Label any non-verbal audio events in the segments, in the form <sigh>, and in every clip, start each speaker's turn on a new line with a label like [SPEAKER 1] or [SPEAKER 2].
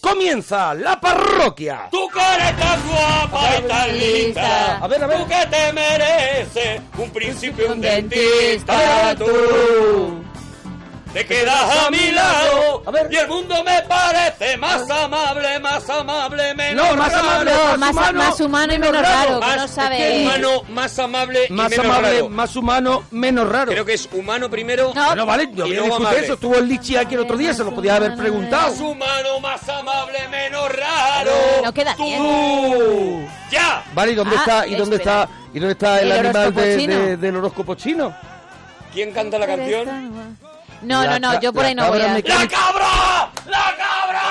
[SPEAKER 1] comienza la parroquia.
[SPEAKER 2] Tú que eres tan guapa y tan linda.
[SPEAKER 1] A ver, a ver.
[SPEAKER 2] Tú que te mereces un príncipe, un
[SPEAKER 3] Un
[SPEAKER 2] dentista.
[SPEAKER 3] dentista,
[SPEAKER 2] Tú te quedas a mi lado.
[SPEAKER 1] A ver.
[SPEAKER 2] Y el mundo me parece más amable, más amable, menos
[SPEAKER 1] No, más
[SPEAKER 2] raro.
[SPEAKER 1] amable,
[SPEAKER 3] No,
[SPEAKER 1] más
[SPEAKER 3] más,
[SPEAKER 1] humano,
[SPEAKER 3] más humano y menos
[SPEAKER 1] menos
[SPEAKER 3] raro,
[SPEAKER 2] Más-
[SPEAKER 3] que no
[SPEAKER 2] es que es
[SPEAKER 3] sabe.
[SPEAKER 2] humano, más amable y
[SPEAKER 1] Más
[SPEAKER 2] menos
[SPEAKER 1] amable,
[SPEAKER 2] raro.
[SPEAKER 1] más humano, menos raro.
[SPEAKER 2] Creo que es humano primero.
[SPEAKER 3] No.
[SPEAKER 1] Bueno, vale, yo
[SPEAKER 2] Y
[SPEAKER 1] voy a
[SPEAKER 2] luego
[SPEAKER 1] discutir
[SPEAKER 2] amable.
[SPEAKER 1] eso. Estuvo el Lichi aquí el otro día, se lo podía haber preguntado.
[SPEAKER 2] Más humano, más amable, menos raro.
[SPEAKER 3] No queda
[SPEAKER 2] Tú.
[SPEAKER 1] Uh.
[SPEAKER 2] ¡Ya!
[SPEAKER 1] Vale, ¿y dónde
[SPEAKER 3] Ah,
[SPEAKER 1] está? ¿Y dónde
[SPEAKER 3] espera.
[SPEAKER 1] está? ¿Y dónde está el,
[SPEAKER 3] El
[SPEAKER 1] animal de-
[SPEAKER 3] horóscopo chino.
[SPEAKER 1] de- del horóscopo chino?
[SPEAKER 2] ¿Quién canta la canción?
[SPEAKER 3] No,
[SPEAKER 1] La
[SPEAKER 3] no,
[SPEAKER 1] ca-
[SPEAKER 3] no, yo por
[SPEAKER 1] la
[SPEAKER 3] ahí no voy
[SPEAKER 1] cabra
[SPEAKER 3] a...
[SPEAKER 1] me
[SPEAKER 2] ¡La cabra! ¡La cabra!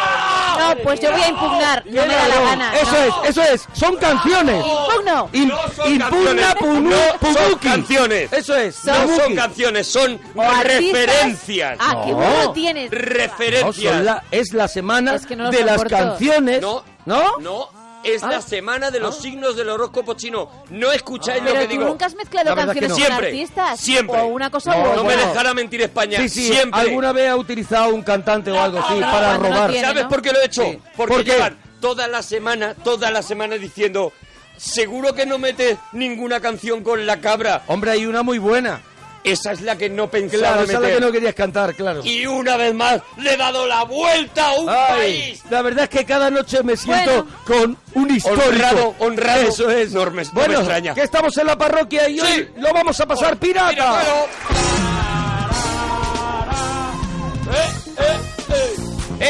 [SPEAKER 3] No, pues yo voy a impugnar, no me da la
[SPEAKER 1] Claro,
[SPEAKER 3] gana.
[SPEAKER 1] Eso
[SPEAKER 3] no.
[SPEAKER 1] es, eso es. Son canciones.
[SPEAKER 3] Impugno.
[SPEAKER 1] Im-
[SPEAKER 2] No son
[SPEAKER 1] Impugna
[SPEAKER 2] canciones.
[SPEAKER 1] Punu-
[SPEAKER 2] No son
[SPEAKER 1] Punuki.
[SPEAKER 2] canciones.
[SPEAKER 1] Eso es.
[SPEAKER 3] Son-
[SPEAKER 2] No son
[SPEAKER 1] Punuki.
[SPEAKER 2] canciones, son
[SPEAKER 3] Artistas-
[SPEAKER 2] referencias.
[SPEAKER 3] Ah, qué
[SPEAKER 1] No.
[SPEAKER 3] bueno tienes.
[SPEAKER 1] No,
[SPEAKER 2] Referencias.
[SPEAKER 1] son la- es la semana
[SPEAKER 3] Es que no lo
[SPEAKER 1] de las
[SPEAKER 3] soporto.
[SPEAKER 1] canciones.
[SPEAKER 2] No,
[SPEAKER 1] ¿No?
[SPEAKER 2] no, Es
[SPEAKER 1] Ah.
[SPEAKER 2] la semana de los signos del horóscopo chino. No escucháis lo
[SPEAKER 3] Pero
[SPEAKER 2] que
[SPEAKER 3] tú
[SPEAKER 2] digo.
[SPEAKER 3] nunca has mezclado
[SPEAKER 1] La verdad que
[SPEAKER 3] canciones
[SPEAKER 1] no.
[SPEAKER 3] con
[SPEAKER 2] Siempre,
[SPEAKER 3] artistas.
[SPEAKER 2] siempre.
[SPEAKER 3] O una cosa
[SPEAKER 1] No,
[SPEAKER 3] u
[SPEAKER 2] No
[SPEAKER 3] otra.
[SPEAKER 2] me
[SPEAKER 1] Bueno.
[SPEAKER 2] dejará mentir España.
[SPEAKER 1] Sí, sí.
[SPEAKER 2] Siempre.
[SPEAKER 1] Alguna vez ha utilizado un cantante o algo así para
[SPEAKER 3] cuando no
[SPEAKER 1] robar.
[SPEAKER 3] tiene.
[SPEAKER 2] ¿Sabes
[SPEAKER 3] ¿no?
[SPEAKER 2] por qué lo he hecho?
[SPEAKER 1] Sí.
[SPEAKER 2] Porque
[SPEAKER 1] ¿Por qué?
[SPEAKER 2] llevan toda la semana, toda la semana diciendo, seguro que no metes ninguna canción con la cabra.
[SPEAKER 1] Hombre, hay una muy buena.
[SPEAKER 2] Esa es la que no pensaba
[SPEAKER 1] Claro, esa es la
[SPEAKER 2] meter.
[SPEAKER 1] que no querías cantar, claro.
[SPEAKER 2] Y una vez más le he dado la vuelta a un
[SPEAKER 1] Ay,
[SPEAKER 2] país.
[SPEAKER 1] la verdad es que cada noche me siento con un histórico.
[SPEAKER 2] Honrado, honrado.
[SPEAKER 1] Eso es.
[SPEAKER 2] No me- no me
[SPEAKER 1] bueno,
[SPEAKER 2] extraña.
[SPEAKER 1] que estamos en la parroquia y
[SPEAKER 2] Sí. Oh,
[SPEAKER 1] hoy lo vamos a pasar pirata.
[SPEAKER 2] Mira, claro. Eh,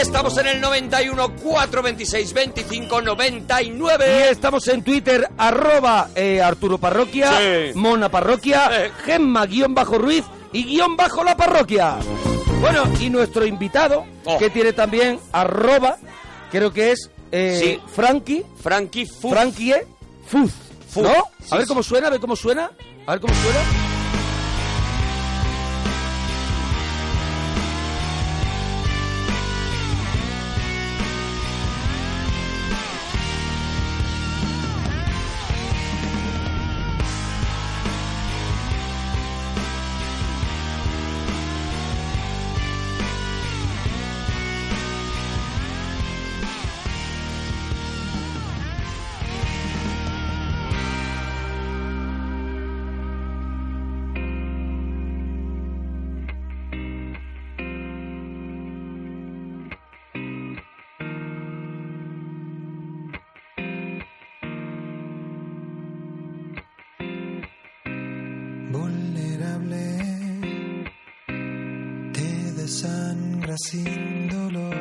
[SPEAKER 2] Estamos en el 91 426 25 99.
[SPEAKER 1] Y estamos en Twitter, arroba eh, Arturo Parroquia,
[SPEAKER 2] Sí.
[SPEAKER 1] Mona Parroquia,
[SPEAKER 2] Sí.
[SPEAKER 1] Gemma guión bajo Ruiz y guión bajo la parroquia. Bueno, y nuestro invitado,
[SPEAKER 2] Oh.
[SPEAKER 1] que tiene también arroba, creo que es eh,
[SPEAKER 2] Sí.
[SPEAKER 1] Frankie,
[SPEAKER 2] Frankie Fu.
[SPEAKER 1] Frankie eh, Fuz,
[SPEAKER 2] Fuz.
[SPEAKER 1] ¿no?
[SPEAKER 2] Sí,
[SPEAKER 1] A ver
[SPEAKER 2] sí.
[SPEAKER 1] cómo suena, a ver cómo suena, a ver cómo suena.
[SPEAKER 4] vulnerable, te desangra sin dolor,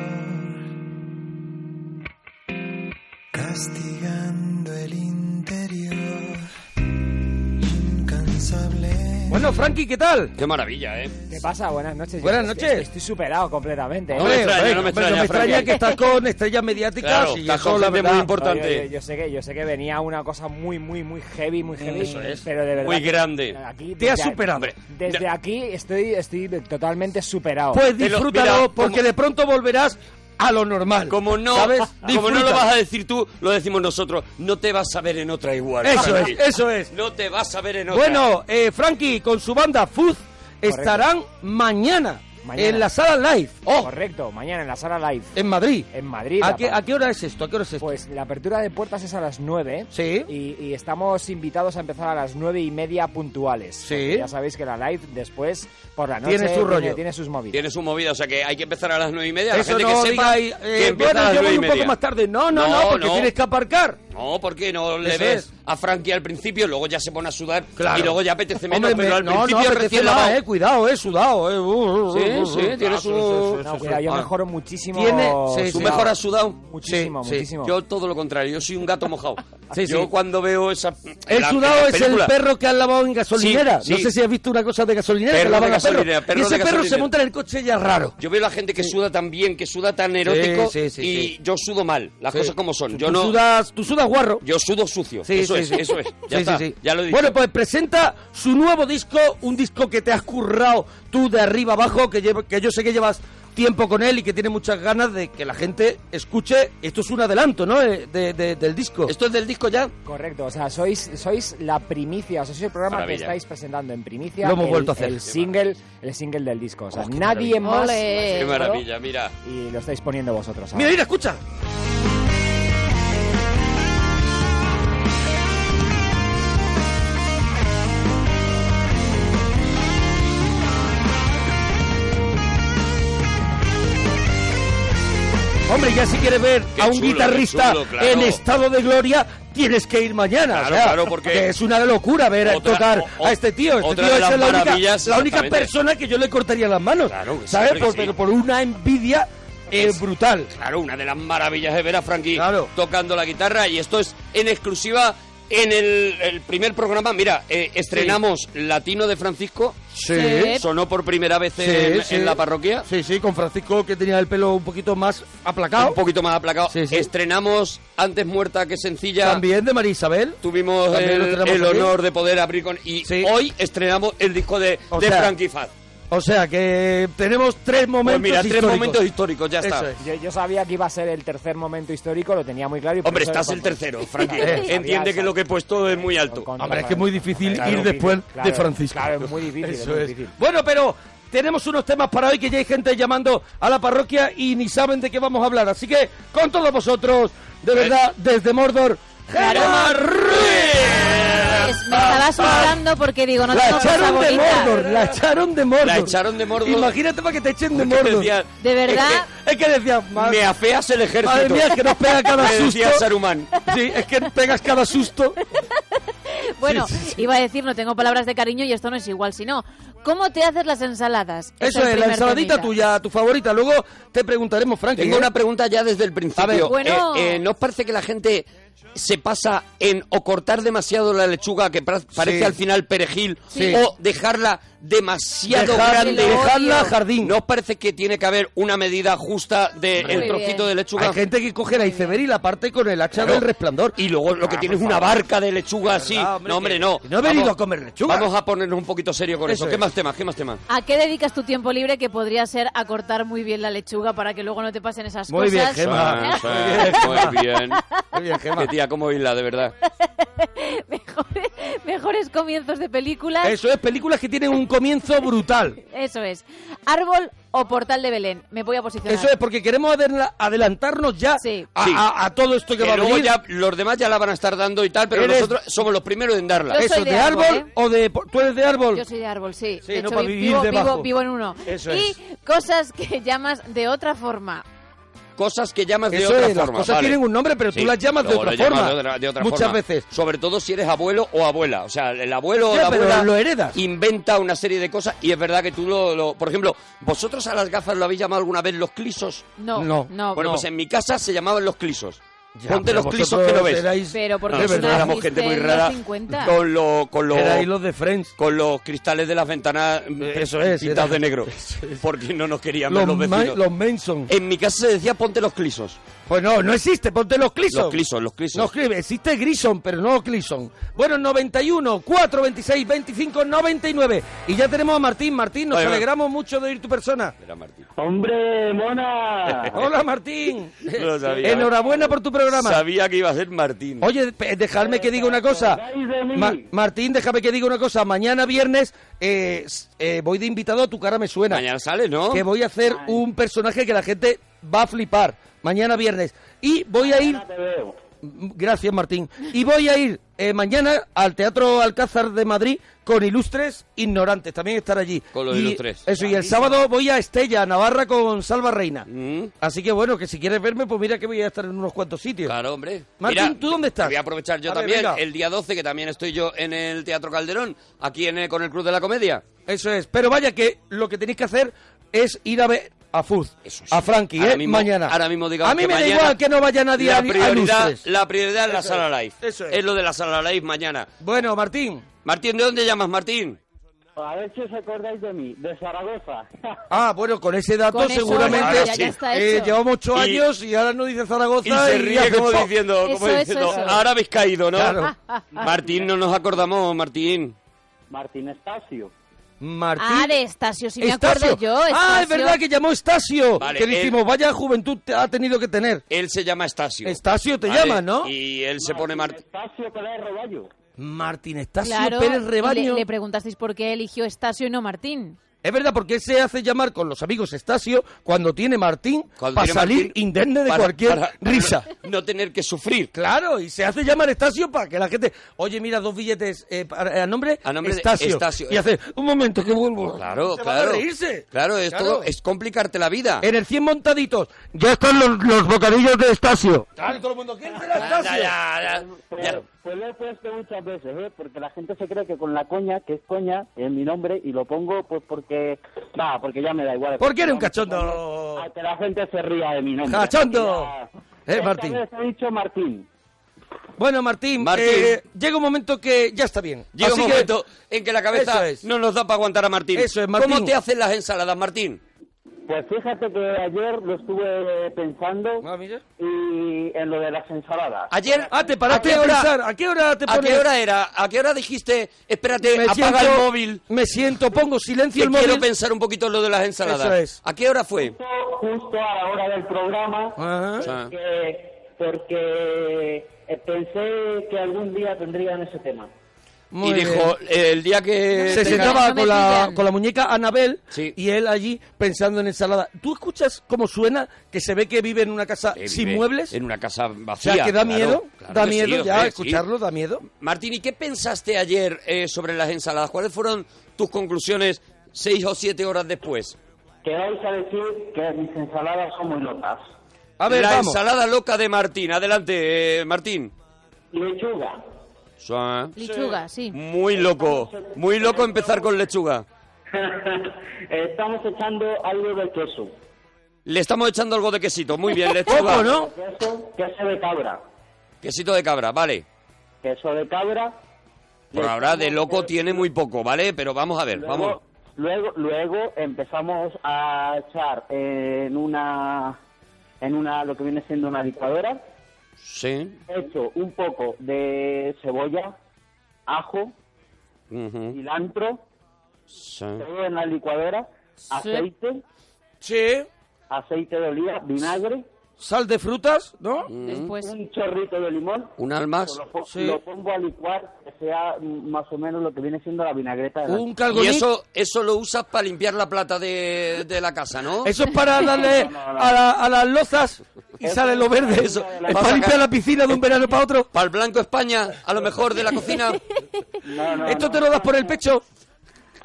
[SPEAKER 4] castigando el interior, incansable.
[SPEAKER 1] Bueno, Frankie, ¿qué tal?
[SPEAKER 2] Qué maravilla, ¿eh?
[SPEAKER 5] ¿Qué pasa? Buenas noches.
[SPEAKER 1] Buenas
[SPEAKER 5] Yo estoy-
[SPEAKER 1] noches.
[SPEAKER 5] Estoy superado completamente. ¿eh?
[SPEAKER 2] No me
[SPEAKER 1] Hombre,
[SPEAKER 2] extraña,
[SPEAKER 1] hombre,
[SPEAKER 2] no me
[SPEAKER 1] hombre,
[SPEAKER 2] extraña, Frankie.
[SPEAKER 1] que estás con estrellas mediáticas
[SPEAKER 2] Claro,
[SPEAKER 1] y
[SPEAKER 2] estás
[SPEAKER 1] eso,
[SPEAKER 2] con
[SPEAKER 1] la
[SPEAKER 2] gente
[SPEAKER 1] verdad.
[SPEAKER 2] muy
[SPEAKER 5] No, yo-
[SPEAKER 2] importante.
[SPEAKER 5] Yo, yo sé que, yo sé que venía una cosa muy, muy, muy heavy, muy heavy.
[SPEAKER 2] Eso es.
[SPEAKER 5] Pero de verdad.
[SPEAKER 2] Muy grande.
[SPEAKER 5] Aquí,
[SPEAKER 1] Te ha
[SPEAKER 5] desde-
[SPEAKER 1] superado. Hombre,
[SPEAKER 5] Desde
[SPEAKER 2] ya.
[SPEAKER 5] aquí estoy, estoy totalmente superado.
[SPEAKER 1] Pues
[SPEAKER 2] Te lo-
[SPEAKER 1] disfrútalo,
[SPEAKER 2] mira,
[SPEAKER 1] porque
[SPEAKER 2] como-
[SPEAKER 1] de pronto volverás a lo normal.
[SPEAKER 2] Como no, <laughs>
[SPEAKER 1] ¿sabes?
[SPEAKER 2] como no lo
[SPEAKER 1] Disfruta.
[SPEAKER 2] vas a decir tú, lo decimos nosotros. No te vas a ver en otra igual.
[SPEAKER 1] Eso
[SPEAKER 2] Frankie.
[SPEAKER 1] es, eso es.
[SPEAKER 2] No te vas a ver en otra.
[SPEAKER 1] Bueno, eh, Frankie con su banda Fuzz estarán mañana,
[SPEAKER 5] Mañana.
[SPEAKER 1] en la sala live. Oh,
[SPEAKER 5] Correcto. Mañana en la sala live.
[SPEAKER 1] en Madrid.
[SPEAKER 5] En Madrid.
[SPEAKER 1] ¿A
[SPEAKER 5] la
[SPEAKER 1] qué,
[SPEAKER 5] pa-
[SPEAKER 1] a qué hora es esto? ¿A qué hora es esto?
[SPEAKER 5] Pues la apertura de puertas es a las 9.
[SPEAKER 1] Sí.
[SPEAKER 5] Y, y estamos invitados a empezar a las 9 y media puntuales.
[SPEAKER 1] Sí.
[SPEAKER 5] porque Ya sabéis que la live después, por la noche,
[SPEAKER 1] Tiene su rollo.
[SPEAKER 5] tiene sus movidas.
[SPEAKER 2] Tiene su movida, o sea que hay que empezar a las nueve y media. la
[SPEAKER 1] Eso
[SPEAKER 2] gente
[SPEAKER 1] no
[SPEAKER 2] que sepa
[SPEAKER 1] digáis, eh,
[SPEAKER 2] que empieza a
[SPEAKER 1] bueno,
[SPEAKER 2] las
[SPEAKER 1] yo
[SPEAKER 2] nueve
[SPEAKER 1] voy
[SPEAKER 2] y
[SPEAKER 1] un poco
[SPEAKER 2] media.
[SPEAKER 1] más tarde. No, no, no,
[SPEAKER 2] No,
[SPEAKER 1] porque
[SPEAKER 2] no.
[SPEAKER 1] tienes que aparcar.
[SPEAKER 2] No, porque no le
[SPEAKER 1] Eso
[SPEAKER 2] ves
[SPEAKER 1] es.
[SPEAKER 2] a Frankie al principio, luego ya se pone a sudar
[SPEAKER 1] Claro.
[SPEAKER 2] y luego ya apetece menos,
[SPEAKER 1] Hombre, me-
[SPEAKER 2] pero al
[SPEAKER 1] no, no,
[SPEAKER 2] principio
[SPEAKER 1] apetece
[SPEAKER 2] recién
[SPEAKER 1] nada,
[SPEAKER 2] lavado.
[SPEAKER 1] eh, cuidado, eh, sudado. Eh, uh, uh, uh, uh,
[SPEAKER 2] Sí, sí,
[SPEAKER 1] uh.
[SPEAKER 2] tiene
[SPEAKER 5] Ah, pero
[SPEAKER 2] su...
[SPEAKER 5] eso- No, cuidado, yo
[SPEAKER 2] Ah,
[SPEAKER 5] mejoro muchísimo.
[SPEAKER 1] Tiene- sí,
[SPEAKER 2] ¿Tú
[SPEAKER 1] sí.
[SPEAKER 2] mejor has sudado?
[SPEAKER 5] Muchísimo,
[SPEAKER 1] Sí, sí.
[SPEAKER 5] muchísimo.
[SPEAKER 2] Yo todo lo contrario, yo soy un gato mojado.
[SPEAKER 1] Sí,
[SPEAKER 2] yo
[SPEAKER 1] sí.
[SPEAKER 2] cuando veo esa...
[SPEAKER 1] El
[SPEAKER 2] la-
[SPEAKER 1] sudado
[SPEAKER 2] la
[SPEAKER 1] es el
[SPEAKER 2] película-
[SPEAKER 1] perro que han lavado en gasolinera.
[SPEAKER 2] Sí,
[SPEAKER 1] No
[SPEAKER 2] sí.
[SPEAKER 1] sé si has visto una cosa de gasolinera que
[SPEAKER 2] Perro
[SPEAKER 1] lavan
[SPEAKER 2] de
[SPEAKER 1] a perro.
[SPEAKER 2] gasolinera, perro
[SPEAKER 1] y ese
[SPEAKER 2] de
[SPEAKER 1] perro se
[SPEAKER 2] gasolinera.
[SPEAKER 1] monta en el coche ya es raro.
[SPEAKER 2] Yo veo la gente que suda tan bien, que suda tan erótico
[SPEAKER 1] Sí, sí, sí,
[SPEAKER 2] y
[SPEAKER 1] sí.
[SPEAKER 2] yo sudo mal, las
[SPEAKER 1] Sí.
[SPEAKER 2] cosas como son.
[SPEAKER 1] Tú
[SPEAKER 2] Yo no
[SPEAKER 1] Sudas, tú sudas guarro.
[SPEAKER 2] yo sudo sucio.
[SPEAKER 1] Sí,
[SPEAKER 2] eso
[SPEAKER 1] sí,
[SPEAKER 2] es,
[SPEAKER 1] sí.
[SPEAKER 2] eso es.
[SPEAKER 1] Sí,
[SPEAKER 2] Ya está,
[SPEAKER 1] sí, sí.
[SPEAKER 2] ya lo he dicho.
[SPEAKER 1] Bueno, pues presenta su nuevo disco, un disco que te has currado tú de arriba abajo, que, lleva- que yo sé que llevas tiempo con él y que tiene muchas ganas de que la gente escuche. Esto es un adelanto, ¿no? Eh, de- de- del disco.
[SPEAKER 2] ¿Esto es del disco ya?
[SPEAKER 5] Correcto, o sea, sois, sois la primicia, o sea, sois el programa que
[SPEAKER 2] Maravilla.
[SPEAKER 5] estáis presentando en primicia.
[SPEAKER 1] Lo hemos
[SPEAKER 5] el-
[SPEAKER 1] vuelto a hacer.
[SPEAKER 5] El single, el single del disco, o sea,
[SPEAKER 2] Oh, qué
[SPEAKER 5] nadie
[SPEAKER 2] maravilla.
[SPEAKER 5] más. lo ha
[SPEAKER 3] Ole.
[SPEAKER 5] hecho
[SPEAKER 2] Qué maravilla, mira.
[SPEAKER 5] Y lo estáis poniendo vosotros.
[SPEAKER 1] Mira,
[SPEAKER 5] ahora.
[SPEAKER 1] mira, escucha. Hombre, ya si quieres ver
[SPEAKER 2] Qué
[SPEAKER 1] a un
[SPEAKER 2] chulo, qué
[SPEAKER 1] guitarrista
[SPEAKER 2] chulo, claro.
[SPEAKER 1] en estado de gloria, tienes que ir mañana.
[SPEAKER 2] Claro,
[SPEAKER 1] o sea,
[SPEAKER 2] claro, porque-
[SPEAKER 1] que es una locura ver
[SPEAKER 2] Otra-
[SPEAKER 1] tocar
[SPEAKER 2] o-
[SPEAKER 1] a este tío. Este
[SPEAKER 2] otra de
[SPEAKER 1] tío es
[SPEAKER 2] las
[SPEAKER 1] la única,
[SPEAKER 2] maravillas,
[SPEAKER 1] la única
[SPEAKER 2] exactamente.
[SPEAKER 1] persona que yo le cortaría las manos.
[SPEAKER 2] Claro, que
[SPEAKER 1] ¿Sabes?
[SPEAKER 2] sí, que
[SPEAKER 1] Por-
[SPEAKER 2] sí.
[SPEAKER 1] Pero por una envidia eh,
[SPEAKER 2] Es-
[SPEAKER 1] brutal.
[SPEAKER 2] Claro, una de las maravillas de ver a Frankie
[SPEAKER 1] Claro.
[SPEAKER 2] tocando la guitarra y esto es en exclusiva en el, el primer programa. Mira, eh, estrenamos Latino de Francisco,
[SPEAKER 1] Sí.
[SPEAKER 2] sonó por primera vez en, en la parroquia,
[SPEAKER 1] Sí, sí, con Francisco que tenía el pelo un poquito más aplacado.
[SPEAKER 2] un poquito más aplacado.
[SPEAKER 1] Sí, sí.
[SPEAKER 2] Estrenamos Antes Muerta que Sencilla.
[SPEAKER 1] También de María Isabel.
[SPEAKER 2] Tuvimos
[SPEAKER 1] También
[SPEAKER 2] el,
[SPEAKER 1] lo tenemos
[SPEAKER 2] el
[SPEAKER 1] aquí.
[SPEAKER 2] honor de poder abrir con... Y
[SPEAKER 1] Sí.
[SPEAKER 2] hoy estrenamos el disco de,
[SPEAKER 1] O
[SPEAKER 2] de
[SPEAKER 1] sea,
[SPEAKER 2] Frankie Faz.
[SPEAKER 1] O sea que tenemos tres
[SPEAKER 2] Pues
[SPEAKER 1] momentos
[SPEAKER 2] mira, tres
[SPEAKER 1] históricos.
[SPEAKER 2] momentos históricos, ya
[SPEAKER 1] Eso
[SPEAKER 2] está.
[SPEAKER 1] es.
[SPEAKER 5] Yo, yo sabía que iba a ser el tercer momento histórico, lo tenía muy claro. Y por
[SPEAKER 2] Hombre,
[SPEAKER 5] eso
[SPEAKER 2] estás
[SPEAKER 5] lo-
[SPEAKER 2] el tercero,
[SPEAKER 6] <laughs> Eh,
[SPEAKER 2] Frankie.
[SPEAKER 5] Sabía,
[SPEAKER 2] Entiende que
[SPEAKER 5] sabía.
[SPEAKER 2] lo que he puesto es muy alto.
[SPEAKER 5] Con-
[SPEAKER 1] Hombre, es que es muy difícil
[SPEAKER 5] Claro,
[SPEAKER 1] ir
[SPEAKER 5] difícil,
[SPEAKER 1] después de
[SPEAKER 5] claro,
[SPEAKER 1] Francisco.
[SPEAKER 5] Claro, es muy difícil, es
[SPEAKER 1] Eso
[SPEAKER 5] muy
[SPEAKER 1] es.
[SPEAKER 5] difícil.
[SPEAKER 1] Bueno, pero tenemos unos temas para hoy que ya hay gente llamando a la parroquia y ni saben de qué vamos a hablar. Así que con todos vosotros, de
[SPEAKER 2] Pues
[SPEAKER 1] verdad, desde Mordor, Germán Ruiz.
[SPEAKER 3] Es- Me estaba asustando porque digo, no
[SPEAKER 1] La
[SPEAKER 3] tengo
[SPEAKER 1] echaron de
[SPEAKER 3] favorita.
[SPEAKER 1] Mordor, la echaron de Mordor.
[SPEAKER 2] La echaron de Mordor.
[SPEAKER 1] Imagínate para que te echen de
[SPEAKER 2] Porque
[SPEAKER 1] Mordor.
[SPEAKER 2] decían,
[SPEAKER 3] De verdad,
[SPEAKER 1] Es que decía,
[SPEAKER 2] me
[SPEAKER 1] madre,
[SPEAKER 2] afeas el ejército.
[SPEAKER 1] madre mía, es que nos pega
[SPEAKER 2] <laughs>
[SPEAKER 1] cada
[SPEAKER 2] Me
[SPEAKER 1] susto.
[SPEAKER 2] decía Saruman.
[SPEAKER 1] Sí, es que pegas cada susto.
[SPEAKER 3] bueno,
[SPEAKER 1] sí, sí, sí.
[SPEAKER 3] iba a decir, no tengo palabras de cariño y esto no es igual, sino, ¿cómo te haces las ensaladas?
[SPEAKER 1] Eso
[SPEAKER 3] el
[SPEAKER 1] es, la
[SPEAKER 3] primer
[SPEAKER 1] ensaladita
[SPEAKER 3] temita.
[SPEAKER 1] tuya, tu favorita. Luego te preguntaremos, Frank. ¿eh?
[SPEAKER 2] Tengo una pregunta ya desde el principio.
[SPEAKER 1] A ver.
[SPEAKER 3] Bueno.
[SPEAKER 2] Eh, eh, ¿No os parece que la gente se pasa en o cortar demasiado la lechuga, que pra- parece
[SPEAKER 1] Sí.
[SPEAKER 2] al final perejil,
[SPEAKER 1] Sí.
[SPEAKER 2] o dejarla demasiado grande?
[SPEAKER 1] dejarla
[SPEAKER 3] odio.
[SPEAKER 1] jardín.
[SPEAKER 2] ¿No os parece que tiene que haber una medida justa del
[SPEAKER 3] Muy
[SPEAKER 2] trocito
[SPEAKER 3] bien.
[SPEAKER 2] de lechuga?
[SPEAKER 1] Hay gente que coge la iceberg y la parte con el hacha
[SPEAKER 2] Claro.
[SPEAKER 1] del resplandor.
[SPEAKER 2] Y luego lo que
[SPEAKER 1] Ah,
[SPEAKER 2] tiene es
[SPEAKER 1] por
[SPEAKER 2] una
[SPEAKER 1] favor.
[SPEAKER 2] barca de lechuga así.
[SPEAKER 1] verdad, hombre,
[SPEAKER 2] no, hombre,
[SPEAKER 1] que-
[SPEAKER 2] no.
[SPEAKER 1] que no he venido a comer lechuga.
[SPEAKER 2] Vamos a ponernos un poquito serio con eso.
[SPEAKER 1] Eso
[SPEAKER 2] ¿Qué
[SPEAKER 1] es.
[SPEAKER 2] más temas? ¿Qué más temas?
[SPEAKER 3] ¿A qué dedicas tu tiempo libre que podría ser a cortar muy bien la lechuga para que luego no te pasen esas
[SPEAKER 1] Muy bien,
[SPEAKER 3] cosas?
[SPEAKER 1] Gemma. Ah,
[SPEAKER 2] muy bien.
[SPEAKER 1] Muy
[SPEAKER 2] <laughs>
[SPEAKER 1] bien, Gemma.
[SPEAKER 2] Qué tía, cómo la de verdad.
[SPEAKER 3] mejores, mejores comienzos de películas. Eso.
[SPEAKER 1] Eso es, películas que tienen un comienzo brutal.
[SPEAKER 3] es. Árbol o portal de Belén. Me voy a posicionar.
[SPEAKER 1] Eso es, porque queremos adela- adelantarnos ya
[SPEAKER 3] Sí.
[SPEAKER 1] a,
[SPEAKER 2] Sí.
[SPEAKER 1] a- a todo esto que,
[SPEAKER 2] Que
[SPEAKER 1] va a
[SPEAKER 2] luego
[SPEAKER 1] venir.
[SPEAKER 2] ya los demás ya la van a estar dando y tal, pero
[SPEAKER 1] Eres-
[SPEAKER 2] nosotros somos los primeros en darla.
[SPEAKER 3] Yo
[SPEAKER 1] ¿Eso
[SPEAKER 3] soy
[SPEAKER 1] de,
[SPEAKER 3] de
[SPEAKER 1] árbol,
[SPEAKER 3] árbol, ¿eh?
[SPEAKER 1] o de... por- ¿Tú eres de árbol?
[SPEAKER 3] Yo soy de árbol, sí.
[SPEAKER 1] Sí,
[SPEAKER 3] de
[SPEAKER 1] no
[SPEAKER 3] hecho,
[SPEAKER 1] para
[SPEAKER 3] vi-
[SPEAKER 1] vivir
[SPEAKER 3] vivo,
[SPEAKER 1] debajo.
[SPEAKER 3] vivo- vivo en uno.
[SPEAKER 1] Eso
[SPEAKER 3] y
[SPEAKER 1] es.
[SPEAKER 3] cosas que llamas de otra forma.
[SPEAKER 2] Cosas que llamas de
[SPEAKER 1] Eso
[SPEAKER 2] otra
[SPEAKER 1] es, las
[SPEAKER 2] forma.
[SPEAKER 1] cosas
[SPEAKER 2] vale.
[SPEAKER 1] tienen un nombre, pero
[SPEAKER 2] Sí,
[SPEAKER 1] tú las llamas de
[SPEAKER 2] luego
[SPEAKER 1] otra
[SPEAKER 2] lo llamas
[SPEAKER 1] forma.
[SPEAKER 2] de otra- de otra
[SPEAKER 1] Muchas
[SPEAKER 2] forma.
[SPEAKER 1] veces.
[SPEAKER 2] Sobre todo si eres abuelo o abuela. O sea, el abuelo
[SPEAKER 1] Ya,
[SPEAKER 2] o la
[SPEAKER 1] pero
[SPEAKER 2] abuela
[SPEAKER 1] lo heredas.
[SPEAKER 2] inventa una serie de cosas y es verdad que tú lo, lo- Por ejemplo, ¿vosotros a las gafas lo habéis llamado alguna vez los clisos?
[SPEAKER 3] No,
[SPEAKER 1] No.
[SPEAKER 3] no.
[SPEAKER 2] bueno,
[SPEAKER 3] no.
[SPEAKER 2] pues en mi casa se llamaban los clisos.
[SPEAKER 1] Ya,
[SPEAKER 2] Ponte
[SPEAKER 1] pero
[SPEAKER 2] los clisos
[SPEAKER 1] vosotros
[SPEAKER 2] que no ves.
[SPEAKER 1] erais-
[SPEAKER 3] Pero porque
[SPEAKER 2] No, nosotros
[SPEAKER 1] verdad.
[SPEAKER 2] éramos gente muy
[SPEAKER 3] naciste en
[SPEAKER 2] rara
[SPEAKER 3] los 50.
[SPEAKER 2] con, lo- con, lo-
[SPEAKER 1] Erais los de Friends.
[SPEAKER 2] con los cristales de las ventanas mm,
[SPEAKER 1] Eso es,
[SPEAKER 2] pintados de
[SPEAKER 1] era- <laughs>
[SPEAKER 2] negro. Porque no nos querían ver
[SPEAKER 1] Los,
[SPEAKER 2] los
[SPEAKER 1] Ma-
[SPEAKER 2] vecinos.
[SPEAKER 1] los Manson.
[SPEAKER 2] En mi casa se decía ponte los clisos.
[SPEAKER 1] Pues no, no existe, ponte los clisos.
[SPEAKER 2] Los clisos, los clisos.
[SPEAKER 1] No escribe, existe Grison, pero no Clison. Bueno, 91, 4, 26, 25, 99. Y ya tenemos a Martín. Martín, nos
[SPEAKER 2] Oye,
[SPEAKER 1] alegramos mucho de oír tu persona.
[SPEAKER 2] Era Martín.
[SPEAKER 7] ¡Hombre, mona!
[SPEAKER 1] <laughs> Hola, Martín.
[SPEAKER 2] No lo sabía.
[SPEAKER 1] Enhorabuena por tu programa.
[SPEAKER 2] Sabía que iba a ser Martín.
[SPEAKER 1] Oye, pe- dejadme que diga una cosa.
[SPEAKER 7] acordáis de mí?
[SPEAKER 1] Ma- Martín, déjame que diga una cosa. Mañana viernes eh, s- eh, voy de invitado a Tu Cara Me Suena.
[SPEAKER 2] Mañana sale, ¿no?
[SPEAKER 1] Que voy a hacer un personaje que la gente va a flipar. Mañana viernes. Y voy a ir
[SPEAKER 7] Ya te veo.
[SPEAKER 1] Gracias, Martín. Y voy a ir eh, mañana al Teatro Alcázar de Madrid con Ilustres Ignorantes. También estar allí.
[SPEAKER 2] Con los
[SPEAKER 1] Y
[SPEAKER 2] Ilustres.
[SPEAKER 1] Eso, y el sábado voy a Estella, Navarra, con Salva Reina.
[SPEAKER 2] Mm,
[SPEAKER 1] Así que bueno, que si quieres verme, pues mira que voy a estar en unos cuantos sitios.
[SPEAKER 2] Claro, hombre.
[SPEAKER 1] Martín,
[SPEAKER 2] Mira,
[SPEAKER 1] ¿tú dónde estás?
[SPEAKER 2] Voy a aprovechar yo
[SPEAKER 1] A ver,
[SPEAKER 2] también
[SPEAKER 1] venga.
[SPEAKER 2] el día 12, que también estoy yo en el Teatro Calderón, aquí en, eh, con el Club de la Comedia.
[SPEAKER 1] Eso es. Pero vaya que lo que tenéis que hacer es ir a ver a Fuz,
[SPEAKER 2] Eso sí.
[SPEAKER 1] a Frankie,
[SPEAKER 2] Ahora
[SPEAKER 1] ¿eh?
[SPEAKER 2] mismo-
[SPEAKER 1] mañana.
[SPEAKER 2] Ahora mismo digamos
[SPEAKER 1] A mí
[SPEAKER 2] que
[SPEAKER 1] me da
[SPEAKER 2] mañana
[SPEAKER 1] igual que no vaya nadie a,
[SPEAKER 2] la
[SPEAKER 1] a
[SPEAKER 2] prioridad,
[SPEAKER 1] Ilustres.
[SPEAKER 2] la prioridad es la
[SPEAKER 1] Eso
[SPEAKER 2] sala
[SPEAKER 1] es,
[SPEAKER 2] live.
[SPEAKER 1] eso es.
[SPEAKER 2] lo de la sala live mañana.
[SPEAKER 1] Bueno, Martín.
[SPEAKER 2] Martín, ¿de dónde llamas, Martín?
[SPEAKER 7] A ver si os acordáis de mí, de
[SPEAKER 8] <laughs>
[SPEAKER 7] Zaragoza.
[SPEAKER 1] Ah, bueno, con ese dato
[SPEAKER 3] Con eso
[SPEAKER 1] seguramente
[SPEAKER 2] ya- ya
[SPEAKER 3] está
[SPEAKER 1] eh,
[SPEAKER 3] hecho.
[SPEAKER 1] llevamos ocho
[SPEAKER 2] Y-
[SPEAKER 1] años y ahora nos dice Zaragoza
[SPEAKER 2] Y se
[SPEAKER 1] hace
[SPEAKER 2] ríe como
[SPEAKER 1] pop.
[SPEAKER 2] diciendo, como
[SPEAKER 3] Eso, eso,
[SPEAKER 2] diciendo,
[SPEAKER 3] eso.
[SPEAKER 2] ahora habéis caído, ¿no?
[SPEAKER 1] Claro.
[SPEAKER 2] Martín, no nos acordamos, Martín.
[SPEAKER 7] Martín Estacio.
[SPEAKER 1] Martín.
[SPEAKER 3] Ah, de Estasio, si me acuerdo
[SPEAKER 1] Estasio.
[SPEAKER 3] yo.
[SPEAKER 1] Ah,
[SPEAKER 3] Estasio.
[SPEAKER 1] es verdad que llamó Estasio.
[SPEAKER 2] Vale,
[SPEAKER 1] que
[SPEAKER 2] él-
[SPEAKER 1] dijimos, vaya juventud te ha tenido que tener.
[SPEAKER 2] Él se llama Estacio.
[SPEAKER 1] Estacio te llama, ¿no?
[SPEAKER 2] Y él se pone Martín.
[SPEAKER 8] Espacio con el roballo.
[SPEAKER 1] Martín Estasio
[SPEAKER 3] Claro,
[SPEAKER 1] Pérez
[SPEAKER 3] y
[SPEAKER 1] Rebaño.
[SPEAKER 3] Le, le preguntasteis por qué eligió Estasio y no Martín.
[SPEAKER 1] Es verdad, porque él se hace llamar con los amigos Estasio cuando tiene Martín
[SPEAKER 2] Cuando
[SPEAKER 1] para
[SPEAKER 2] tiene
[SPEAKER 1] salir
[SPEAKER 2] Martín,
[SPEAKER 1] indemne de
[SPEAKER 2] para-
[SPEAKER 1] cualquier
[SPEAKER 2] para- para
[SPEAKER 1] <laughs> risa.
[SPEAKER 2] <laughs> No, no tener que sufrir.
[SPEAKER 1] Claro, y se hace llamar Estasio para que la gente. Oye, mira, dos billetes eh, para- a nombre,
[SPEAKER 2] A nombre de
[SPEAKER 1] Estasio.
[SPEAKER 2] Estasio.
[SPEAKER 1] Y hace, un momento que vuelvo.
[SPEAKER 2] Claro,
[SPEAKER 1] Se van a
[SPEAKER 2] claro.
[SPEAKER 1] reírse.
[SPEAKER 2] Claro, es
[SPEAKER 1] Claro.
[SPEAKER 2] todo- es complicarte la vida.
[SPEAKER 1] En el 100 montaditos, ya están los, los bocadillos de Estasio.
[SPEAKER 2] Ya, ya, ya, ya.
[SPEAKER 8] Pero, pues lo he puesto muchas veces, ¿eh? Porque la gente se cree que con la coña, que es coña, es mi nombre, y lo pongo pues porque... Va, porque ya me da igual.
[SPEAKER 1] Porque era un
[SPEAKER 8] Vamos,
[SPEAKER 1] cachondo.
[SPEAKER 8] A que la gente se ría de mi nombre.
[SPEAKER 1] Cachondo.
[SPEAKER 8] Ya.
[SPEAKER 1] Eh,
[SPEAKER 8] Esta
[SPEAKER 1] Martín.
[SPEAKER 8] vez he dicho Martín.
[SPEAKER 1] Bueno, Martín,
[SPEAKER 2] Martín.
[SPEAKER 1] eh, llega un momento que ya está bien.
[SPEAKER 2] Llega
[SPEAKER 1] Así
[SPEAKER 2] un
[SPEAKER 1] que-
[SPEAKER 2] momento en que la
[SPEAKER 1] Eso
[SPEAKER 2] cabeza
[SPEAKER 1] es.
[SPEAKER 2] no nos da para aguantar a Martín.
[SPEAKER 1] Eso es, Martín.
[SPEAKER 2] ¿Cómo te hacen las ensaladas, Martín?
[SPEAKER 8] Pues fíjate que ayer lo estuve pensando
[SPEAKER 1] Ah, mira.
[SPEAKER 8] y en lo de las ensaladas.
[SPEAKER 2] Ayer.
[SPEAKER 1] Ah, te paraste a,
[SPEAKER 2] qué hora-
[SPEAKER 1] pensar. ¿A qué hora te
[SPEAKER 2] ¿A
[SPEAKER 1] pones?
[SPEAKER 2] qué hora era? ¿A qué hora dijiste, espérate,
[SPEAKER 1] Me
[SPEAKER 2] apaga
[SPEAKER 1] siento-
[SPEAKER 2] el móvil,
[SPEAKER 1] Me siento, pongo silencio
[SPEAKER 2] que
[SPEAKER 1] el móvil.
[SPEAKER 2] quiero pensar un poquito en lo de las ensaladas?
[SPEAKER 1] Eso es.
[SPEAKER 2] ¿A qué hora fue?
[SPEAKER 8] Justo a la hora del programa,
[SPEAKER 1] Ajá.
[SPEAKER 2] Ah.
[SPEAKER 8] porque, porque eh, pensé que algún día tendrían ese tema.
[SPEAKER 1] Muy
[SPEAKER 2] y
[SPEAKER 1] bien.
[SPEAKER 2] dijo, eh, el día que...
[SPEAKER 1] Se
[SPEAKER 2] tenga-
[SPEAKER 1] sentaba
[SPEAKER 3] no me
[SPEAKER 1] con la,
[SPEAKER 3] pillan.
[SPEAKER 1] con la muñeca Anabel
[SPEAKER 2] Sí.
[SPEAKER 1] y él allí pensando en ensalada. ¿Tú escuchas cómo suena que se ve que vive en una casa
[SPEAKER 2] Eh,
[SPEAKER 1] sin
[SPEAKER 2] vive
[SPEAKER 1] muebles?
[SPEAKER 2] En una casa vacía.
[SPEAKER 1] o sea, que da
[SPEAKER 2] claro,
[SPEAKER 1] miedo,
[SPEAKER 2] claro
[SPEAKER 1] da
[SPEAKER 2] que sí,
[SPEAKER 1] miedo ya
[SPEAKER 2] hombre, sí.
[SPEAKER 1] escucharlo, da miedo.
[SPEAKER 2] Martín, ¿y qué pensaste ayer eh, sobre las ensaladas? ¿Cuáles fueron tus conclusiones seis o siete horas después?
[SPEAKER 8] Que vais a decir que mis ensaladas son muy locas. <laughs>
[SPEAKER 1] A ver,
[SPEAKER 2] la
[SPEAKER 1] vamos.
[SPEAKER 2] ensalada loca de Martín. Adelante, eh, Martín.
[SPEAKER 8] Lechuga.
[SPEAKER 2] Eso, ¿eh?
[SPEAKER 3] Lichuga, sí.
[SPEAKER 2] Muy loco. Muy loco empezar con lechuga.
[SPEAKER 8] Estamos echando algo de queso.
[SPEAKER 2] Le estamos echando algo de quesito. Muy bien, lechuga.
[SPEAKER 1] <laughs> Poco, ¿no?
[SPEAKER 8] Queso, queso de cabra.
[SPEAKER 2] Quesito de cabra, vale.
[SPEAKER 8] Queso de cabra.
[SPEAKER 2] Por
[SPEAKER 8] Le
[SPEAKER 2] ahora de
[SPEAKER 8] echamos
[SPEAKER 2] loco
[SPEAKER 8] queso.
[SPEAKER 2] tiene muy poco, ¿vale? Pero vamos a ver,
[SPEAKER 8] Luego-
[SPEAKER 2] vamos.
[SPEAKER 8] Luego, luego empezamos a echar en una, en una, lo que viene siendo una licuadora,
[SPEAKER 2] Sí.
[SPEAKER 8] hecho un poco de cebolla, ajo,
[SPEAKER 2] ujú,
[SPEAKER 8] cilantro,
[SPEAKER 2] sí.
[SPEAKER 1] Ah.
[SPEAKER 8] todo en la licuadora, aceite,
[SPEAKER 1] Sí.
[SPEAKER 8] aceite de oliva, vinagre,
[SPEAKER 1] Sal de frutas, ¿no?
[SPEAKER 3] Después.
[SPEAKER 8] un chorrito de limón.
[SPEAKER 2] Un almax.
[SPEAKER 8] Lo, po-
[SPEAKER 1] Sí.
[SPEAKER 8] lo pongo a licuar que sea mm, más o menos lo que viene siendo la vinagreta. de la-
[SPEAKER 1] Un
[SPEAKER 2] Y
[SPEAKER 1] calgonic. Eso...
[SPEAKER 2] eso, eso lo usas para limpiar la plata de, de la casa, ¿no?
[SPEAKER 1] es
[SPEAKER 8] <laughs>
[SPEAKER 2] <laughs>
[SPEAKER 1] para darle a, la- a las lozas y
[SPEAKER 8] Eso-
[SPEAKER 1] sale lo verde.
[SPEAKER 8] eso-
[SPEAKER 1] es para limpiar la piscina de un verano para otro.
[SPEAKER 2] Para el Blanco España, a lo mejor de la cocina.
[SPEAKER 8] <laughs> No, no,
[SPEAKER 1] <laughs> Esto
[SPEAKER 8] no.
[SPEAKER 1] te lo das por el pecho.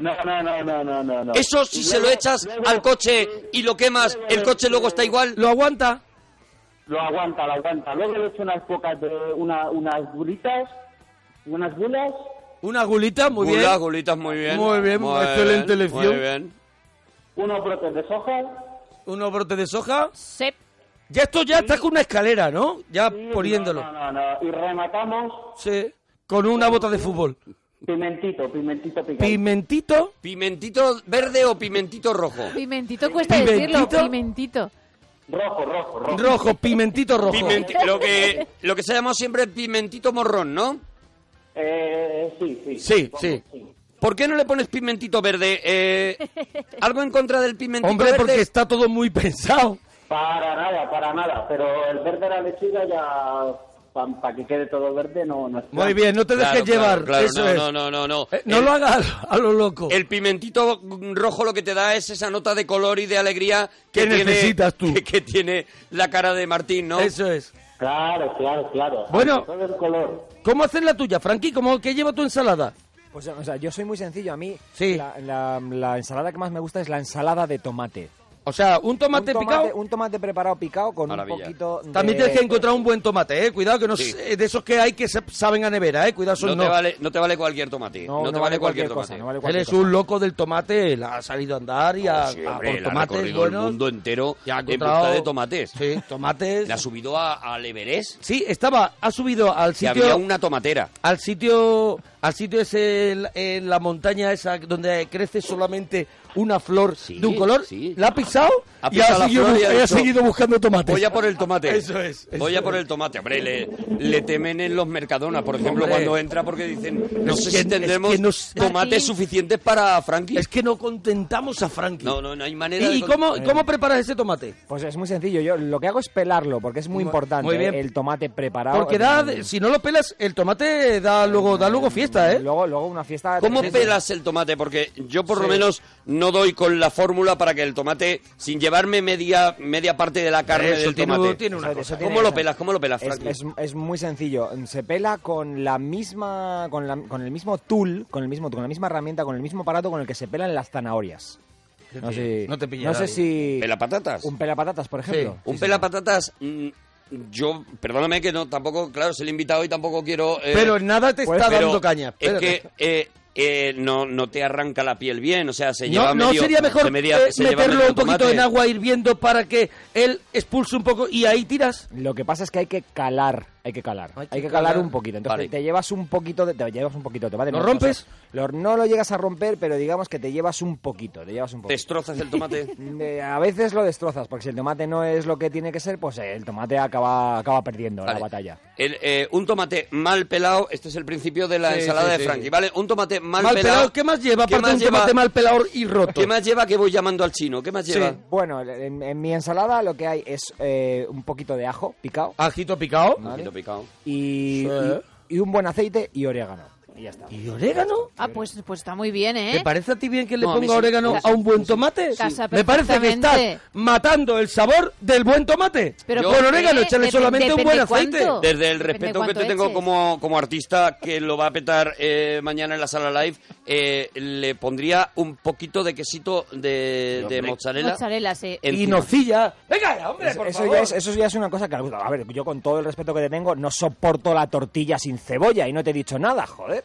[SPEAKER 8] No, no, no, no, no, no, no.
[SPEAKER 2] Eso si
[SPEAKER 8] Y
[SPEAKER 2] se lo
[SPEAKER 8] luego-
[SPEAKER 2] echas
[SPEAKER 8] luego-
[SPEAKER 2] al coche y lo quemas, el coche luego está igual.
[SPEAKER 1] Lo aguanta.
[SPEAKER 8] Lo aguanta, lo aguanta. Luego le echo unas pocas de una, unas buritas, unas bulas.
[SPEAKER 1] Una gulita, muy
[SPEAKER 2] Gula,
[SPEAKER 1] bien.
[SPEAKER 2] gulitas, muy bien.
[SPEAKER 1] Muy bien, excelente lección.
[SPEAKER 2] Muy bien.
[SPEAKER 8] unos brotes de soja.
[SPEAKER 1] Unos brotes de soja.
[SPEAKER 3] Sep.
[SPEAKER 1] Ya esto ya está con una escalera, ¿no? Ya
[SPEAKER 8] y-
[SPEAKER 1] poniéndolo.
[SPEAKER 8] No, no, no. Y rematamos
[SPEAKER 1] Sí. Con una bota de fútbol.
[SPEAKER 8] pimentito, pimentito picante.
[SPEAKER 1] Pimentito.
[SPEAKER 2] ¿Pimentito verde o pimentito rojo?
[SPEAKER 3] Pimentito cuesta
[SPEAKER 1] ¿Pimentito?
[SPEAKER 3] decirlo. Pimentito.
[SPEAKER 8] rojo, rojo, rojo.
[SPEAKER 1] Rojo, pimentito rojo.
[SPEAKER 2] Pimenti- lo, que, lo que se llama siempre pimentito morrón, ¿no?
[SPEAKER 8] Eh, sí, sí.
[SPEAKER 1] Sí, sí.
[SPEAKER 2] ¿Por qué no le pones pimentito verde? Eh, ¿Algo en contra del pimentito
[SPEAKER 1] Hombre,
[SPEAKER 2] verde?
[SPEAKER 1] porque está todo muy pensado.
[SPEAKER 8] Para nada, para nada. Pero el verde de la lechuga ya... Para que quede todo verde no, no es plan.
[SPEAKER 1] Muy bien, no te
[SPEAKER 2] Claro,
[SPEAKER 1] dejes
[SPEAKER 2] claro,
[SPEAKER 1] llevar.
[SPEAKER 2] claro,
[SPEAKER 1] eso
[SPEAKER 2] no,
[SPEAKER 1] es.
[SPEAKER 2] no, no, no, no.
[SPEAKER 1] Eh, no
[SPEAKER 2] El-
[SPEAKER 1] lo hagas a lo- a lo loco.
[SPEAKER 2] El pimentito rojo lo que te da es esa nota de color y de alegría que
[SPEAKER 1] Que
[SPEAKER 2] tiene-
[SPEAKER 1] necesitas tú.
[SPEAKER 2] Que, <laughs> que tiene la cara de Martín, ¿no?
[SPEAKER 1] Eso es.
[SPEAKER 8] Claro, claro, claro.
[SPEAKER 1] Bueno.
[SPEAKER 8] Todo el color.
[SPEAKER 1] ¿Cómo haces la tuya, Frankie? ¿Cómo que lleva tu ensalada?
[SPEAKER 6] Pues, o sea, yo soy muy sencillo. A mí
[SPEAKER 1] Sí.
[SPEAKER 6] la, la- la ensalada que más me gusta es la ensalada de tomate.
[SPEAKER 1] O sea, un tomate,
[SPEAKER 6] un, tomate
[SPEAKER 1] picado.
[SPEAKER 6] un tomate preparado picado con
[SPEAKER 2] Maravilla.
[SPEAKER 6] un poquito de...
[SPEAKER 1] También tienes que encontrar un buen tomate, eh. Cuidado que no
[SPEAKER 2] Sí.
[SPEAKER 1] se- de esos que hay que se- saben a nevera, eh. Cuidado, esos
[SPEAKER 2] No,
[SPEAKER 1] no.
[SPEAKER 2] te vale, no te vale cualquier tomate. No, te vale cualquier, tomate.
[SPEAKER 6] cosa, no vale
[SPEAKER 1] Él
[SPEAKER 6] cualquier
[SPEAKER 1] es
[SPEAKER 6] cosa.
[SPEAKER 1] un loco del tomate, la ha salido a andar y a,
[SPEAKER 2] Oh, Sí,
[SPEAKER 1] a
[SPEAKER 2] hombre,
[SPEAKER 1] por
[SPEAKER 2] la ha
[SPEAKER 1] tomates
[SPEAKER 2] recorrido
[SPEAKER 1] buenos.
[SPEAKER 2] el mundo entero
[SPEAKER 1] Ya ha
[SPEAKER 2] en
[SPEAKER 1] encontrado-
[SPEAKER 2] busca de tomates.
[SPEAKER 1] Sí, tomates.
[SPEAKER 2] La ha subido a, al Everest,
[SPEAKER 1] Sí, estaba, ha subido al
[SPEAKER 2] que había
[SPEAKER 1] sitio,
[SPEAKER 2] una tomatera.
[SPEAKER 1] al sitio, al sitio ese, en la- en la montaña esa donde crece solamente una flor
[SPEAKER 2] Sí,
[SPEAKER 1] de un color,
[SPEAKER 2] sí.
[SPEAKER 1] la ha pisado,
[SPEAKER 2] Ha
[SPEAKER 1] y
[SPEAKER 2] pisado
[SPEAKER 1] ha,
[SPEAKER 2] la
[SPEAKER 1] seguido,
[SPEAKER 2] flor y ha
[SPEAKER 1] y ha
[SPEAKER 2] dicho,
[SPEAKER 1] seguido buscando tomates.
[SPEAKER 2] Voy a por el tomate.
[SPEAKER 1] Eso es, eso
[SPEAKER 2] Voy a por
[SPEAKER 1] es.
[SPEAKER 2] el tomate. Hombre, le, le temen en los Mercadona, por ejemplo,
[SPEAKER 1] Hombre.
[SPEAKER 2] cuando entra porque dicen, no
[SPEAKER 1] Es
[SPEAKER 2] sé
[SPEAKER 1] que-
[SPEAKER 2] si tendremos
[SPEAKER 1] es que nos-
[SPEAKER 2] tomates
[SPEAKER 3] Martín.
[SPEAKER 2] suficientes para Frankie.
[SPEAKER 1] Es que no contentamos a Frankie.
[SPEAKER 2] No, no, no hay manera de
[SPEAKER 1] ¿Y
[SPEAKER 2] con-
[SPEAKER 1] cómo, cómo preparas ese tomate?
[SPEAKER 6] Pues es muy sencillo. Yo lo que hago es pelarlo, porque es muy
[SPEAKER 1] Mu-
[SPEAKER 6] importante
[SPEAKER 1] muy bien.
[SPEAKER 6] el tomate preparado.
[SPEAKER 1] Porque da, si no lo pelas, el tomate da luego, da luego fiesta, ¿eh?
[SPEAKER 6] Luego, luego una fiesta.
[SPEAKER 2] ¿Cómo
[SPEAKER 6] tremenda.
[SPEAKER 2] pelas el tomate? Porque yo por lo menos no doy con la fórmula para que el tomate, sin llevarme media, media parte de la carne
[SPEAKER 1] Eso
[SPEAKER 2] del
[SPEAKER 1] tiene,
[SPEAKER 2] tomate.
[SPEAKER 1] tiene una
[SPEAKER 6] Eso-
[SPEAKER 1] cosa.
[SPEAKER 6] eso
[SPEAKER 2] ¿Cómo
[SPEAKER 6] tiene-
[SPEAKER 2] lo pelas? ¿Cómo lo pelas,
[SPEAKER 6] Es,
[SPEAKER 2] Frankie?
[SPEAKER 6] es- es muy sencillo. Se pela con la misma, con, la- con el mismo tool, con el mismo, con la misma herramienta, con el mismo aparato con el que se pelan las zanahorias. No sé,
[SPEAKER 1] No te pilla
[SPEAKER 6] no sé
[SPEAKER 1] nadie.
[SPEAKER 6] si
[SPEAKER 2] ¿Pelapatatas?
[SPEAKER 6] un pelapatatas, por ejemplo.
[SPEAKER 2] Un pelapatatas... mm, Yo, perdóname que no, tampoco, claro, es el invitado y tampoco quiero... eh,
[SPEAKER 1] Pero en nada te
[SPEAKER 6] Pues,
[SPEAKER 1] está
[SPEAKER 2] Pero
[SPEAKER 1] dando caña.
[SPEAKER 2] Es
[SPEAKER 1] Espérate.
[SPEAKER 2] que eh, eh, no, no te arranca la piel bien, o sea, se
[SPEAKER 1] No,
[SPEAKER 2] lleva
[SPEAKER 1] no
[SPEAKER 2] medio-
[SPEAKER 1] sería mejor
[SPEAKER 2] se media-
[SPEAKER 1] eh,
[SPEAKER 2] se lleva
[SPEAKER 1] meterlo
[SPEAKER 2] medio
[SPEAKER 1] un poquito
[SPEAKER 2] tomate.
[SPEAKER 1] en agua hirviendo para que él expulse un poco y ahí tiras.
[SPEAKER 6] Lo que pasa es que hay que calar, hay que calar, hay que, calar, un poquito. Entonces
[SPEAKER 2] Vale.
[SPEAKER 6] te llevas un poquito, de, te llevas un poquito, te va
[SPEAKER 1] ¿Lo rompes?
[SPEAKER 6] no lo llegas a romper, pero digamos que te llevas un poquito, te llevas un poquito.
[SPEAKER 2] Destrozas el tomate.
[SPEAKER 6] <laughs> De- a veces lo destrozas, porque si el tomate no es lo que tiene que ser, pues eh, el tomate acaba, acaba perdiendo
[SPEAKER 2] Vale.
[SPEAKER 6] la batalla.
[SPEAKER 2] El, eh, un tomate mal pelado, este es el principio de la
[SPEAKER 1] Sí,
[SPEAKER 2] ensalada
[SPEAKER 1] sí,
[SPEAKER 2] de
[SPEAKER 1] sí.
[SPEAKER 2] Frankie, ¿vale? Un tomate mal,
[SPEAKER 1] Mal pelado, ¿qué más lleva?
[SPEAKER 2] ¿Qué
[SPEAKER 1] Aparte de
[SPEAKER 2] más
[SPEAKER 1] un
[SPEAKER 2] lleva,
[SPEAKER 1] tomate mal pelado y roto.
[SPEAKER 2] ¿Qué más lleva que voy llamando al chino? ¿Qué más
[SPEAKER 1] Sí.
[SPEAKER 2] lleva?
[SPEAKER 6] Bueno, en, en mi ensalada lo que hay es eh, un poquito de ajo picado
[SPEAKER 1] Ajito picado.
[SPEAKER 2] Un poquito picado.
[SPEAKER 6] y,
[SPEAKER 1] Ah. Sí.
[SPEAKER 6] y- y un buen aceite y orégano. Y ya está.
[SPEAKER 1] ¿Y orégano?
[SPEAKER 3] Ah, pues, pues está muy bien, ¿eh?
[SPEAKER 1] ¿Te parece a ti bien que le
[SPEAKER 2] No, a mí
[SPEAKER 1] ponga
[SPEAKER 2] sí.
[SPEAKER 1] orégano
[SPEAKER 2] Sí,
[SPEAKER 1] a un buen tomate?
[SPEAKER 3] Casa
[SPEAKER 1] Me parece que estás
[SPEAKER 3] perfectamente.
[SPEAKER 1] matando el sabor del buen tomate.
[SPEAKER 3] Pero
[SPEAKER 1] Con
[SPEAKER 3] ¿por qué?
[SPEAKER 1] orégano, échale
[SPEAKER 3] Depen-
[SPEAKER 1] solamente un buen
[SPEAKER 3] depende
[SPEAKER 1] aceite.
[SPEAKER 3] cuánto.
[SPEAKER 2] Desde el
[SPEAKER 3] Depende
[SPEAKER 2] respeto que
[SPEAKER 3] cuánto
[SPEAKER 2] te tengo
[SPEAKER 3] eches.
[SPEAKER 2] como, como artista, que lo va a petar eh, mañana en la sala live, eh, le pondría un poquito de quesito de, de mozzarella.
[SPEAKER 3] Mozzarella, sí.
[SPEAKER 1] Y
[SPEAKER 2] encima.
[SPEAKER 1] nocilla. Venga, ya, hombre, por
[SPEAKER 6] Eso
[SPEAKER 1] favor.
[SPEAKER 6] ya, es, eso ya es una cosa que... A ver, yo con todo el respeto que te tengo, no soporto la tortilla sin cebolla y no te he dicho nada, joder.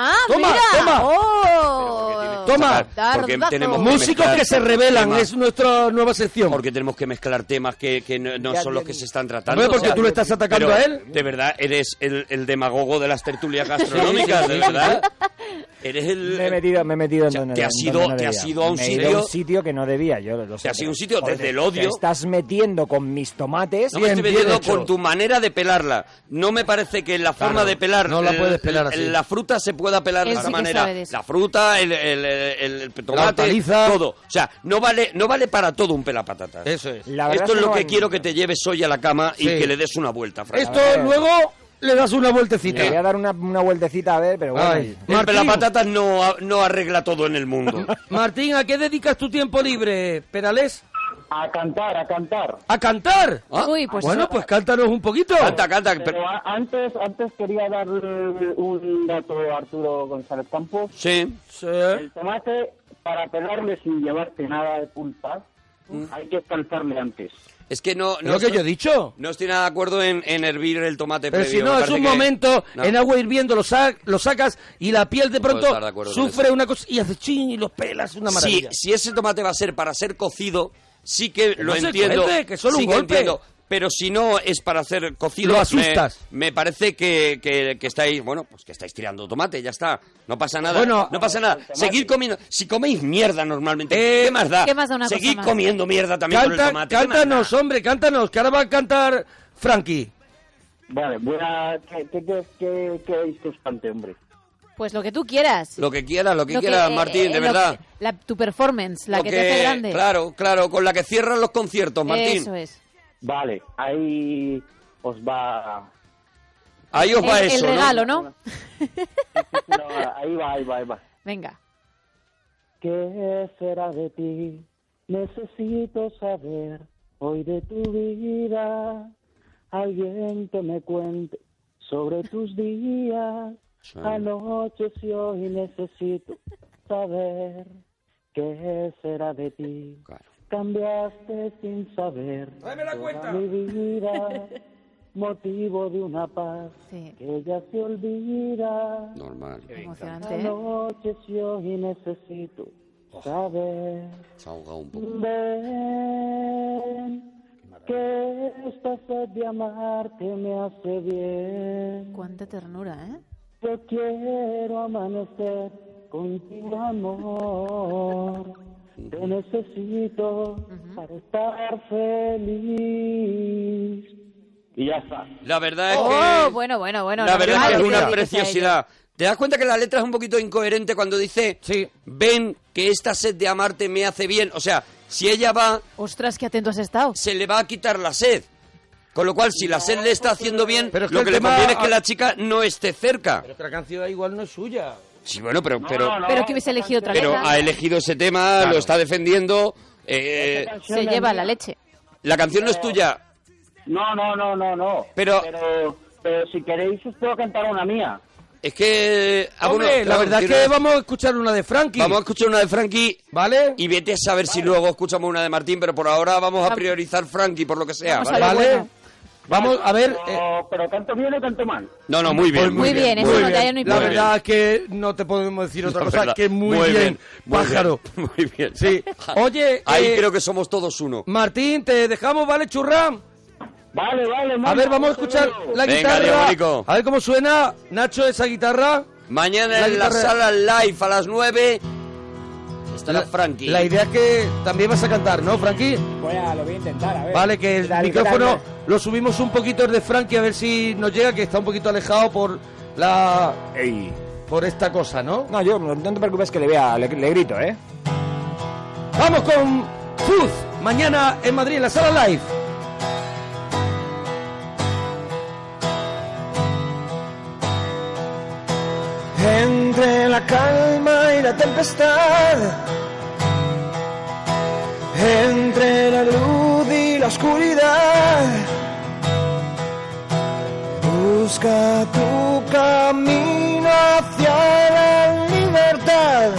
[SPEAKER 3] ¡Ah,
[SPEAKER 1] Toma,
[SPEAKER 3] mira!
[SPEAKER 1] toma.
[SPEAKER 3] ¡Oh!
[SPEAKER 1] Toma.
[SPEAKER 2] Porque
[SPEAKER 3] Dardazo.
[SPEAKER 2] tenemos
[SPEAKER 1] Músicos que se revelan,
[SPEAKER 2] Tema.
[SPEAKER 1] es nuestra nueva sección.
[SPEAKER 2] porque tenemos que mezclar temas que, que no, no
[SPEAKER 6] Ya,
[SPEAKER 2] son
[SPEAKER 6] ya,
[SPEAKER 2] los que
[SPEAKER 6] ya.
[SPEAKER 2] se están tratando.
[SPEAKER 1] Hombre, porque tú le estás atacando
[SPEAKER 2] pero,
[SPEAKER 1] a él.
[SPEAKER 2] De verdad, eres el, el demagogo de las
[SPEAKER 1] <laughs>
[SPEAKER 2] tertulias gastronómicas, de verdad. Eres el...
[SPEAKER 6] Me he metido, me he metido en
[SPEAKER 2] Eh, O sea,
[SPEAKER 6] donde
[SPEAKER 2] te
[SPEAKER 6] no-
[SPEAKER 2] has
[SPEAKER 6] donde
[SPEAKER 2] ido-
[SPEAKER 6] no
[SPEAKER 2] te has
[SPEAKER 6] debía.
[SPEAKER 2] ido a un
[SPEAKER 6] Me he
[SPEAKER 2] sitio-
[SPEAKER 6] a un sitio que no debía, yo lo sé.
[SPEAKER 2] Te has ido a
[SPEAKER 6] pero,
[SPEAKER 2] un sitio
[SPEAKER 6] joder,
[SPEAKER 2] desde el odio.
[SPEAKER 6] Te estás metiendo con mis tomates.
[SPEAKER 2] No me estoy
[SPEAKER 1] bien
[SPEAKER 2] metiendo
[SPEAKER 1] hecho.
[SPEAKER 2] con tu manera de pelarla. No me parece que la forma de pelar...
[SPEAKER 1] no la
[SPEAKER 2] el-
[SPEAKER 1] puedes pelar así.
[SPEAKER 2] La fruta se pueda pelar de
[SPEAKER 3] Él
[SPEAKER 2] esa
[SPEAKER 3] sí que
[SPEAKER 2] manera.
[SPEAKER 3] sabe de eso.
[SPEAKER 2] La fruta, el, el, el- el
[SPEAKER 1] La
[SPEAKER 2] tomate,
[SPEAKER 1] hortaliza.
[SPEAKER 2] todo. O sea, no vale, no vale para todo un pelapatatas.
[SPEAKER 1] Eso es.
[SPEAKER 6] La verdad
[SPEAKER 2] Esto es
[SPEAKER 6] que
[SPEAKER 2] lo
[SPEAKER 6] no
[SPEAKER 2] que
[SPEAKER 6] van-
[SPEAKER 2] quiero que te lleves hoy a la cama y
[SPEAKER 1] Sí.
[SPEAKER 2] que le des una vuelta, Fran.
[SPEAKER 1] Esto luego le das una vueltecita.
[SPEAKER 6] Le voy a dar una, una vueltecita a ver, pero bueno.
[SPEAKER 1] Ay.
[SPEAKER 2] El
[SPEAKER 1] Martín.
[SPEAKER 2] pelapatatas no, a- no arregla todo en el mundo.
[SPEAKER 1] <laughs> Martín, ¿a qué dedicas tu tiempo libre, Perales?
[SPEAKER 4] A cantar, a cantar.
[SPEAKER 1] ¿A cantar?
[SPEAKER 2] Ah,
[SPEAKER 3] Uy, pues
[SPEAKER 1] bueno,
[SPEAKER 3] eso-
[SPEAKER 1] pues cántanos un poquito.
[SPEAKER 2] Canta, canta. que per-
[SPEAKER 4] Pero a- antes, antes quería dar eh, un dato a Arturo González Campos.
[SPEAKER 2] Sí.
[SPEAKER 1] Sí.
[SPEAKER 4] El tomate, para pelarle sin llevarte nada de pulpa, hay que escalzarle antes.
[SPEAKER 2] Es que no...
[SPEAKER 1] Es
[SPEAKER 2] no
[SPEAKER 1] lo que
[SPEAKER 2] estoy-
[SPEAKER 1] yo he dicho.
[SPEAKER 2] No estoy nada de acuerdo en, en hervir el tomate
[SPEAKER 1] Pero
[SPEAKER 2] previo,
[SPEAKER 1] si
[SPEAKER 2] me
[SPEAKER 1] no, es
[SPEAKER 2] parece
[SPEAKER 1] un
[SPEAKER 2] que-
[SPEAKER 1] momento,
[SPEAKER 2] No.
[SPEAKER 1] en agua hirviendo lo, sa- lo sacas y la piel de
[SPEAKER 2] No puedo
[SPEAKER 1] pronto
[SPEAKER 2] estar de acuerdo con
[SPEAKER 1] sufre una cosa y hace chin y los pelas, una
[SPEAKER 2] Si,
[SPEAKER 1] maravilla.
[SPEAKER 2] si ese tomate va a ser para ser cocido, sí que
[SPEAKER 1] Que
[SPEAKER 2] lo
[SPEAKER 1] no se
[SPEAKER 2] entiendo.
[SPEAKER 1] cuece, que solo
[SPEAKER 2] sí
[SPEAKER 1] un golpe.
[SPEAKER 2] pero si no es para hacer cocido,
[SPEAKER 1] Lo
[SPEAKER 2] me-
[SPEAKER 1] asustas.
[SPEAKER 2] Me, parece que, que- que estáis, bueno, pues que estáis tirando tomate, ya está. No pasa nada.
[SPEAKER 1] Bueno,
[SPEAKER 2] no pasa nada. Seguid comiendo. Si coméis mierda normalmente,
[SPEAKER 1] Eh,
[SPEAKER 2] ¿qué más da?
[SPEAKER 3] ¿qué más da una cosa
[SPEAKER 2] Seguid
[SPEAKER 3] más?
[SPEAKER 2] comiendo mierda también con el
[SPEAKER 1] Canta,
[SPEAKER 2] tomate. ¿qué más da?
[SPEAKER 1] cántanos, hombre, cántanos, que ahora va a cantar Frankie.
[SPEAKER 4] Vale, voy a... ¿Qué, qué, qué, qué queréis que os cante, hombre?
[SPEAKER 3] Pues lo que tú quieras.
[SPEAKER 2] Lo que quieras, lo que
[SPEAKER 3] Lo que,
[SPEAKER 2] quieras,
[SPEAKER 3] eh,
[SPEAKER 2] Martín, de
[SPEAKER 3] eh, lo
[SPEAKER 2] verdad.
[SPEAKER 3] que- la- tu performance, la
[SPEAKER 2] Lo
[SPEAKER 3] que, te hace grande.
[SPEAKER 2] Claro, claro, con la que cierran los conciertos, Martín.
[SPEAKER 3] Eso es.
[SPEAKER 4] Vale, ahí os va...
[SPEAKER 2] Ahí os
[SPEAKER 3] El,
[SPEAKER 2] va
[SPEAKER 3] el
[SPEAKER 2] eso, ¿no?
[SPEAKER 3] regalo, ¿no?
[SPEAKER 4] No, ahí va, ahí va, ahí va.
[SPEAKER 3] Venga.
[SPEAKER 4] ¿Qué será de ti? Necesito saber hoy de tu vida. Alguien que me cuente sobre tus días. ah, Anoche y hoy necesito saber qué será de ti. Cambiaste sin saber toda mi vida. Motivo de una paz
[SPEAKER 3] Sí.
[SPEAKER 4] que ya se olvida.
[SPEAKER 2] Normal.
[SPEAKER 3] Emocionante, ¿eh?
[SPEAKER 4] Anocheció y necesito saber.
[SPEAKER 2] Oh. Se ha ahogado un poco.
[SPEAKER 4] Ven, que esta sed de amarte me hace bien.
[SPEAKER 3] Cuánta ternura, ¿eh?
[SPEAKER 7] Yo quiero amanecer contigo, amor. Te necesito para estar feliz. Y ya está.
[SPEAKER 2] La verdad es que...
[SPEAKER 3] Oh, bueno, bueno, bueno.
[SPEAKER 2] la verdad
[SPEAKER 3] normal
[SPEAKER 2] es que es
[SPEAKER 3] te
[SPEAKER 2] una
[SPEAKER 3] dediques a
[SPEAKER 2] preciosidad. ¿Te das cuenta que la letra es un poquito incoherente cuando dice, ven que esta sed de amarte me hace bien? O sea, si ella va,
[SPEAKER 3] ello. Ostras, qué atento has estado.
[SPEAKER 2] se le va a quitar la sed. Con lo cual, si la sed le
[SPEAKER 7] pues,
[SPEAKER 2] está haciendo bien,
[SPEAKER 1] Pero es que
[SPEAKER 2] lo
[SPEAKER 1] el
[SPEAKER 2] que le
[SPEAKER 1] tema-
[SPEAKER 2] conviene es que la chica no esté cerca.
[SPEAKER 1] Pero es que la canción igual no es suya.
[SPEAKER 2] Sí, bueno, pero, pero,
[SPEAKER 7] No, no,
[SPEAKER 3] Pero que hubiese elegido otra
[SPEAKER 2] pero
[SPEAKER 3] letra.
[SPEAKER 2] ha elegido ese tema, lo está defendiendo. eh,
[SPEAKER 3] Se lleva la leche.
[SPEAKER 2] la canción no es tuya.
[SPEAKER 7] No, no, no, no, no.
[SPEAKER 2] Pero-
[SPEAKER 7] pero, pero si queréis os puedo cantar una mía.
[SPEAKER 2] Es que... ah, bueno,
[SPEAKER 1] Hombre, la
[SPEAKER 2] claro,
[SPEAKER 1] verdad es
[SPEAKER 2] tiene-
[SPEAKER 1] que vamos a escuchar una de Frankie.
[SPEAKER 2] vamos a escuchar una de Frankie
[SPEAKER 1] ¿Vale?
[SPEAKER 2] Y vete a saber si luego escuchamos una de Martín, pero por ahora vamos a
[SPEAKER 3] Vamos.
[SPEAKER 2] priorizar Frankie por lo que sea.
[SPEAKER 3] Vamos
[SPEAKER 2] ¿vale?
[SPEAKER 3] lo
[SPEAKER 1] ¿Vale?
[SPEAKER 3] bueno.
[SPEAKER 1] Vamos a ver. eh,
[SPEAKER 7] Pero, pero canto bien o canto mal.
[SPEAKER 2] No, no, muy bien.
[SPEAKER 1] Pues
[SPEAKER 3] muy bien, eso
[SPEAKER 2] muy
[SPEAKER 3] no te haya
[SPEAKER 2] bien.
[SPEAKER 3] ni
[SPEAKER 1] la
[SPEAKER 3] Muy
[SPEAKER 1] verdad es que no te podemos decir otra
[SPEAKER 2] La
[SPEAKER 1] cosa
[SPEAKER 2] verdad.
[SPEAKER 1] que muy, bien,
[SPEAKER 2] muy
[SPEAKER 1] pájaro.
[SPEAKER 2] bien, <laughs> Muy bien.
[SPEAKER 1] Sí. Oye,
[SPEAKER 2] Ahí
[SPEAKER 1] eh,
[SPEAKER 2] creo que somos todos uno.
[SPEAKER 1] Martín, te dejamos, ¿vale, churram?
[SPEAKER 7] Vale, vale,
[SPEAKER 1] A
[SPEAKER 7] mono,
[SPEAKER 1] ver, vamos a escuchar
[SPEAKER 7] saludo.
[SPEAKER 1] la
[SPEAKER 2] Venga,
[SPEAKER 1] guitarra.
[SPEAKER 2] diabólico.
[SPEAKER 1] a ver cómo suena, Nacho, esa guitarra.
[SPEAKER 2] Mañana
[SPEAKER 1] La
[SPEAKER 2] en la
[SPEAKER 1] guitarra-
[SPEAKER 2] sala live a las 9 estará Frankie.
[SPEAKER 1] La idea es que también vas a cantar, ¿no, Frankie?
[SPEAKER 5] Bueno, lo voy a intentar,
[SPEAKER 6] Eh,
[SPEAKER 5] a ver.
[SPEAKER 1] Vale, que el
[SPEAKER 5] La
[SPEAKER 1] micrófono
[SPEAKER 5] guitarra.
[SPEAKER 1] lo subimos un poquito el de Frankie a ver si nos llega, que está un poquito alejado por la. Por esta cosa, ¿no?
[SPEAKER 5] No, yo, no no te preocupes que le vea, le, le grito, ¿eh?
[SPEAKER 1] Vamos con Fuz, mañana en Madrid, en la sala live.
[SPEAKER 5] Entre la calma y la tempestad, entre la luz y la oscuridad, busca tu camino hacia la libertad.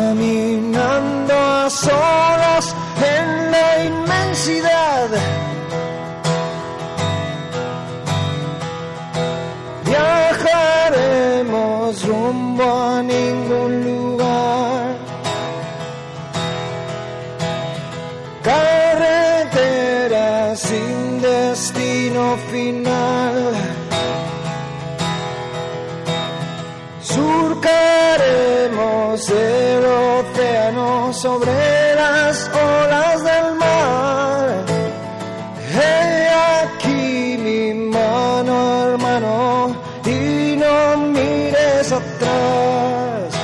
[SPEAKER 5] Caminando a solas en la inmensidad. Viajaremos rumbo a ningún lugar. Carretera sin destino final. Surcaremos el océano sobre las olas del mar. He aquí mi mano, hermano, y no mires atrás.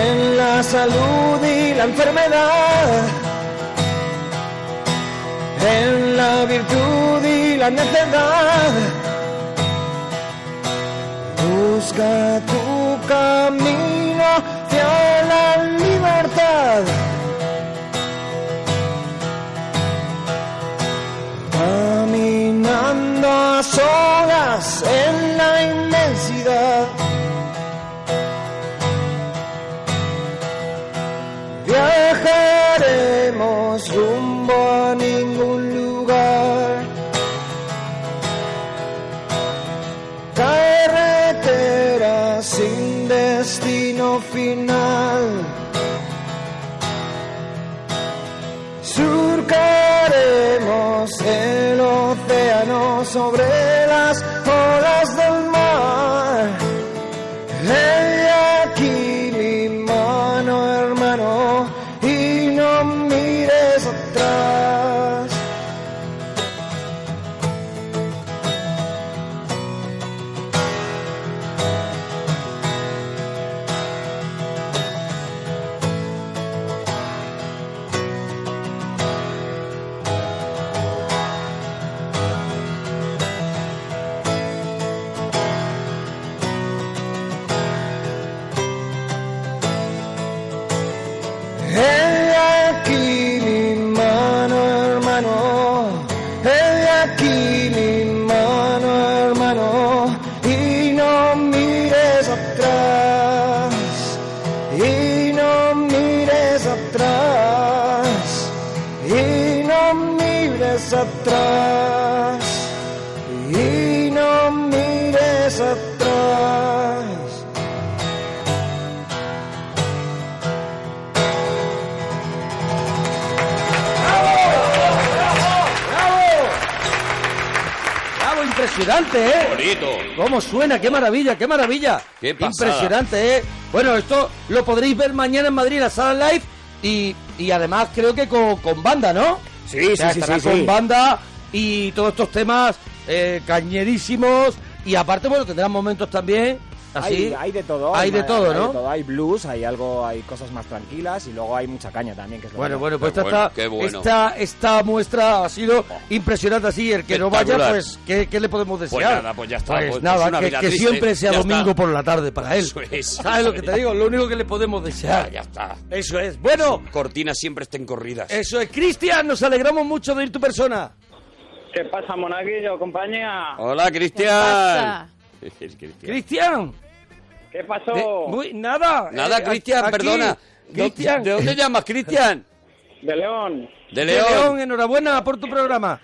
[SPEAKER 5] En la salud y la enfermedad, en la virtud y la necedad. Busca tu camino hacia la libertad. Caminando a solas en la inmensidad. Viajaremos rumbo a ningún lugar. carretera sin destino final. Surcaremos el océano sobre las olas del mar. He aquí mi mano, hermano, y no mires atrás. He aquí mi mano, hermano. He aquí mi mano, hermano. Y no mires atrás. Y no mires atrás. Y no mires atrás. Y no mires atrás.
[SPEAKER 1] Impresionante, ¿eh?
[SPEAKER 2] Bonito.
[SPEAKER 1] ¿Cómo suena? ¡Qué maravilla, qué maravilla!
[SPEAKER 2] Qué pasada.
[SPEAKER 1] Impresionante, ¿eh? Bueno, esto lo podréis ver mañana en Madrid, en la sala live. Y, y además creo que con, con banda, ¿no?
[SPEAKER 5] Sí,
[SPEAKER 1] O sea,
[SPEAKER 5] sí, sí,
[SPEAKER 1] estará
[SPEAKER 5] sí,
[SPEAKER 1] con
[SPEAKER 5] sí.
[SPEAKER 1] banda y todos estos temas eh, cañerísimos. Y aparte, bueno, tendrán momentos también así.
[SPEAKER 5] Hay, hay de todo.
[SPEAKER 1] ¿Ah, Hay de todo,
[SPEAKER 5] Hay,
[SPEAKER 1] ¿no?
[SPEAKER 5] hay blues, hay algo, hay cosas más tranquilas y luego hay mucha caña también. Que es lo
[SPEAKER 1] Bueno,
[SPEAKER 5] bueno.
[SPEAKER 1] bueno, pues
[SPEAKER 2] Qué
[SPEAKER 1] esta,
[SPEAKER 2] bueno,
[SPEAKER 1] está-
[SPEAKER 2] qué bueno. Oh.
[SPEAKER 1] esta, esta muestra ha sido impresionante así. El que no vaya,
[SPEAKER 2] Espectacular.
[SPEAKER 1] pues, ¿qué, qué le podemos desear?
[SPEAKER 2] nada, pues ya está,
[SPEAKER 1] Pues
[SPEAKER 2] pues es
[SPEAKER 1] nada,
[SPEAKER 2] una
[SPEAKER 1] que,
[SPEAKER 2] vida
[SPEAKER 1] que
[SPEAKER 2] triste,
[SPEAKER 1] siempre sea
[SPEAKER 2] ya
[SPEAKER 1] domingo
[SPEAKER 2] está.
[SPEAKER 1] por la tarde para él.
[SPEAKER 2] Eso es,
[SPEAKER 1] ¿Sabes
[SPEAKER 2] eso
[SPEAKER 1] lo que
[SPEAKER 2] es.
[SPEAKER 1] te digo? Lo único que le podemos desear.
[SPEAKER 2] Ah, ya está.
[SPEAKER 1] Eso es. Bueno, Eh.
[SPEAKER 2] Cortinas siempre estén corridas.
[SPEAKER 1] eso es. Cristian, nos alegramos mucho de ir tu persona.
[SPEAKER 7] ¿Qué pasa, Monaguillo, compañía?
[SPEAKER 2] Hola, Cristian. <laughs>
[SPEAKER 3] pasa?
[SPEAKER 2] El Cristian.
[SPEAKER 1] Cristian.
[SPEAKER 7] ¿Qué
[SPEAKER 1] de-
[SPEAKER 7] pasó?
[SPEAKER 1] uy, nada.
[SPEAKER 2] Nada,
[SPEAKER 1] eh,
[SPEAKER 2] Cristian,
[SPEAKER 1] aquí-
[SPEAKER 2] perdona.
[SPEAKER 1] Cristian.
[SPEAKER 2] ¿De dónde llamas, Cristian?
[SPEAKER 7] De León.
[SPEAKER 2] De
[SPEAKER 1] De
[SPEAKER 2] León.
[SPEAKER 1] León, enhorabuena por tu programa.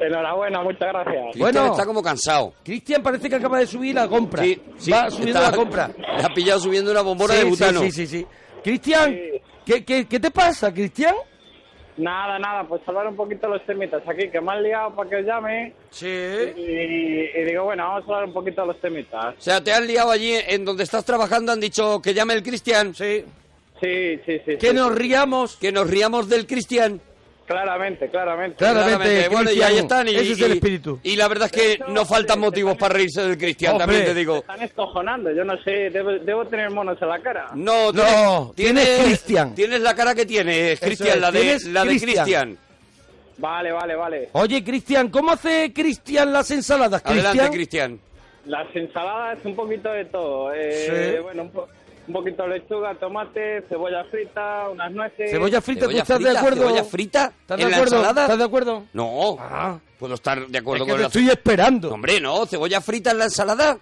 [SPEAKER 7] Enhorabuena, muchas gracias.
[SPEAKER 2] Cristian
[SPEAKER 1] Bueno.
[SPEAKER 2] está como cansado.
[SPEAKER 1] Cristian parece que acaba de subir la compra.
[SPEAKER 2] Sí, sí,
[SPEAKER 1] Va subiendo
[SPEAKER 2] está-
[SPEAKER 1] la compra.
[SPEAKER 2] Le ha pillado subiendo una bombona
[SPEAKER 1] Sí,
[SPEAKER 2] de
[SPEAKER 1] sí,
[SPEAKER 2] butano.
[SPEAKER 1] Sí, sí, sí. Cristian, ¿qué, qué, qué te pasa, Cristian?
[SPEAKER 7] Nada, nada, pues salvar un poquito los temitas aquí, que me han liado para que os llame.
[SPEAKER 1] Sí.
[SPEAKER 7] Y, y digo, bueno, vamos a hablar un poquito de los temitas.
[SPEAKER 2] O sea, te han liado allí en donde estás trabajando, han dicho que llame el Cristian.
[SPEAKER 1] Sí.
[SPEAKER 7] Sí, sí, sí.
[SPEAKER 1] Que
[SPEAKER 7] sí.
[SPEAKER 1] nos riamos.
[SPEAKER 2] Que nos riamos del Cristian.
[SPEAKER 7] Claramente, claramente.
[SPEAKER 1] Claramente,
[SPEAKER 2] Bueno, y
[SPEAKER 1] Cristian,
[SPEAKER 2] ahí están. Y,
[SPEAKER 1] ese es el
[SPEAKER 2] y-
[SPEAKER 1] espíritu.
[SPEAKER 2] Y, la verdad es que no faltan motivos para reírse del Cristian, también
[SPEAKER 1] Hombre.
[SPEAKER 2] te digo.
[SPEAKER 7] Están escojonando, yo no sé, debo, debo tener monos en la cara.
[SPEAKER 2] No,
[SPEAKER 1] No, tienes Cristian.
[SPEAKER 2] Tienes la cara que tienes, Cristian,
[SPEAKER 1] es,
[SPEAKER 2] la de,
[SPEAKER 1] tienes
[SPEAKER 2] la de
[SPEAKER 1] Cristian.
[SPEAKER 2] Cristian.
[SPEAKER 7] Vale, vale, vale.
[SPEAKER 1] Oye, Cristian, ¿cómo hace Cristian las ensaladas, Cristian?
[SPEAKER 2] Adelante, Cristian.
[SPEAKER 7] Las ensaladas, un poquito de todo. Eh,
[SPEAKER 1] Sí.
[SPEAKER 7] Bueno, un, po- un poquito de lechuga, tomate, cebolla frita, unas nueces.
[SPEAKER 1] Cebolla frita, ¿tú
[SPEAKER 2] Cebolla
[SPEAKER 1] estás de
[SPEAKER 2] frita,
[SPEAKER 1] acuerdo?
[SPEAKER 2] cebolla frita
[SPEAKER 1] ¿Estás de
[SPEAKER 2] en la
[SPEAKER 1] acuerdo?
[SPEAKER 2] ensalada.
[SPEAKER 1] ¿Estás de acuerdo?
[SPEAKER 2] No,
[SPEAKER 1] Ah.
[SPEAKER 2] puedo estar de
[SPEAKER 1] Es
[SPEAKER 2] acuerdo
[SPEAKER 1] que
[SPEAKER 2] con
[SPEAKER 1] te
[SPEAKER 2] la...
[SPEAKER 1] estoy esperando.
[SPEAKER 2] Hombre, no, cebolla frita en la ensalada.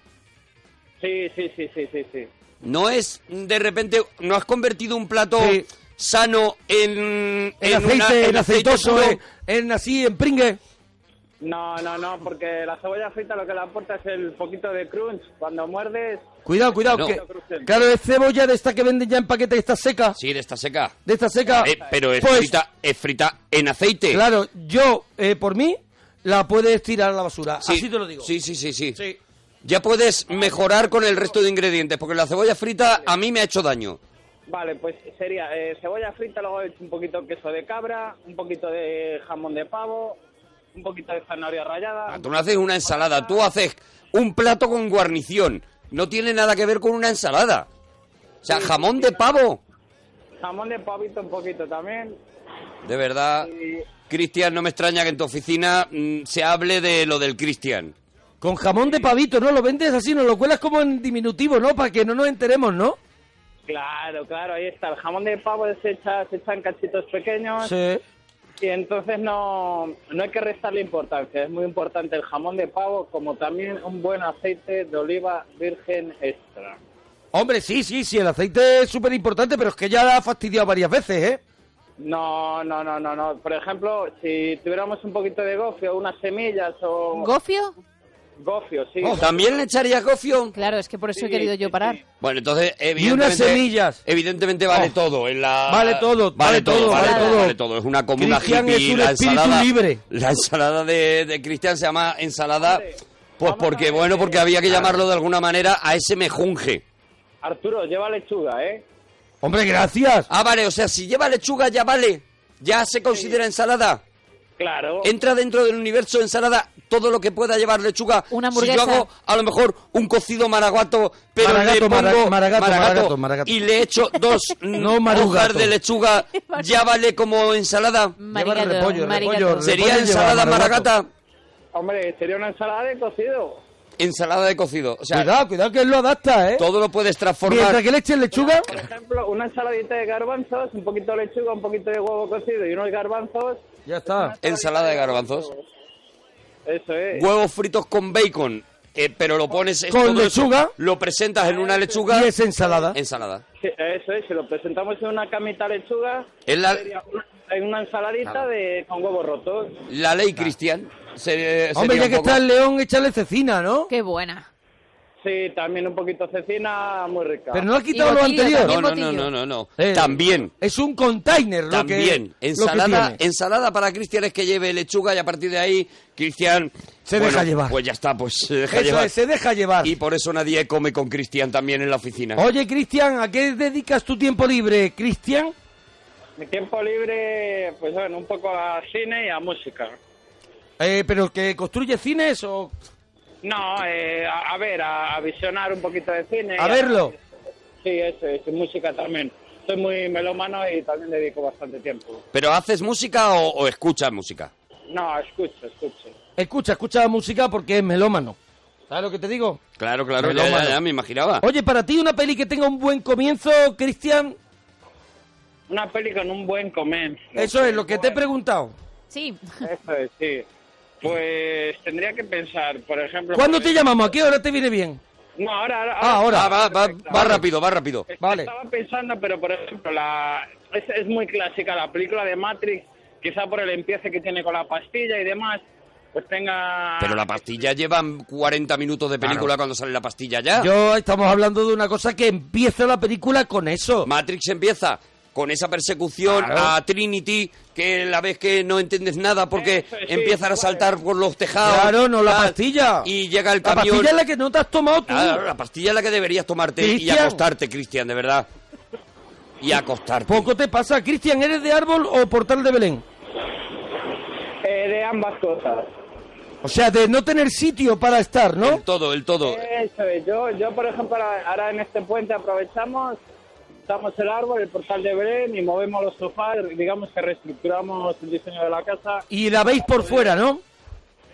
[SPEAKER 7] Sí, sí, sí, sí, sí, sí.
[SPEAKER 2] No es, de repente, no has convertido un plato
[SPEAKER 1] Sí.
[SPEAKER 2] sano en...
[SPEAKER 1] En,
[SPEAKER 2] una-
[SPEAKER 1] aceite, en
[SPEAKER 2] en aceite
[SPEAKER 1] aceitoso,
[SPEAKER 2] puro.
[SPEAKER 1] en, en así, en pringue.
[SPEAKER 7] No, no, no, porque la cebolla frita lo que le aporta es el poquito de crunch. Cuando muerdes,
[SPEAKER 1] Cuidado, cuidado.
[SPEAKER 2] No.
[SPEAKER 1] que- claro, es cebolla de esta que venden ya en paquete, que está seca.
[SPEAKER 2] Sí, de esta seca.
[SPEAKER 1] De esta seca.
[SPEAKER 2] Eh, pero es,
[SPEAKER 1] Pues,
[SPEAKER 2] frita, es frita en aceite.
[SPEAKER 1] Claro, yo, eh, por mí, la puedes tirar a la basura.
[SPEAKER 2] Sí,
[SPEAKER 1] Así te lo digo.
[SPEAKER 2] Sí, sí, sí, sí,
[SPEAKER 1] Sí.
[SPEAKER 2] Ya puedes mejorar con el resto de ingredientes, porque la cebolla frita a mí me ha hecho daño.
[SPEAKER 7] vale, pues sería eh, cebolla frita, luego he hecho un poquito de queso de cabra, un poquito de jamón de pavo, un poquito de zanahoria rallada.
[SPEAKER 2] Ah, Tú no haces una ensalada, tú haces un plato con guarnición. No tiene nada que ver con una ensalada. O sea, jamón de pavo.
[SPEAKER 7] Jamón de pavito un poquito también.
[SPEAKER 2] De verdad, Cristian, no me extraña que en tu oficina mm, se hable de lo del Cristian.
[SPEAKER 1] Con jamón de pavito, ¿no? Lo vendes así, nos lo cuelas como en diminutivo, ¿no? Para que no nos enteremos, ¿no?
[SPEAKER 7] Claro, claro, ahí está. El jamón de pavo se echa, se echa en cachitos pequeños
[SPEAKER 1] Sí.
[SPEAKER 7] y entonces no, no hay que restarle importancia. Es muy importante el jamón de pavo como también un buen aceite de oliva virgen extra.
[SPEAKER 1] Hombre, sí, sí, sí, el aceite es súper importante, pero es que ya la ha fastidiado varias veces, ¿eh?
[SPEAKER 7] No, no, no, no, no. Por ejemplo, si tuviéramos un poquito de gofio, unas semillas o...
[SPEAKER 3] ¿Gofio?
[SPEAKER 7] gofio, sí.
[SPEAKER 2] Oh. ¿También le echarías gofio?
[SPEAKER 3] Claro, es que por eso he
[SPEAKER 7] Oh. Sí,
[SPEAKER 3] querido
[SPEAKER 7] sí,
[SPEAKER 3] yo parar.
[SPEAKER 7] sí.
[SPEAKER 2] Bueno, entonces, evidentemente...
[SPEAKER 1] unas semillas.
[SPEAKER 2] Evidentemente vale
[SPEAKER 1] Oh.
[SPEAKER 2] todo. en la-
[SPEAKER 1] Vale todo, vale todo,
[SPEAKER 2] vale,
[SPEAKER 1] vale
[SPEAKER 2] todo.
[SPEAKER 1] todo.
[SPEAKER 2] vale todo. Es una comuna
[SPEAKER 1] Cristian
[SPEAKER 2] hippie.
[SPEAKER 1] es un
[SPEAKER 2] la
[SPEAKER 1] espíritu
[SPEAKER 2] ensalada,
[SPEAKER 1] libre.
[SPEAKER 2] La ensalada de, de Cristian se llama ensalada...
[SPEAKER 7] Hombre,
[SPEAKER 2] Pues
[SPEAKER 7] vamos a
[SPEAKER 2] porque,
[SPEAKER 7] ver,
[SPEAKER 2] bueno, porque
[SPEAKER 7] eh,
[SPEAKER 2] había que llamarlo de alguna manera a ese mejunje.
[SPEAKER 7] Arturo, lleva lechuga, ¿eh?
[SPEAKER 1] Hombre, gracias.
[SPEAKER 2] Ah, vale, o sea, si lleva lechuga ya vale. Ya se considera ensalada.
[SPEAKER 7] Claro.
[SPEAKER 2] Entra dentro del universo de ensalada todo lo que pueda llevar lechuga.
[SPEAKER 3] Una
[SPEAKER 2] Si yo
[SPEAKER 3] hamburguesa.
[SPEAKER 2] hago a lo mejor un cocido maragato, pero le
[SPEAKER 1] Maragato,
[SPEAKER 2] pongo
[SPEAKER 1] mara- maragato, maragato, maragato.
[SPEAKER 2] y le echo dos mm,
[SPEAKER 1] <laughs> No marugato.
[SPEAKER 2] hojas
[SPEAKER 3] <laughs>
[SPEAKER 2] de lechuga, ya vale como ensalada.
[SPEAKER 1] Lleva
[SPEAKER 3] Maricato,
[SPEAKER 1] repollo,
[SPEAKER 3] maricato.
[SPEAKER 1] repollo,
[SPEAKER 2] Sería
[SPEAKER 1] lleva
[SPEAKER 2] ensalada
[SPEAKER 1] maragato.
[SPEAKER 2] maragata,
[SPEAKER 7] Hombre, sería una ensalada de cocido.
[SPEAKER 2] ensalada de cocido. O sea,
[SPEAKER 1] Cuidado, cuidado que él lo adapta, ¿eh?
[SPEAKER 2] todo lo puedes transformar.
[SPEAKER 1] Mientras que le echen lechuga,
[SPEAKER 7] Por ejemplo, una ensaladita de garbanzos, un poquito de lechuga, un poquito de huevo cocido y unos garbanzos.
[SPEAKER 1] ya está.
[SPEAKER 2] Ensalada de garbanzos.
[SPEAKER 7] Eso es.
[SPEAKER 2] Huevos fritos con bacon, eh, pero lo pones es
[SPEAKER 1] Con
[SPEAKER 2] todo eso,
[SPEAKER 1] lechuga.
[SPEAKER 2] lo presentas en una lechuga
[SPEAKER 1] Y es ensalada.
[SPEAKER 2] ensalada.
[SPEAKER 7] Sí, Eso es. Si lo presentamos en una camita de lechuga,
[SPEAKER 2] Es la,
[SPEAKER 7] sería una, en una ensaladita
[SPEAKER 2] Claro.
[SPEAKER 7] de con huevos rotos.
[SPEAKER 2] la ley cristian. Se- sería
[SPEAKER 1] Hombre, ya
[SPEAKER 2] un
[SPEAKER 1] que
[SPEAKER 2] poco-
[SPEAKER 1] está el león, échale cecina, ¿no?
[SPEAKER 3] Qué buena.
[SPEAKER 7] Sí, también un poquito cecina, muy rica.
[SPEAKER 1] Pero no ha quitado
[SPEAKER 3] Y
[SPEAKER 1] lo
[SPEAKER 3] botillo
[SPEAKER 1] anterior.
[SPEAKER 2] No,
[SPEAKER 3] También
[SPEAKER 2] no, no,
[SPEAKER 3] botillo.
[SPEAKER 2] no, no, no.
[SPEAKER 1] Eh,
[SPEAKER 2] También.
[SPEAKER 1] Es un container lo que-
[SPEAKER 2] También,
[SPEAKER 1] lo que
[SPEAKER 2] ensalada,
[SPEAKER 1] tiene.
[SPEAKER 2] ensalada para Cristian es que lleve lechuga y a partir de ahí, Cristian...
[SPEAKER 1] Se deja llevar.
[SPEAKER 2] Pues ya está, pues se deja
[SPEAKER 1] Eso
[SPEAKER 2] llevar.
[SPEAKER 1] es, se deja llevar.
[SPEAKER 2] Y por eso nadie come con Cristian también en la oficina.
[SPEAKER 1] Oye, Cristian, ¿a qué dedicas tu tiempo libre, Cristian?
[SPEAKER 7] Mi tiempo libre, pues bueno, un poco a cine y a música.
[SPEAKER 1] Eh, ¿Pero que construye cines o
[SPEAKER 7] No, eh, a, a ver, a, a visionar un poquito de cine.
[SPEAKER 1] a verlo?
[SPEAKER 7] Sí, eso, es, y música también. Soy muy melómano y también dedico bastante tiempo.
[SPEAKER 2] ¿Pero haces música o, o escuchas música?
[SPEAKER 7] No, escucho, escucho.
[SPEAKER 1] Escucha, escucha música porque es melómano. ¿Sabes lo que te digo?
[SPEAKER 2] Claro, claro, ya,
[SPEAKER 1] Melómano.
[SPEAKER 2] ya, ya, me imaginaba.
[SPEAKER 1] Oye, para ti una peli que tenga un buen comienzo, Cristian,
[SPEAKER 7] Una peli con un buen comienzo.
[SPEAKER 1] eso es lo que te he preguntado.
[SPEAKER 3] Sí.
[SPEAKER 7] Eso es, sí. Pues tendría que pensar, por ejemplo...
[SPEAKER 1] ¿Cuándo te
[SPEAKER 7] pues-
[SPEAKER 1] llamamos? ¿A qué hora te viene bien?
[SPEAKER 7] No, ahora... ahora
[SPEAKER 1] Ah, ahora.
[SPEAKER 2] Va, va, va,
[SPEAKER 7] Perfecto.
[SPEAKER 2] va rápido, va rápido.
[SPEAKER 7] Es que
[SPEAKER 1] Vale.
[SPEAKER 7] Estaba pensando, pero por ejemplo, la es, es muy clásica la película de Matrix, quizá por el empiece que tiene con la pastilla y demás, pues tenga...
[SPEAKER 2] Pero la pastilla llevan 40 minutos de película cuando sale la pastilla ya.
[SPEAKER 1] Yo estamos hablando de una cosa que empieza la película con eso.
[SPEAKER 2] Matrix empieza con esa persecución
[SPEAKER 1] Claro.
[SPEAKER 2] a Trinity, que la ves que no entiendes nada porque
[SPEAKER 7] Eso, sí,
[SPEAKER 2] empiezan a
[SPEAKER 7] vale.
[SPEAKER 2] saltar por los tejados.
[SPEAKER 1] Claro, no la
[SPEAKER 2] tal,
[SPEAKER 1] pastilla.
[SPEAKER 2] Y llega el
[SPEAKER 1] La
[SPEAKER 2] camión.
[SPEAKER 1] pastilla es la que no te has tomado tú.
[SPEAKER 2] Claro, la pastilla es la que deberías tomarte
[SPEAKER 1] Cristian.
[SPEAKER 2] y acostarte, Cristian, de verdad. Y acostarte.
[SPEAKER 1] Poco te pasa. Cristian, ¿eres de árbol o portal de Belén?
[SPEAKER 7] Eh, de ambas cosas.
[SPEAKER 1] O sea, de no tener sitio para estar, ¿no?
[SPEAKER 2] El todo, el todo.
[SPEAKER 7] Eso es, yo, yo por ejemplo ahora, ahora en este puente aprovechamos, damos el árbol, el portal de Belén y movemos los sofás, digamos que reestructuramos el diseño de la casa.
[SPEAKER 1] Y la veis por fuera, ¿no?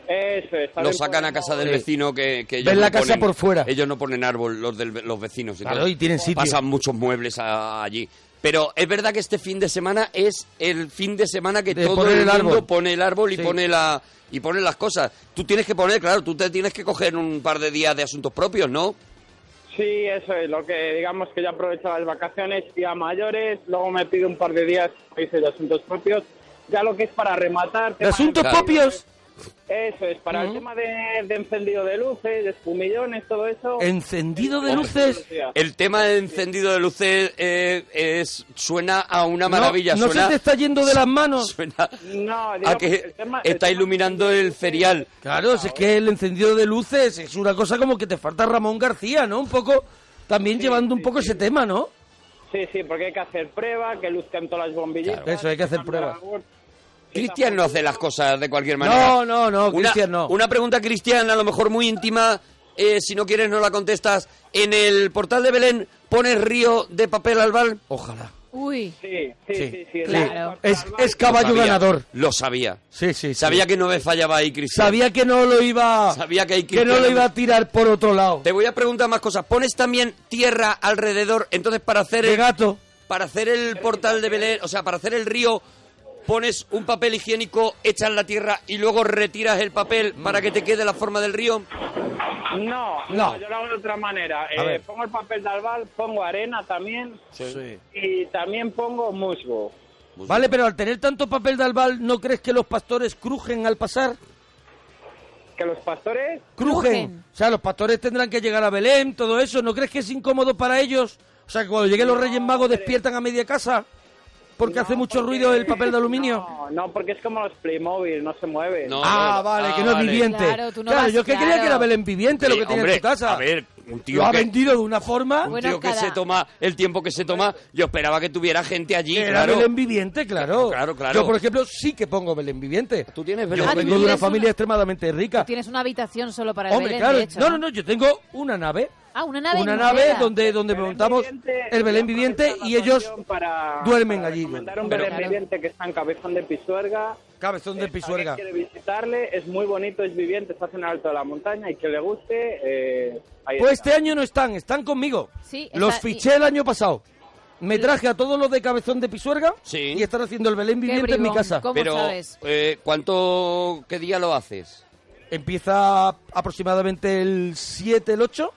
[SPEAKER 7] Eso es.
[SPEAKER 2] Lo
[SPEAKER 7] también
[SPEAKER 2] sacan a
[SPEAKER 7] podemos-
[SPEAKER 2] casa del
[SPEAKER 1] Sí.
[SPEAKER 2] vecino que, que ellos
[SPEAKER 1] Ven la
[SPEAKER 2] no
[SPEAKER 1] casa
[SPEAKER 2] ponen-
[SPEAKER 1] por fuera.
[SPEAKER 2] Ellos no ponen árbol, los, del- los vecinos. Y
[SPEAKER 1] Claro,
[SPEAKER 2] todo.
[SPEAKER 1] y tienen sitio.
[SPEAKER 2] Pasan muchos muebles a- allí. Pero es verdad que este fin de semana es el fin de semana que
[SPEAKER 1] De
[SPEAKER 2] todo
[SPEAKER 1] poner
[SPEAKER 2] el,
[SPEAKER 1] el
[SPEAKER 2] mundo
[SPEAKER 1] árbol.
[SPEAKER 2] pone el árbol y
[SPEAKER 1] Sí.
[SPEAKER 2] pone la y pone las cosas. Tú tienes que poner, claro, tú te tienes que coger un par de días de asuntos propios, ¿no?
[SPEAKER 7] Sí, eso es, lo que digamos que yo aprovecho las vacaciones y a mayores, luego me pido un par de días, hice de asuntos propios, ya lo que es para rematar.
[SPEAKER 1] De
[SPEAKER 7] tema
[SPEAKER 1] asuntos
[SPEAKER 2] Claro.
[SPEAKER 1] propios, Mm.
[SPEAKER 7] Eso es, para el tema de, de encendido de luces, de espumillones, todo eso.
[SPEAKER 1] encendido de luces.
[SPEAKER 2] El tema de encendido de luces eh, es suena a una maravilla.
[SPEAKER 1] No, no
[SPEAKER 2] suena-
[SPEAKER 1] se te está yendo de las manos.
[SPEAKER 2] <laughs> Suena
[SPEAKER 7] No,
[SPEAKER 1] Ah,
[SPEAKER 2] a
[SPEAKER 7] digamos,
[SPEAKER 2] que
[SPEAKER 7] el tema- el
[SPEAKER 2] está
[SPEAKER 7] tema-
[SPEAKER 2] iluminando el ferial.
[SPEAKER 1] Claro, si es que el encendido de luces es una cosa como que te falta Ramón García, ¿no? Un poco, también llevando un poco ese tema, ¿no?
[SPEAKER 7] Sí, sí, porque hay que hacer prueba, que luzcan todas las bombillitas.
[SPEAKER 1] Claro. Eso, hay que hacer pruebas.
[SPEAKER 2] Cristian no hace las cosas de cualquier manera.
[SPEAKER 1] No, no, no,
[SPEAKER 2] Una-
[SPEAKER 1] Cristian no.
[SPEAKER 2] Una pregunta, Cristian, a lo mejor muy íntima. eh, si no quieres, no la contestas. En el portal de Belén pones río de papel albal.
[SPEAKER 1] Ojalá.
[SPEAKER 3] Uy.
[SPEAKER 7] Sí, sí, sí, sí.
[SPEAKER 1] Sí,
[SPEAKER 3] claro.
[SPEAKER 1] Es, es caballo
[SPEAKER 2] Lo sabía,
[SPEAKER 1] ganador.
[SPEAKER 2] Lo sabía.
[SPEAKER 1] Sí, sí.
[SPEAKER 2] Sabía que no me fallaba ahí, Cristian.
[SPEAKER 1] Sabía que no lo iba.
[SPEAKER 2] Sabía que hay
[SPEAKER 1] que no lo iba a tirar por otro lado.
[SPEAKER 2] Te voy a preguntar más cosas. Pones también tierra alrededor. Entonces, para hacer
[SPEAKER 1] De
[SPEAKER 2] el,
[SPEAKER 1] gato.
[SPEAKER 2] para hacer el portal de Belén, o sea, para hacer el río, pones un papel higiénico, echas la tierra y luego retiras el papel para que te quede la forma del río.
[SPEAKER 7] No, no,
[SPEAKER 1] No.
[SPEAKER 7] yo lo hago de otra manera. Eh,
[SPEAKER 1] ver.
[SPEAKER 7] pongo el papel de albal, pongo arena también y también pongo musgo.
[SPEAKER 1] Vale, pero al tener tanto papel de albal, ¿no crees que los pastores crujen al pasar?
[SPEAKER 7] Que los pastores,
[SPEAKER 1] Crujen.
[SPEAKER 3] Crujen.
[SPEAKER 1] O sea, los pastores tendrán que llegar a Belén, todo eso. ¿No crees que es incómodo para ellos? O sea, que cuando lleguen los Reyes Magos despiertan a media casa porque hace mucho ruido el papel de aluminio.
[SPEAKER 7] no, no, porque es como los Playmobil, no se mueven.
[SPEAKER 2] No.
[SPEAKER 1] Ah, vale, que no es
[SPEAKER 2] vale.
[SPEAKER 1] viviente.
[SPEAKER 3] Claro, tú no vas-
[SPEAKER 1] yo es que creía
[SPEAKER 3] claro.
[SPEAKER 1] que era Belén viviente lo
[SPEAKER 2] Sí,
[SPEAKER 1] que tiene
[SPEAKER 2] hombre,
[SPEAKER 1] en tu casa.
[SPEAKER 2] A ver, un tío
[SPEAKER 1] lo ha
[SPEAKER 2] que...
[SPEAKER 1] vendido de una forma.
[SPEAKER 2] un
[SPEAKER 3] Bueno,
[SPEAKER 2] tío que
[SPEAKER 3] cada-
[SPEAKER 2] se toma el tiempo que se toma, yo esperaba que tuviera gente allí,
[SPEAKER 1] que era
[SPEAKER 2] claro.
[SPEAKER 1] Belén viviente, claro.
[SPEAKER 2] Claro, claro.
[SPEAKER 1] Yo, por ejemplo, sí que pongo Belén viviente.
[SPEAKER 2] Tú tienes
[SPEAKER 1] Yo
[SPEAKER 2] Belén
[SPEAKER 3] Ah, tú
[SPEAKER 1] vengo de una
[SPEAKER 3] tienes
[SPEAKER 1] familia
[SPEAKER 3] una-
[SPEAKER 1] extremadamente rica.
[SPEAKER 3] Tienes una habitación solo para el
[SPEAKER 1] Hombre,
[SPEAKER 3] Belén,
[SPEAKER 1] claro.
[SPEAKER 3] de hecho,
[SPEAKER 1] no, no, no, yo tengo una nave.
[SPEAKER 3] Ah, una nave.
[SPEAKER 1] una
[SPEAKER 3] entera.
[SPEAKER 1] nave donde, donde
[SPEAKER 7] Belén
[SPEAKER 1] montamos
[SPEAKER 7] viviente,
[SPEAKER 1] el Belén
[SPEAKER 7] yo
[SPEAKER 1] viviente
[SPEAKER 7] aprovecho
[SPEAKER 1] y
[SPEAKER 7] la
[SPEAKER 1] ellos
[SPEAKER 7] ocasión para-
[SPEAKER 1] duermen
[SPEAKER 7] para
[SPEAKER 1] allí.
[SPEAKER 7] recomendar un
[SPEAKER 1] Pero-
[SPEAKER 7] Belén viviente que está en Cabezón de Pisuerga.
[SPEAKER 1] Cabezón de
[SPEAKER 7] Eh,
[SPEAKER 1] Pisuerga.
[SPEAKER 7] alguien quiere visitarle, es muy bonito, es viviente, está en el alto de la montaña y que le guste, eh, ahí
[SPEAKER 1] Pues
[SPEAKER 7] está.
[SPEAKER 1] este año no están, están conmigo.
[SPEAKER 3] Sí,
[SPEAKER 1] los
[SPEAKER 3] está-
[SPEAKER 1] fiché el año pasado. Me traje a todos los de Cabezón de Pisuerga
[SPEAKER 2] Sí.
[SPEAKER 1] y están haciendo el Belén
[SPEAKER 3] Qué
[SPEAKER 1] viviente en mi
[SPEAKER 3] bribón,
[SPEAKER 1] casa.
[SPEAKER 3] ¿Cómo
[SPEAKER 2] Pero,
[SPEAKER 3] sabes?
[SPEAKER 2] eh, ¿cuánto, qué día lo haces?
[SPEAKER 1] Empieza aproximadamente el 7, el 8.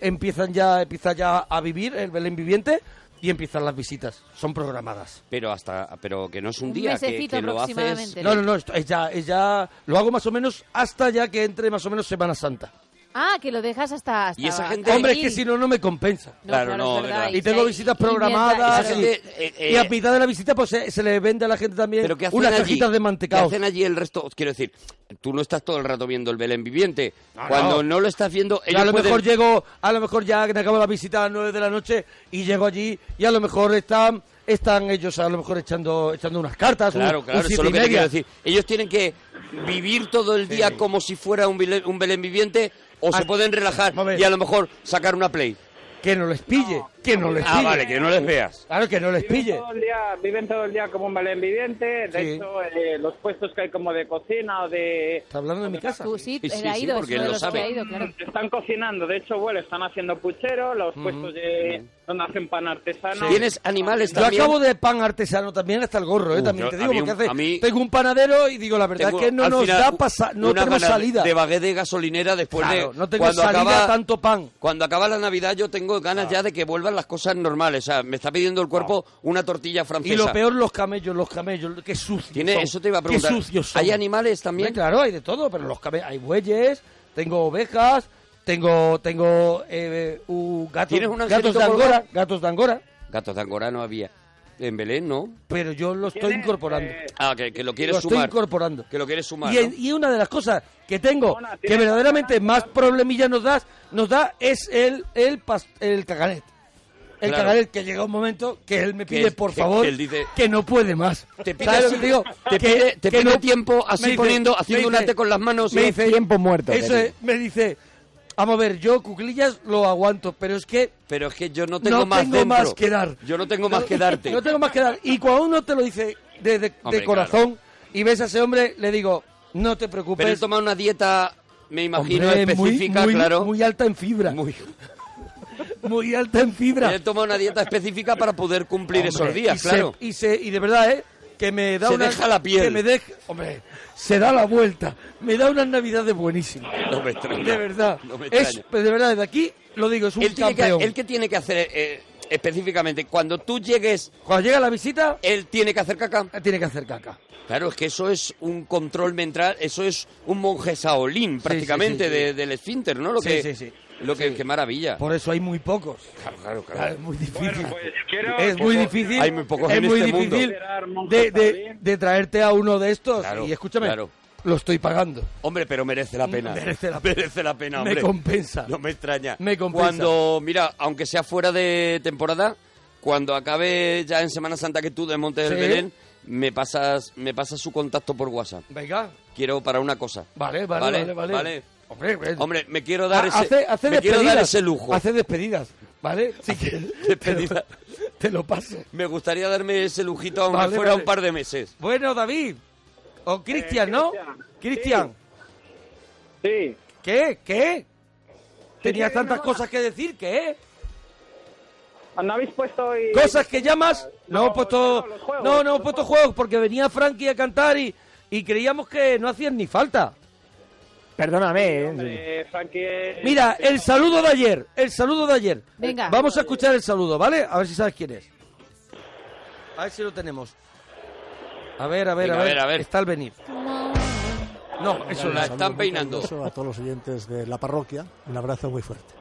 [SPEAKER 1] Empiezan ya, empieza ya a vivir el Belén viviente y empiezan las visitas. Son programadas.
[SPEAKER 2] Pero hasta, pero que no es un,
[SPEAKER 3] Un
[SPEAKER 2] día que,
[SPEAKER 3] mesecito
[SPEAKER 2] que lo haces.
[SPEAKER 3] aproximadamente.
[SPEAKER 1] No, no, no, esto es ya, es ya- lo hago más o menos hasta ya que entre más o menos Semana Santa.
[SPEAKER 3] Ah, que lo dejas hasta... hasta
[SPEAKER 2] Y esa gente-
[SPEAKER 1] Hombre, es
[SPEAKER 3] ahí.
[SPEAKER 1] que si no, no me compensa.
[SPEAKER 3] No,
[SPEAKER 2] Claro, no,
[SPEAKER 3] es verdad.
[SPEAKER 2] verdad.
[SPEAKER 1] Y tengo
[SPEAKER 3] si hay-
[SPEAKER 1] visitas
[SPEAKER 3] y mientras-
[SPEAKER 1] programadas
[SPEAKER 2] Esa
[SPEAKER 1] y,
[SPEAKER 3] claro.
[SPEAKER 2] gente, eh, eh,
[SPEAKER 1] y a mitad de la visita pues se, se le vende a la gente también
[SPEAKER 2] Pero ¿qué hacen
[SPEAKER 1] Eh, unas
[SPEAKER 2] allí?
[SPEAKER 1] cajitas de
[SPEAKER 2] ¿Qué
[SPEAKER 1] mantecaos.
[SPEAKER 2] hacen allí el resto? Quiero decir, tú no estás todo el rato viendo el Belén viviente.
[SPEAKER 1] No,
[SPEAKER 2] Cuando
[SPEAKER 1] no.
[SPEAKER 2] no. lo estás viendo,
[SPEAKER 1] Y
[SPEAKER 2] ellos
[SPEAKER 1] a lo
[SPEAKER 2] pueden-
[SPEAKER 1] mejor llego, a lo mejor ya me acabo la visita a las 9 de la noche y llego allí y a lo mejor están están ellos a lo mejor echando echando unas cartas. un-
[SPEAKER 2] Claro,
[SPEAKER 1] un
[SPEAKER 2] claro, eso es
[SPEAKER 1] siete
[SPEAKER 2] lo
[SPEAKER 1] y
[SPEAKER 2] que te
[SPEAKER 1] media.
[SPEAKER 2] quiero decir. Ellos tienen que vivir todo el día como si fuera un Belén, un Belén viviente o
[SPEAKER 1] Ah,
[SPEAKER 2] se pueden relajar
[SPEAKER 1] vamos a ver.
[SPEAKER 2] y a lo mejor sacar una play.
[SPEAKER 1] Que no les pille, que no les
[SPEAKER 2] Ah,
[SPEAKER 1] pille.
[SPEAKER 2] vale, que no les veas.
[SPEAKER 1] Claro, que no les
[SPEAKER 7] Viven
[SPEAKER 1] pille.
[SPEAKER 7] todo, el día, viven todo el día como un Belén viviente. De
[SPEAKER 1] Sí.
[SPEAKER 7] hecho, eh, los puestos que hay como de cocina o de...
[SPEAKER 1] Está hablando de mi casa.
[SPEAKER 3] Tú sí,
[SPEAKER 2] Sí, sí,
[SPEAKER 3] él ha
[SPEAKER 2] sí,
[SPEAKER 3] ido, es
[SPEAKER 2] porque
[SPEAKER 3] uno de
[SPEAKER 2] él lo
[SPEAKER 3] los que
[SPEAKER 2] sabe.
[SPEAKER 3] ha ido, claro.
[SPEAKER 7] Están cocinando, de hecho, bueno, están haciendo puchero, los puestos de, donde hacen pan artesano.
[SPEAKER 2] Tienes animales
[SPEAKER 1] Yo
[SPEAKER 2] también.
[SPEAKER 1] acabo de pan artesano también hasta el gorro, ¿eh? también
[SPEAKER 2] yo-
[SPEAKER 1] te
[SPEAKER 2] a
[SPEAKER 1] digo,
[SPEAKER 2] mí un-
[SPEAKER 1] porque hace,
[SPEAKER 2] a mí-
[SPEAKER 1] tengo un panadero y digo, la verdad
[SPEAKER 2] Tengo,
[SPEAKER 1] que no
[SPEAKER 2] al
[SPEAKER 1] nos
[SPEAKER 2] final,
[SPEAKER 1] da pasa, no
[SPEAKER 2] unas
[SPEAKER 1] tenemos
[SPEAKER 2] ganas
[SPEAKER 1] salida.
[SPEAKER 2] De bagué de gasolinera después
[SPEAKER 1] Claro,
[SPEAKER 2] de.
[SPEAKER 1] no tengo salida a tanto pan.
[SPEAKER 2] Cuando acaba la Navidad, yo tengo ganas ya de que vuelvan las cosas normales. O sea, me está pidiendo el cuerpo una tortilla francesa.
[SPEAKER 1] Y lo peor, los camellos, los camellos, qué sucios.
[SPEAKER 2] Tiene-
[SPEAKER 1] son.
[SPEAKER 2] eso te iba a
[SPEAKER 1] Qué
[SPEAKER 2] preguntar.
[SPEAKER 1] sucios son.
[SPEAKER 2] ¿Hay animales también?
[SPEAKER 1] Hombre, Claro, hay de todo, pero los camellos, hay bueyes, tengo ovejas, tengo tengo eh, un gato-
[SPEAKER 2] ¿Tienes un
[SPEAKER 1] gatos
[SPEAKER 2] angelito
[SPEAKER 1] de Angora,
[SPEAKER 2] colgado?
[SPEAKER 1] gatos de Angora,
[SPEAKER 2] Gatos de Angora no había. En Belén, ¿no?
[SPEAKER 1] pero yo lo estoy
[SPEAKER 7] Tienes,
[SPEAKER 1] incorporando.
[SPEAKER 7] eh,
[SPEAKER 2] Ah, que, que lo quieres
[SPEAKER 1] Lo estoy
[SPEAKER 2] sumar.
[SPEAKER 1] incorporando.
[SPEAKER 2] Que lo quieres sumar.
[SPEAKER 1] Y,
[SPEAKER 2] ¿no?
[SPEAKER 1] en- y una de las cosas que tengo,
[SPEAKER 7] Mona,
[SPEAKER 1] que
[SPEAKER 7] tienes-
[SPEAKER 1] verdaderamente más problemillas nos da, nos da es el, el, pas- el caganet. El
[SPEAKER 2] Claro.
[SPEAKER 1] caganet que llega un momento que él me
[SPEAKER 2] Que
[SPEAKER 1] pide,
[SPEAKER 2] es-
[SPEAKER 1] por
[SPEAKER 2] que-
[SPEAKER 1] favor,
[SPEAKER 2] que
[SPEAKER 1] que,
[SPEAKER 2] él dice-
[SPEAKER 1] no puede más.
[SPEAKER 2] Te pide
[SPEAKER 1] ¿Sabes lo
[SPEAKER 2] así,
[SPEAKER 1] que digo?
[SPEAKER 2] <laughs> te
[SPEAKER 1] Que-
[SPEAKER 2] pide- te
[SPEAKER 1] que
[SPEAKER 2] pide tiempo así
[SPEAKER 1] me
[SPEAKER 2] poniendo-
[SPEAKER 1] me
[SPEAKER 2] haciendo un arte con las manos,
[SPEAKER 1] me
[SPEAKER 2] ¿no?
[SPEAKER 1] dice-
[SPEAKER 5] Tiempo muerto,
[SPEAKER 1] Eso
[SPEAKER 5] te
[SPEAKER 1] es, me dice, vamos a ver, yo cuclillas lo aguanto, pero es que
[SPEAKER 2] Pero es que yo no tengo más
[SPEAKER 1] tengo
[SPEAKER 2] dentro.
[SPEAKER 1] más que dar.
[SPEAKER 2] Yo no tengo más que darte.
[SPEAKER 1] No tengo más que dar. Y cuando uno te lo dice de, de- de
[SPEAKER 2] Hombre,
[SPEAKER 1] corazón y ves a ese hombre, le digo, no te preocupes.
[SPEAKER 2] Pero él toma una dieta, me imagino,
[SPEAKER 1] Pues Hombre, muy-
[SPEAKER 2] específica,
[SPEAKER 1] muy,
[SPEAKER 2] claro.
[SPEAKER 1] Muy alta en fibra. Muy,
[SPEAKER 2] Muy-
[SPEAKER 1] alta en fibra.
[SPEAKER 2] Él toma una dieta específica para poder cumplir esos
[SPEAKER 1] Hombre, y
[SPEAKER 2] días,
[SPEAKER 1] se-
[SPEAKER 2] claro.
[SPEAKER 1] y, se, y de verdad, ¿eh? Que me da
[SPEAKER 2] Se
[SPEAKER 1] una.
[SPEAKER 2] deja la piel.
[SPEAKER 1] Que me deja. Hombre, se da la vuelta. Me da unas navidades buenísimas.
[SPEAKER 2] No me extraña.
[SPEAKER 1] De verdad.
[SPEAKER 2] No me
[SPEAKER 1] es,
[SPEAKER 2] extraña.
[SPEAKER 1] pero de verdad, desde aquí lo digo, es un
[SPEAKER 2] Él tiene que,
[SPEAKER 1] campeón.
[SPEAKER 2] él que tiene que hacer eh, específicamente, cuando tú llegues,
[SPEAKER 1] Cuando llega la visita,
[SPEAKER 2] él tiene que hacer caca.
[SPEAKER 1] eh, tiene que hacer caca.
[SPEAKER 2] Claro, es que eso es un control mental, eso es un monje saolín prácticamente
[SPEAKER 1] sí, sí, sí.
[SPEAKER 2] de- del esfínter, ¿no? Lo
[SPEAKER 1] Sí,
[SPEAKER 2] que,
[SPEAKER 1] sí, sí.
[SPEAKER 2] Lo que, qué maravilla.
[SPEAKER 1] Por eso hay muy pocos.
[SPEAKER 2] Claro, claro, claro.
[SPEAKER 1] Claro, es muy difícil.
[SPEAKER 7] Bueno, pues quiero...
[SPEAKER 1] es muy difícil.
[SPEAKER 2] Hay muy pocos
[SPEAKER 1] es
[SPEAKER 2] en
[SPEAKER 1] muy
[SPEAKER 2] este mundo.
[SPEAKER 1] difícil de, de- de traerte a uno de estos.
[SPEAKER 2] Claro,
[SPEAKER 1] y escúchame,
[SPEAKER 2] claro.
[SPEAKER 1] lo estoy pagando.
[SPEAKER 2] Hombre, pero merece la pena.
[SPEAKER 1] <laughs> Merece la pena.
[SPEAKER 2] <laughs> Merece la pena,
[SPEAKER 1] Me
[SPEAKER 2] hombre.
[SPEAKER 1] compensa.
[SPEAKER 2] No me extraña.
[SPEAKER 1] Me compensa.
[SPEAKER 2] Cuando, mira, aunque sea fuera de temporada, cuando acabe ya en Semana Santa que tú desmontes el
[SPEAKER 1] Sí.
[SPEAKER 2] Belén, me pasas, me pasas su contacto por WhatsApp.
[SPEAKER 1] Venga,
[SPEAKER 2] Quiero para una cosa.
[SPEAKER 1] vale, vale, vale. vale, Hombre, pues-
[SPEAKER 2] Hombre, me quiero dar,
[SPEAKER 1] Ah,
[SPEAKER 2] ese,
[SPEAKER 1] hace, hace
[SPEAKER 2] me quiero
[SPEAKER 1] despedidas.
[SPEAKER 2] dar ese lujo.
[SPEAKER 1] Hace despedidas, ¿vale? Sí que
[SPEAKER 2] despedidas.
[SPEAKER 1] Te, lo, te lo paso.
[SPEAKER 2] Me gustaría darme ese lujito aunque
[SPEAKER 1] Vale,
[SPEAKER 2] fuera
[SPEAKER 1] vale.
[SPEAKER 2] un par de meses.
[SPEAKER 1] Bueno, David. O Cristian, ¿no?
[SPEAKER 7] Eh, Cristian.
[SPEAKER 1] Cristian,
[SPEAKER 7] Sí,
[SPEAKER 1] ¿qué? ¿Qué? Tenías
[SPEAKER 7] sí,
[SPEAKER 1] tantas
[SPEAKER 7] no,
[SPEAKER 1] cosas que decir, ¿qué?
[SPEAKER 7] ¿no habéis puesto hoy...
[SPEAKER 1] Cosas que llamas. No,
[SPEAKER 7] No,
[SPEAKER 1] he puesto.
[SPEAKER 7] no, los juegos,
[SPEAKER 1] No, no, he
[SPEAKER 7] los
[SPEAKER 1] puesto
[SPEAKER 7] juegos.
[SPEAKER 1] juegos porque venía Frankie a cantar y, y creíamos que no hacían ni falta.
[SPEAKER 5] Perdóname. eh.
[SPEAKER 7] Eh, Frankie, eh,
[SPEAKER 1] Mira, el saludo de ayer. El saludo de ayer.
[SPEAKER 3] Venga.
[SPEAKER 1] Vamos a escuchar el saludo, ¿vale? A ver si sabes quién es. A ver si lo tenemos. A ver, a ver,
[SPEAKER 2] Venga,
[SPEAKER 1] a, ver.
[SPEAKER 2] a ver.
[SPEAKER 1] Está al venir. No, eso
[SPEAKER 2] Eso la
[SPEAKER 1] no.
[SPEAKER 2] están peinando.
[SPEAKER 9] Eso a todos los oyentes de la parroquia, un abrazo muy fuerte.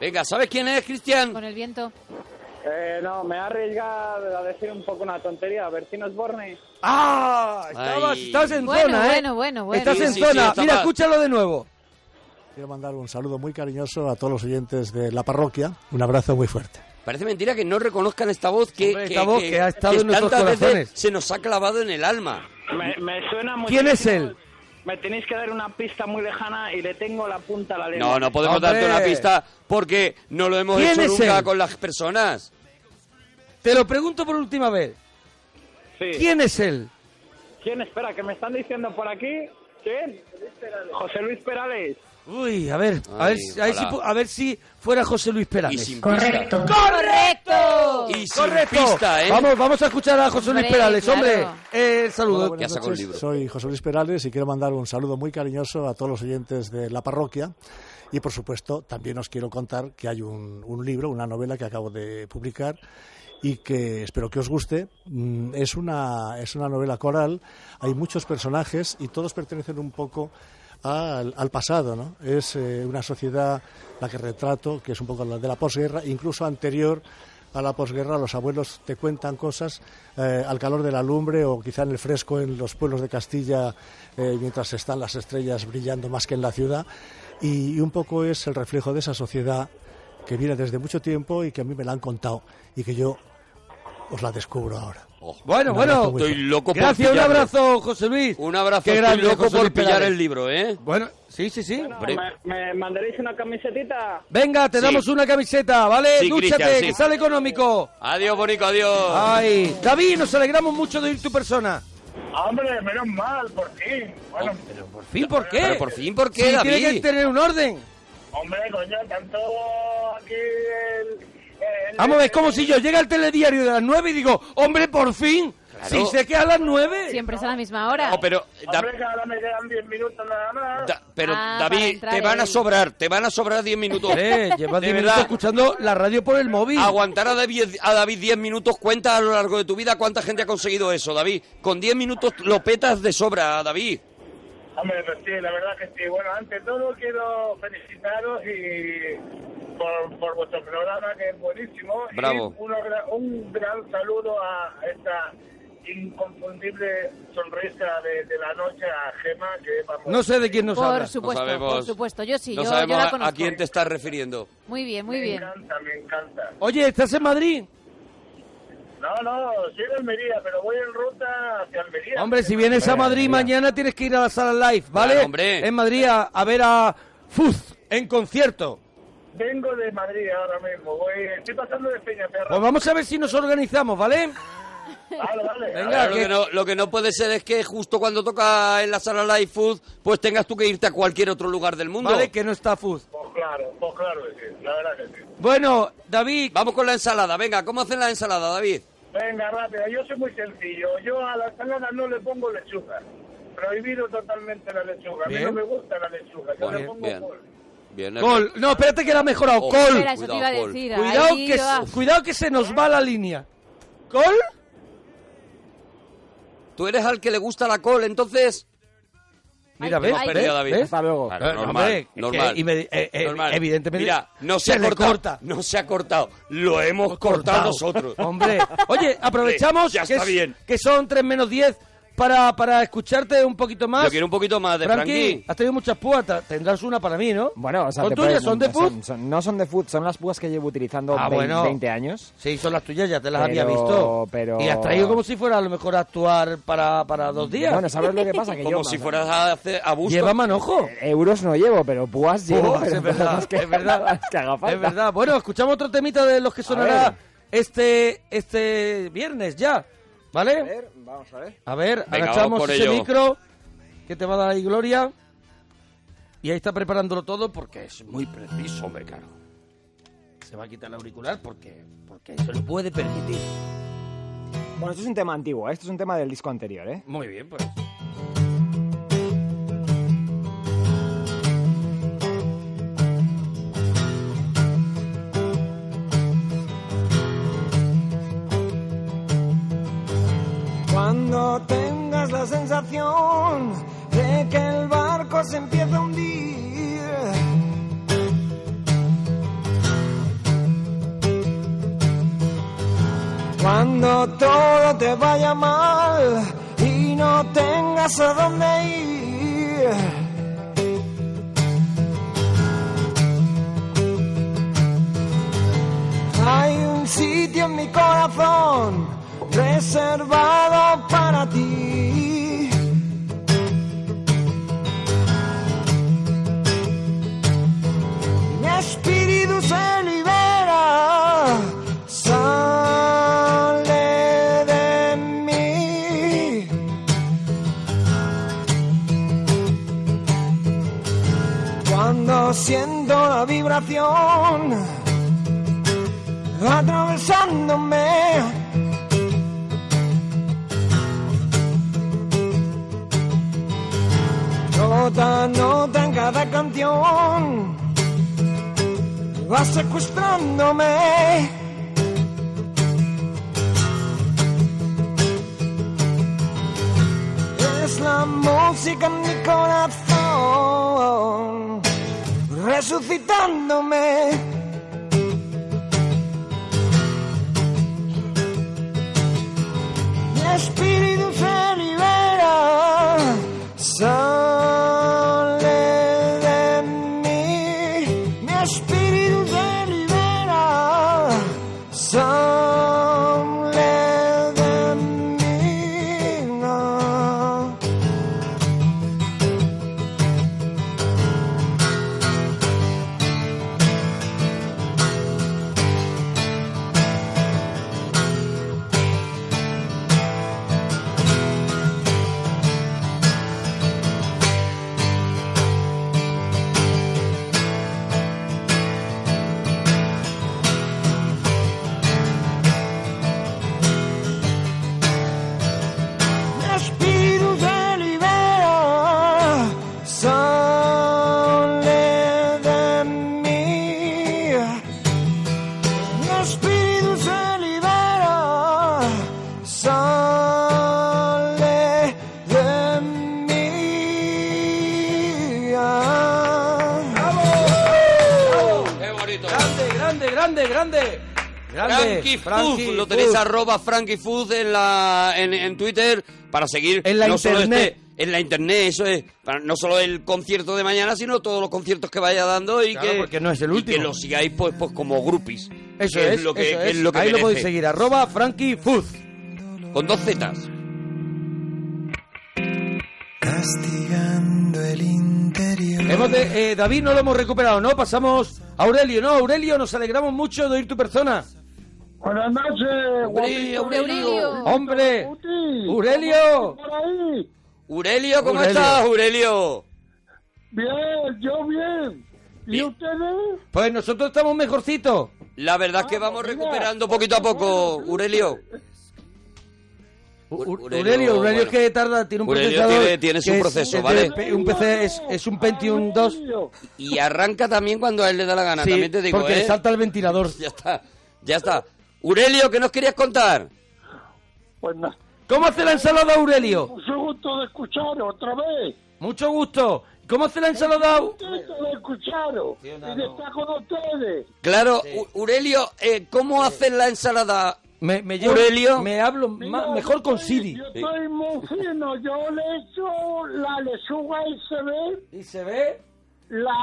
[SPEAKER 2] Venga, ¿sabes quién es, Cristian?
[SPEAKER 3] Con el viento.
[SPEAKER 7] eh, no, me ha arriesgado a decir un poco una tontería. A ver si nos borne.
[SPEAKER 1] ¡Ah! Estabas,
[SPEAKER 2] Ay.
[SPEAKER 1] estás en
[SPEAKER 3] Bueno,
[SPEAKER 1] zona, ¿eh?
[SPEAKER 3] bueno, bueno, bueno.
[SPEAKER 1] Estás
[SPEAKER 2] Sí,
[SPEAKER 1] en
[SPEAKER 2] sí, sí,
[SPEAKER 1] zona.
[SPEAKER 2] estaba-
[SPEAKER 1] Mira, escúchalo de nuevo.
[SPEAKER 9] Quiero mandar un saludo muy cariñoso a todos los oyentes de la parroquia, un abrazo muy fuerte.
[SPEAKER 2] Parece mentira que no reconozcan esta voz que,
[SPEAKER 1] Hombre, esta voz que ha estado en nuestros
[SPEAKER 2] tantas veces
[SPEAKER 1] corazones.
[SPEAKER 2] se nos ha clavado en el alma.
[SPEAKER 7] Me, me suena muy...
[SPEAKER 1] ¿Quién es él?
[SPEAKER 7] Me tenéis que dar una pista muy lejana y le tengo la punta a la lengua.
[SPEAKER 2] No, no podemos
[SPEAKER 1] Hombre.
[SPEAKER 2] darte una pista porque no lo hemos
[SPEAKER 1] ¿Quién
[SPEAKER 2] hecho
[SPEAKER 1] es
[SPEAKER 2] nunca
[SPEAKER 1] él?
[SPEAKER 2] con las personas.
[SPEAKER 1] Te lo pregunto por última vez.
[SPEAKER 7] Sí.
[SPEAKER 1] ¿Quién es él?
[SPEAKER 7] ¿Quién? Espera, que me están diciendo por aquí. ¿Quién? José Luis Perales.
[SPEAKER 1] Uy, a ver, a
[SPEAKER 2] Ay,
[SPEAKER 1] ver, si- a ver si,
[SPEAKER 2] ojalá.
[SPEAKER 1] pu- a ver si fuera José Luis
[SPEAKER 2] Y
[SPEAKER 1] Perales.
[SPEAKER 2] sin Correcto.
[SPEAKER 3] ¡Correcto!
[SPEAKER 2] Y sin pista, ¿eh?
[SPEAKER 1] Vamos, vamos a escuchar a José Luis
[SPEAKER 3] Hombre,
[SPEAKER 1] Perales,
[SPEAKER 3] claro.
[SPEAKER 1] hombre. eh, el saludo.
[SPEAKER 9] Hola,
[SPEAKER 2] Ya
[SPEAKER 9] buenas
[SPEAKER 2] sacó el
[SPEAKER 9] noches.
[SPEAKER 2] libro.
[SPEAKER 9] Soy José Luis Perales y quiero mandar un saludo muy cariñoso a todos los oyentes de la parroquia. Y por supuesto, también os quiero contar que hay un, un libro, una novela que acabo de publicar y que espero que os guste. Mm, Es una, es una novela coral, hay muchos personajes y todos pertenecen un poco al, al pasado. ¿no? Es eh, una sociedad, la que retrato, que es un poco la de la posguerra, incluso anterior a la posguerra, los abuelos te cuentan cosas eh, al calor de la lumbre o quizá en el fresco en los pueblos de Castilla, eh, mientras están las estrellas brillando más que en la ciudad. Y, y un poco es el reflejo de esa sociedad que viene desde mucho tiempo y que a mí me la han contado y que yo os la descubro ahora.
[SPEAKER 1] Bueno,
[SPEAKER 9] Un
[SPEAKER 1] bueno.
[SPEAKER 9] abrazo muy
[SPEAKER 2] Oh. Estoy loco por
[SPEAKER 1] Gracias, un
[SPEAKER 2] pillarlo.
[SPEAKER 1] abrazo, José Luis.
[SPEAKER 2] Un abrazo,
[SPEAKER 1] Qué
[SPEAKER 2] estoy
[SPEAKER 1] grande,
[SPEAKER 2] loco
[SPEAKER 1] José
[SPEAKER 2] por
[SPEAKER 1] Luis
[SPEAKER 2] pillar
[SPEAKER 1] Perales.
[SPEAKER 2] el libro, ¿eh?
[SPEAKER 1] Bueno, sí, sí, sí.
[SPEAKER 10] No,
[SPEAKER 2] Hombre.
[SPEAKER 10] ¿me, me mandaréis una camisetita?
[SPEAKER 1] Venga, te
[SPEAKER 2] Sí.
[SPEAKER 1] damos una camiseta, Ah, ¿vale?
[SPEAKER 2] Sí,
[SPEAKER 1] Dúchate,
[SPEAKER 2] Cristian, sí.
[SPEAKER 1] que sale económico.
[SPEAKER 2] Adiós, Bonico, pues, adiós.
[SPEAKER 1] Ay, David, nos alegramos mucho de oír tu persona.
[SPEAKER 10] Hombre, menos mal, por fin. Bueno,
[SPEAKER 1] Por fin, ¿por qué?
[SPEAKER 2] Pero por fin, ¿por qué,
[SPEAKER 1] Sí,
[SPEAKER 2] David?
[SPEAKER 1] tiene que tener un orden.
[SPEAKER 10] hombre, coño, tanto aquí el... el-
[SPEAKER 1] Vamos a ver, es como si yo llega al telediario de las 9 y digo, hombre, por fin. Si sé que a las 9.
[SPEAKER 3] Siempre es a la misma hora.
[SPEAKER 2] Oh, pero, Da-
[SPEAKER 10] Hombre, que ahora me quedan 10 minutos nada más.
[SPEAKER 2] Da- pero
[SPEAKER 3] Ah, para
[SPEAKER 2] David,
[SPEAKER 3] entrar
[SPEAKER 2] te van a
[SPEAKER 3] ahí.
[SPEAKER 2] sobrar, te van a sobrar 10 minutos.
[SPEAKER 1] Eh, llevas
[SPEAKER 2] De verdad.
[SPEAKER 1] 10 minutos escuchando la radio por el móvil.
[SPEAKER 2] Aguantar a David, a David 10 minutos cuenta a lo largo de tu vida cuánta gente ha conseguido eso, David. Con 10 minutos lo petas de sobra, David.
[SPEAKER 10] Hombre, pues sí, la verdad que sí. Bueno, ante todo quiero felicitaros y por, por vuestro programa que es buenísimo.
[SPEAKER 2] Bravo.
[SPEAKER 10] Y uno gra- un gran saludo a esta inconfundible sonrisa de, de la noche a Gema, que vamos...
[SPEAKER 1] No sé de quién nos habla.
[SPEAKER 3] por supuesto, por supuesto. Yo sí,
[SPEAKER 2] no
[SPEAKER 3] yo, yo
[SPEAKER 2] sabemos
[SPEAKER 3] la
[SPEAKER 2] a-
[SPEAKER 3] conozco.
[SPEAKER 2] a quién te estás refiriendo.
[SPEAKER 3] Muy bien, muy
[SPEAKER 10] me
[SPEAKER 3] bien.
[SPEAKER 10] encanta, me encanta.
[SPEAKER 1] Oye, ¿estás en Madrid?
[SPEAKER 10] No, no, soy de Almería, pero voy en ruta hacia Almería.
[SPEAKER 1] Hombre, si vienes a Madrid mañana tienes que ir a la sala live, ¿vale?
[SPEAKER 2] Claro, hombre.
[SPEAKER 1] En Madrid a, a ver a Fuz en concierto.
[SPEAKER 10] Vengo de Madrid ahora mismo, voy... Estoy pasando de Peñaperra.
[SPEAKER 1] Pues vamos a ver si nos organizamos, ¿vale?
[SPEAKER 10] Vale, vale.
[SPEAKER 1] Venga,
[SPEAKER 2] Claro, lo,
[SPEAKER 1] que-
[SPEAKER 2] que no, lo que no puede ser es que justo cuando toca en la sala Live Food, pues tengas tú que irte a cualquier otro lugar del mundo.
[SPEAKER 1] Vale, que no está Fuz.
[SPEAKER 10] Pues claro, pues claro que sí, la verdad que sí.
[SPEAKER 1] Bueno, David,
[SPEAKER 2] Vamos con la ensalada, venga, ¿cómo hacen la ensalada, David?
[SPEAKER 10] Venga, rápido, yo soy muy sencillo. Yo a la ensalada no le pongo lechuga. Prohibido totalmente la lechuga. A mí
[SPEAKER 1] Bien.
[SPEAKER 10] no me gusta la lechuga. Yo le
[SPEAKER 2] Bien,
[SPEAKER 10] pongo
[SPEAKER 2] bien.
[SPEAKER 10] col.
[SPEAKER 2] Bien,
[SPEAKER 1] gol. No, espérate que la ha mejorado.
[SPEAKER 2] Oh,
[SPEAKER 1] Col.
[SPEAKER 3] Espera, eso te
[SPEAKER 2] Cuidado,
[SPEAKER 3] iba a
[SPEAKER 2] Paul.
[SPEAKER 3] decir.
[SPEAKER 1] Cuidado
[SPEAKER 3] ahí
[SPEAKER 1] que,
[SPEAKER 3] va.
[SPEAKER 1] se- cuidado que se nos va la línea. ¿Col?
[SPEAKER 2] ¿Tú eres al que le gusta la col, entonces?
[SPEAKER 1] Mira,
[SPEAKER 3] Ay,
[SPEAKER 1] ves,
[SPEAKER 3] ay,
[SPEAKER 1] ¿ves?
[SPEAKER 2] Perdí a David.
[SPEAKER 1] ¿Ves?
[SPEAKER 5] Hasta luego.
[SPEAKER 2] Claro,
[SPEAKER 1] Eh,
[SPEAKER 2] normal,
[SPEAKER 1] hombre, que-
[SPEAKER 2] normal,
[SPEAKER 1] y me- eh, eh,
[SPEAKER 2] normal.
[SPEAKER 1] evidentemente
[SPEAKER 2] Mira, no se,
[SPEAKER 1] se
[SPEAKER 2] ha
[SPEAKER 1] le
[SPEAKER 2] cortado,
[SPEAKER 1] corta.
[SPEAKER 2] No se ha cortado. Lo hemos cortado nosotros.
[SPEAKER 1] Hombre, oye, aprovechamos
[SPEAKER 2] Hombre, ya
[SPEAKER 1] que,
[SPEAKER 2] está
[SPEAKER 1] es-
[SPEAKER 2] bien.
[SPEAKER 1] que son 3 menos 10 para, para escucharte un poquito más.
[SPEAKER 2] Yo quiero un poquito más de Frankie.
[SPEAKER 1] has tenido muchas puertas. Tendrás una para mí, ¿no?
[SPEAKER 5] Bueno, o sea,
[SPEAKER 1] ¿Son
[SPEAKER 5] te
[SPEAKER 1] tuyas?
[SPEAKER 5] puedes-
[SPEAKER 1] ¿Son de food?
[SPEAKER 5] son- son- no son de food, son las púas que llevo utilizando
[SPEAKER 1] Ah,
[SPEAKER 5] vein- 20,
[SPEAKER 1] bueno.
[SPEAKER 5] años.
[SPEAKER 1] Sí, son las tuyas, ya te las había
[SPEAKER 5] Pero-
[SPEAKER 1] visto.
[SPEAKER 5] pero-
[SPEAKER 1] Y las traído como si fuera a lo mejor a actuar para, para dos días.
[SPEAKER 5] Bueno, ¿sabes lo que
[SPEAKER 2] <laughs>
[SPEAKER 5] pasa? Que
[SPEAKER 2] Como
[SPEAKER 5] yo,
[SPEAKER 2] si
[SPEAKER 5] más-
[SPEAKER 2] fueras a hacer a Oh, gusto.
[SPEAKER 1] Lleva
[SPEAKER 5] <laughs>
[SPEAKER 1] manojo.
[SPEAKER 5] Eh, Euros no llevo, pero púas llevo.
[SPEAKER 1] Púas,
[SPEAKER 5] <laughs> pero
[SPEAKER 1] es verdad,
[SPEAKER 5] las que-
[SPEAKER 1] es verdad.
[SPEAKER 5] <laughs> las que haga falta.
[SPEAKER 1] Es verdad. Bueno, escuchamos otro temita de los que sonará
[SPEAKER 5] ver.
[SPEAKER 1] este, este viernes ya.
[SPEAKER 5] A
[SPEAKER 1] ¿Vale?
[SPEAKER 5] ver, vamos a ver.
[SPEAKER 1] A ver,
[SPEAKER 2] Venga, vamos
[SPEAKER 1] agachamos
[SPEAKER 2] por
[SPEAKER 1] ese
[SPEAKER 2] ello.
[SPEAKER 1] micro que te va a dar ahí Gloria. Y ahí está preparándolo todo porque es muy preciso, hombre, claro. Se va a quitar el auricular porque, porque se lo puede permitir.
[SPEAKER 5] Bueno, esto es un tema antiguo, ¿eh? esto es un tema del disco anterior, ¿eh?
[SPEAKER 1] Muy bien, pues.
[SPEAKER 5] Cuando tengas la sensación de que el barco se empieza a hundir. Cuando todo te vaya mal y no tengas a dónde ir. Hay un sitio en mi corazón reservado para ti. Mi espíritu se libera, sale de mí. Cuando siento la vibración atravesándome. Nota, nota en cada canción va secuestrándome. Es la música en mi corazón. corazón, resucitándome. Mi espíritu se libera, sale de mí. Mi espíritu se libera, sale de mí. No. Mi espíritu se libera, sale de mí. Mi espíritu se libera, sale de mí.
[SPEAKER 2] ¡Qué bonito!
[SPEAKER 1] Grande, grande, grande, grande.
[SPEAKER 2] Frankie
[SPEAKER 1] Grande,
[SPEAKER 2] Food,
[SPEAKER 1] Frankie
[SPEAKER 2] lo tenéis
[SPEAKER 1] Food.
[SPEAKER 2] arroba Frankie Food en, la, en, en Twitter para seguir.
[SPEAKER 1] En la
[SPEAKER 2] no solo
[SPEAKER 1] internet.
[SPEAKER 2] este- en la internet, eso es. Para- no solo el concierto de mañana, sino todos los conciertos que vaya dando y
[SPEAKER 1] Claro,
[SPEAKER 2] que.
[SPEAKER 1] porque no es el
[SPEAKER 2] y
[SPEAKER 1] último.
[SPEAKER 2] que lo sigáis, pues, pues como groupies.
[SPEAKER 1] Eso
[SPEAKER 2] que
[SPEAKER 1] es,
[SPEAKER 2] lo que,
[SPEAKER 1] eso
[SPEAKER 2] que
[SPEAKER 1] es.
[SPEAKER 2] lo que
[SPEAKER 1] Ahí lo
[SPEAKER 2] merece.
[SPEAKER 1] podéis seguir, arroba Frankie Food.
[SPEAKER 2] Con dos zetas.
[SPEAKER 5] Castigando el interior.
[SPEAKER 1] Hemos de- eh, David no lo hemos recuperado, ¿no? Pasamos a Aurelio, ¿no? Aurelio, nos alegramos mucho de oír tu persona.
[SPEAKER 10] Buenas noches, guapito.
[SPEAKER 11] Aurelio.
[SPEAKER 1] ¡Hombre!
[SPEAKER 10] Guti,
[SPEAKER 1] ¡Aurelio!
[SPEAKER 10] por ahí.
[SPEAKER 2] Aurelio, ¿cómo
[SPEAKER 1] Aurelio.
[SPEAKER 2] estás, Aurelio?
[SPEAKER 10] Bien, yo bien. ¿Y
[SPEAKER 2] Bien.
[SPEAKER 10] ustedes?
[SPEAKER 1] Pues nosotros estamos mejorcitos.
[SPEAKER 2] La verdad es que vamos
[SPEAKER 10] mira,
[SPEAKER 2] recuperando poquito a poco, Aurelio.
[SPEAKER 1] U-
[SPEAKER 2] Ur-
[SPEAKER 1] Ur-
[SPEAKER 2] Aurelio,
[SPEAKER 1] Aurelio, Aurelio
[SPEAKER 2] bueno.
[SPEAKER 1] es que tarda, tiene un
[SPEAKER 2] Aurelio
[SPEAKER 1] procesador.
[SPEAKER 2] tiene- tiene su
[SPEAKER 1] que es-
[SPEAKER 2] proceso,
[SPEAKER 1] es
[SPEAKER 2] ¿vale?
[SPEAKER 1] de pe- un PC es, es un Pentium 2.
[SPEAKER 2] Y arranca también cuando a él le da la gana,
[SPEAKER 1] Sí,
[SPEAKER 2] también te digo,
[SPEAKER 1] porque le
[SPEAKER 2] ¿eh?
[SPEAKER 1] salta el ventilador.
[SPEAKER 2] <laughs> Ya está, ya está. Aurelio, ¿qué nos querías contar?
[SPEAKER 10] Pues nada,
[SPEAKER 1] ¿Cómo hace la ensalada, Aurelio?
[SPEAKER 10] mucho gusto de escucharos otra vez.
[SPEAKER 1] Mucho gusto. ¿Cómo hace la ensalada?
[SPEAKER 10] Gusto de escucharos. Y de estar con ustedes.
[SPEAKER 2] Claro, U- Aurelio, eh, ¿cómo haces la ensalada?
[SPEAKER 1] Me, me llevo-
[SPEAKER 2] Aurelio.
[SPEAKER 1] Me hablo
[SPEAKER 10] Mira,
[SPEAKER 1] ma- mejor
[SPEAKER 10] yo
[SPEAKER 1] con
[SPEAKER 10] estoy-
[SPEAKER 1] Siri.
[SPEAKER 10] Yo estoy muy fino, yo le echo la lechuga y se ve
[SPEAKER 1] ¿Y se ve?
[SPEAKER 10] la...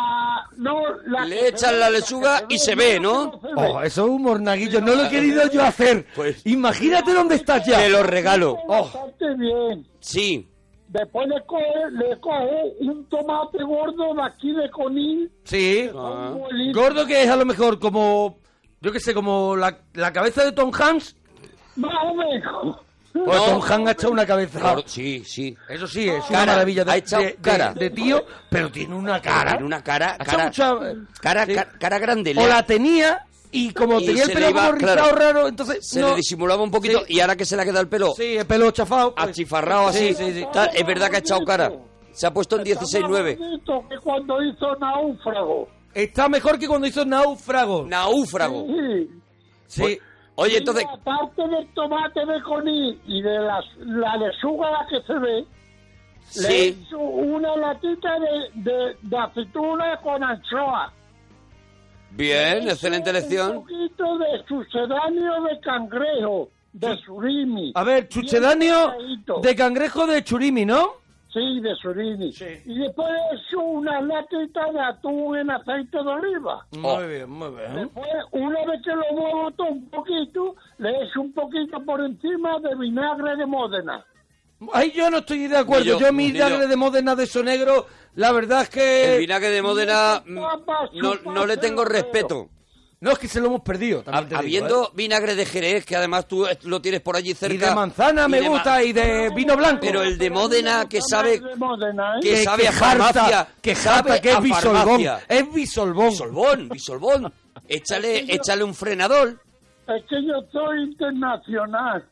[SPEAKER 10] No, la
[SPEAKER 2] Le
[SPEAKER 10] que
[SPEAKER 2] echan
[SPEAKER 10] se
[SPEAKER 2] la
[SPEAKER 10] ve,
[SPEAKER 2] lechuga
[SPEAKER 10] que
[SPEAKER 2] y se ve, ¿no?
[SPEAKER 10] que se ve.
[SPEAKER 1] Oh, eso es un mornaguillo. No lo he querido yo hacer.
[SPEAKER 2] Pues-
[SPEAKER 1] Imagínate dónde estás ya.
[SPEAKER 2] Te lo regalo.
[SPEAKER 1] Oh.
[SPEAKER 10] Bastante bien.
[SPEAKER 2] Sí,
[SPEAKER 10] Después le coge, le coge un tomate gordo de aquí de Conil.
[SPEAKER 1] Sí.
[SPEAKER 10] un bolito.
[SPEAKER 1] Gordo que es a lo mejor como... Yo qué sé, como la, la cabeza de Tom Hanks.
[SPEAKER 10] Más o menos.
[SPEAKER 1] Pues
[SPEAKER 2] No.
[SPEAKER 1] Tom Hanks ha echado una cabeza.
[SPEAKER 2] Gor- sí, sí.
[SPEAKER 1] Eso sí, es
[SPEAKER 2] Cara,
[SPEAKER 1] una maravilla de,
[SPEAKER 2] ha echado
[SPEAKER 1] de- de-
[SPEAKER 2] cara.
[SPEAKER 1] de tío, pero tiene una cara.
[SPEAKER 2] Tiene una cara,
[SPEAKER 1] Ha
[SPEAKER 2] cara,
[SPEAKER 1] echado mucha-
[SPEAKER 2] cara,
[SPEAKER 1] sí.
[SPEAKER 2] ca- cara grande.
[SPEAKER 1] O
[SPEAKER 2] le-
[SPEAKER 1] la tenía y como
[SPEAKER 2] Y
[SPEAKER 1] tenía el
[SPEAKER 2] se
[SPEAKER 1] pelo
[SPEAKER 2] le iba,
[SPEAKER 1] como rizado
[SPEAKER 2] claro.
[SPEAKER 1] raro, entonces
[SPEAKER 2] se
[SPEAKER 1] no-
[SPEAKER 2] le disimulaba un poquito
[SPEAKER 1] Sí.
[SPEAKER 2] y ahora que se le ha quedado el pelo
[SPEAKER 1] Sí, el pelo chafado. pues.
[SPEAKER 2] achifarrado así,
[SPEAKER 1] Sí, sí, sí.
[SPEAKER 2] tal, es verdad que ha echado cara. Se ha puesto en 16-9.
[SPEAKER 10] Bonito que cuando hizo Náufrago.
[SPEAKER 1] Está mejor que cuando hizo Náufrago.
[SPEAKER 2] Náufrago.
[SPEAKER 10] Sí.
[SPEAKER 1] Sí.
[SPEAKER 2] Oye, entonces,
[SPEAKER 10] Y aparte del tomate de Conil y de la, la lechuga la que se ve, le
[SPEAKER 2] sí.
[SPEAKER 10] echo una latita de, de, de aceituna con anchoa.
[SPEAKER 2] Bien,
[SPEAKER 10] Eso,
[SPEAKER 2] Eh, excelente
[SPEAKER 10] Un
[SPEAKER 2] elección.
[SPEAKER 10] poquito de sucedáneo de cangrejo, de surimi.
[SPEAKER 1] A ver, chuchedanio
[SPEAKER 10] Bien
[SPEAKER 1] de cangrejo de churimi, ¿no?
[SPEAKER 10] Sí, de surimi. Y después eso, una latita de atún en aceite de oliva.
[SPEAKER 2] Oh.
[SPEAKER 1] Muy bien, muy bien.
[SPEAKER 10] Después, Pues, una vez que lo muevo todo un poquito, le echo un poquito por encima de vinagre de Módena.
[SPEAKER 1] Ay, yo no estoy de acuerdo.
[SPEAKER 2] Ni yo,
[SPEAKER 1] yo, mi
[SPEAKER 2] ni
[SPEAKER 1] vinagre
[SPEAKER 2] yo.
[SPEAKER 1] de Módena de Sonegro, la verdad es
[SPEAKER 2] El
[SPEAKER 1] que...
[SPEAKER 2] vinagre de Módena mm,
[SPEAKER 10] Guapa,
[SPEAKER 2] no,
[SPEAKER 10] chupa,
[SPEAKER 2] no le tengo
[SPEAKER 10] cero,
[SPEAKER 2] respeto.
[SPEAKER 1] No, es que se lo hemos perdido. también te digo,
[SPEAKER 2] Habiendo
[SPEAKER 1] ¿eh?
[SPEAKER 2] vinagre de Jerez, que además tú eh, lo tienes por allí cerca.
[SPEAKER 1] Y de manzana
[SPEAKER 2] y
[SPEAKER 1] me
[SPEAKER 2] de ma-
[SPEAKER 1] gusta, y de vino blanco.
[SPEAKER 2] Pero el de Módena que sabe
[SPEAKER 10] De Módena, ¿eh?
[SPEAKER 2] que sabe a farmacia,
[SPEAKER 1] que
[SPEAKER 2] sabe
[SPEAKER 1] jarta, que
[SPEAKER 2] a
[SPEAKER 1] es bisolbón.
[SPEAKER 2] farmacia.
[SPEAKER 1] Es bisolbón.
[SPEAKER 2] Bisolbón, bisolbón.
[SPEAKER 1] <laughs>
[SPEAKER 2] Échale, échale un frenador.
[SPEAKER 10] Es que yo soy internacional.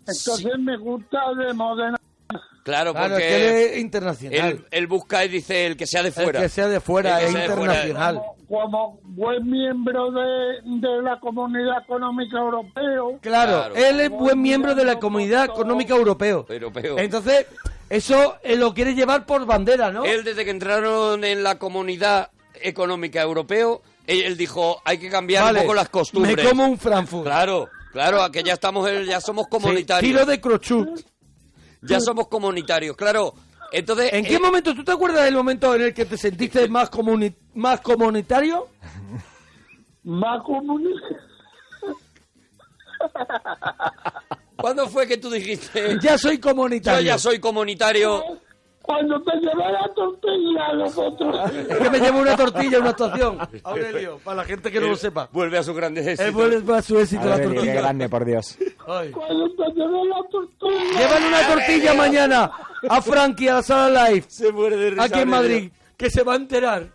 [SPEAKER 10] Entonces me gusta de Módena.
[SPEAKER 2] Claro,
[SPEAKER 1] Claro, es que
[SPEAKER 2] porque
[SPEAKER 1] él es internacional.
[SPEAKER 2] él, él busca y dice el que sea de fuera.
[SPEAKER 1] El que sea de fuera,
[SPEAKER 2] El que
[SPEAKER 1] es
[SPEAKER 2] sea de fuera.
[SPEAKER 1] internacional.
[SPEAKER 10] Como, como buen miembro de, de la Comunidad Económica Europea,
[SPEAKER 1] Claro,
[SPEAKER 2] Claro.
[SPEAKER 1] él es buen miembro de la Comunidad Económica Europea.
[SPEAKER 2] Europeo.
[SPEAKER 1] Entonces, Eso eh, lo quiere llevar por bandera, ¿no?
[SPEAKER 2] Él desde que entraron en la comunidad económica europeo, él, él dijo, hay que cambiar
[SPEAKER 1] Vale.
[SPEAKER 2] un poco las costumbres.
[SPEAKER 1] Me como un Frankfurt.
[SPEAKER 2] Claro, claro, a que ya estamos, en- ya somos
[SPEAKER 1] Sí, tiro
[SPEAKER 2] comunitarios.
[SPEAKER 1] de crochet.
[SPEAKER 2] Ya somos comunitarios, claro. Entonces,
[SPEAKER 1] ¿En
[SPEAKER 2] eh,
[SPEAKER 1] qué momento? ¿Tú te acuerdas del momento en el que te sentiste más, comuni- más comunitario?
[SPEAKER 10] Más común.
[SPEAKER 2] ¿cuándo fue que tú dijiste,
[SPEAKER 1] Ya soy
[SPEAKER 2] yo
[SPEAKER 1] comunitario.
[SPEAKER 2] ya soy comunitario?
[SPEAKER 10] Cuando te llevé la tortilla a nosotros.
[SPEAKER 1] <laughs> Es que me llevo una tortilla,
[SPEAKER 2] <laughs>
[SPEAKER 1] una actuación. Aurelio, para la gente que no lo sepa.
[SPEAKER 2] Vuelve a sus grandes
[SPEAKER 1] Él
[SPEAKER 2] éxitos.
[SPEAKER 1] vuelve para su éxito la
[SPEAKER 6] Aurelio, qué
[SPEAKER 1] tortilla.
[SPEAKER 6] grande, por Dios.
[SPEAKER 1] Ay.
[SPEAKER 10] Cuando te llevé la tortilla.
[SPEAKER 1] Llevan una tortilla mañana a Frankie a la sala live.
[SPEAKER 2] Se muere de risa,
[SPEAKER 1] Aquí en
[SPEAKER 2] Aurelio.
[SPEAKER 1] Madrid. Que se va a enterar.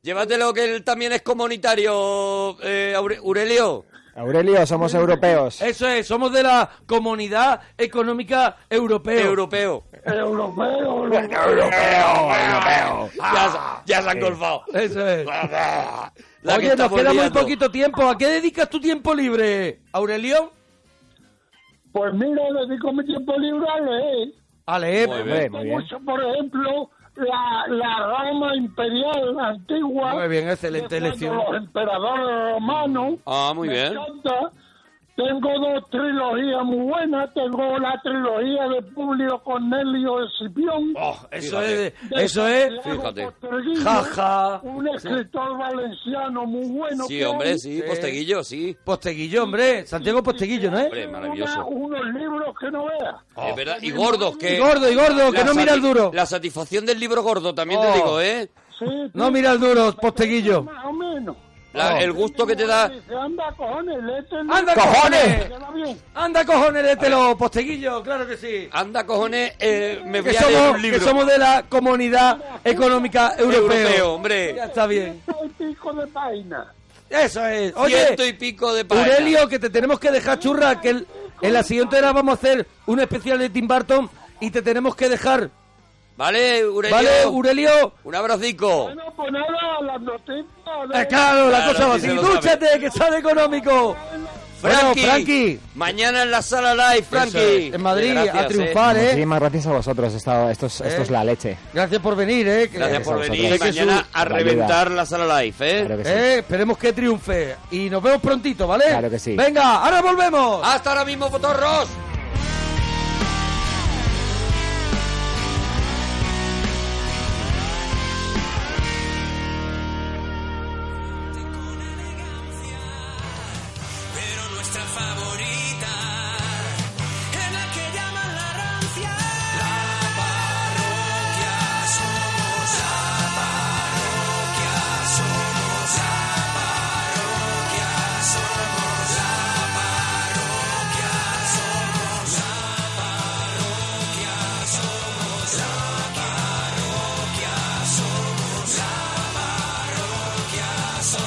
[SPEAKER 2] Llévatelo, que él también es comunitario, eh, Aure- Aurelio.
[SPEAKER 6] Aurelio, somos europeos.
[SPEAKER 1] Eso es, somos de la Comunidad Económica Europea.
[SPEAKER 2] Europeo.
[SPEAKER 10] Europeo,
[SPEAKER 2] Ya, se- ya se han golfado.
[SPEAKER 1] Eso es.
[SPEAKER 2] La que
[SPEAKER 1] Oye, nos
[SPEAKER 2] estamos
[SPEAKER 1] queda muy
[SPEAKER 2] liando.
[SPEAKER 1] poquito tiempo. ¿A qué dedicas tu tiempo libre, Aurelio?
[SPEAKER 10] Pues mira, dedico mi tiempo libre a leer.
[SPEAKER 1] A
[SPEAKER 10] Eh,
[SPEAKER 1] leer.
[SPEAKER 2] Muy
[SPEAKER 6] Hombre,
[SPEAKER 2] bien.
[SPEAKER 6] muy bien.
[SPEAKER 10] Mucho, por ejemplo, la, la Roma imperial antigua.
[SPEAKER 1] Muy bien, excelente
[SPEAKER 10] de
[SPEAKER 1] lección.
[SPEAKER 10] Los emperadores romanos.
[SPEAKER 2] Ah, muy
[SPEAKER 10] Me
[SPEAKER 2] bien.
[SPEAKER 10] encanta. Tengo dos trilogías muy buenas. Tengo la trilogía de Publio Cornelio Escipión.
[SPEAKER 1] Oh, eso
[SPEAKER 2] Fíjate.
[SPEAKER 1] es, eso es.
[SPEAKER 10] Santiago
[SPEAKER 2] Fíjate.
[SPEAKER 10] Posterguillo,
[SPEAKER 1] Jaja.
[SPEAKER 10] Un escritor valenciano muy bueno.
[SPEAKER 2] Sí,
[SPEAKER 10] que
[SPEAKER 2] hombre,
[SPEAKER 10] hay.
[SPEAKER 2] sí, posteguillo, sí.
[SPEAKER 1] Posteguillo, hombre. Santiago Posteguillo, ¿no es?
[SPEAKER 2] Hombre,
[SPEAKER 10] Una-
[SPEAKER 2] maravilloso.
[SPEAKER 10] unos libros que no veas.
[SPEAKER 2] Es verdad, y gordos, que...
[SPEAKER 1] Y gordo, y gordo, que
[SPEAKER 2] la
[SPEAKER 1] no mira el
[SPEAKER 2] sati-
[SPEAKER 1] duro.
[SPEAKER 2] La satisfacción del libro gordo, también
[SPEAKER 1] Oh.
[SPEAKER 2] te digo, ¿eh?
[SPEAKER 10] Sí,
[SPEAKER 1] No mira el duro, Posteguillo.
[SPEAKER 10] Más o menos.
[SPEAKER 2] La- El gusto que te da...
[SPEAKER 10] Dice, Anda, cojones, léete el libro".
[SPEAKER 1] ¡Anda, cojones!
[SPEAKER 10] Queda bien.
[SPEAKER 1] Anda, cojones, léetelo, Posteguillo, claro que sí.
[SPEAKER 2] Anda, cojones, eh, me voy
[SPEAKER 1] Que
[SPEAKER 2] a leer
[SPEAKER 1] somos,
[SPEAKER 2] un
[SPEAKER 1] que
[SPEAKER 2] libro.
[SPEAKER 1] somos de la Comunidad Económica Europea.
[SPEAKER 2] Europeo, hombre.
[SPEAKER 1] Ya está bien.
[SPEAKER 10] Ciento y pico de páginas.
[SPEAKER 1] Eso es. Oye,
[SPEAKER 2] Ciento y pico de páginas.
[SPEAKER 1] Aurelio, que te tenemos que dejar, churra, que el- en la siguiente hora vamos a hacer un especial de Tim Burton y te tenemos que dejar.
[SPEAKER 2] Vale, Aurelio.
[SPEAKER 1] ¿Vale, Aurelio?
[SPEAKER 2] Un abrazico.
[SPEAKER 10] Bueno, pues nada, las noticias. de-
[SPEAKER 1] Eh, claro, la
[SPEAKER 2] Claro,
[SPEAKER 1] cosa va
[SPEAKER 2] sí
[SPEAKER 1] así.
[SPEAKER 2] se lo sabe.
[SPEAKER 1] Dúchate, que sale económico. Bueno,
[SPEAKER 2] Frankie.
[SPEAKER 1] Frankie.
[SPEAKER 2] Mañana en la sala live, Frankie.
[SPEAKER 1] En Madrid,
[SPEAKER 2] Gracias,
[SPEAKER 1] a
[SPEAKER 2] eh.
[SPEAKER 1] triunfar, ¿eh?
[SPEAKER 6] Muchísimas gracias a vosotros. Esto, esto, es, esto es la leche.
[SPEAKER 1] Gracias por venir, ¿eh? que-
[SPEAKER 2] Gracias por
[SPEAKER 6] Gracias a
[SPEAKER 2] venir.
[SPEAKER 6] vosotros.
[SPEAKER 2] Mañana a
[SPEAKER 6] Ayuda.
[SPEAKER 2] reventar la sala live, ¿eh?
[SPEAKER 6] Claro que sí.
[SPEAKER 1] Eh, esperemos que triunfe. Y nos vemos prontito, ¿vale?
[SPEAKER 6] Claro que sí.
[SPEAKER 1] Venga, ahora volvemos.
[SPEAKER 2] ¡Hasta ahora mismo, potorros!
[SPEAKER 12] pero nuestra favorita es la que llaman la rancia. La parroquia somos, la parroquia somos, la parroquia somos, la parroquia somos, la parroquia somos, la parroquia somos, la parroquia somos, la parroquia somos.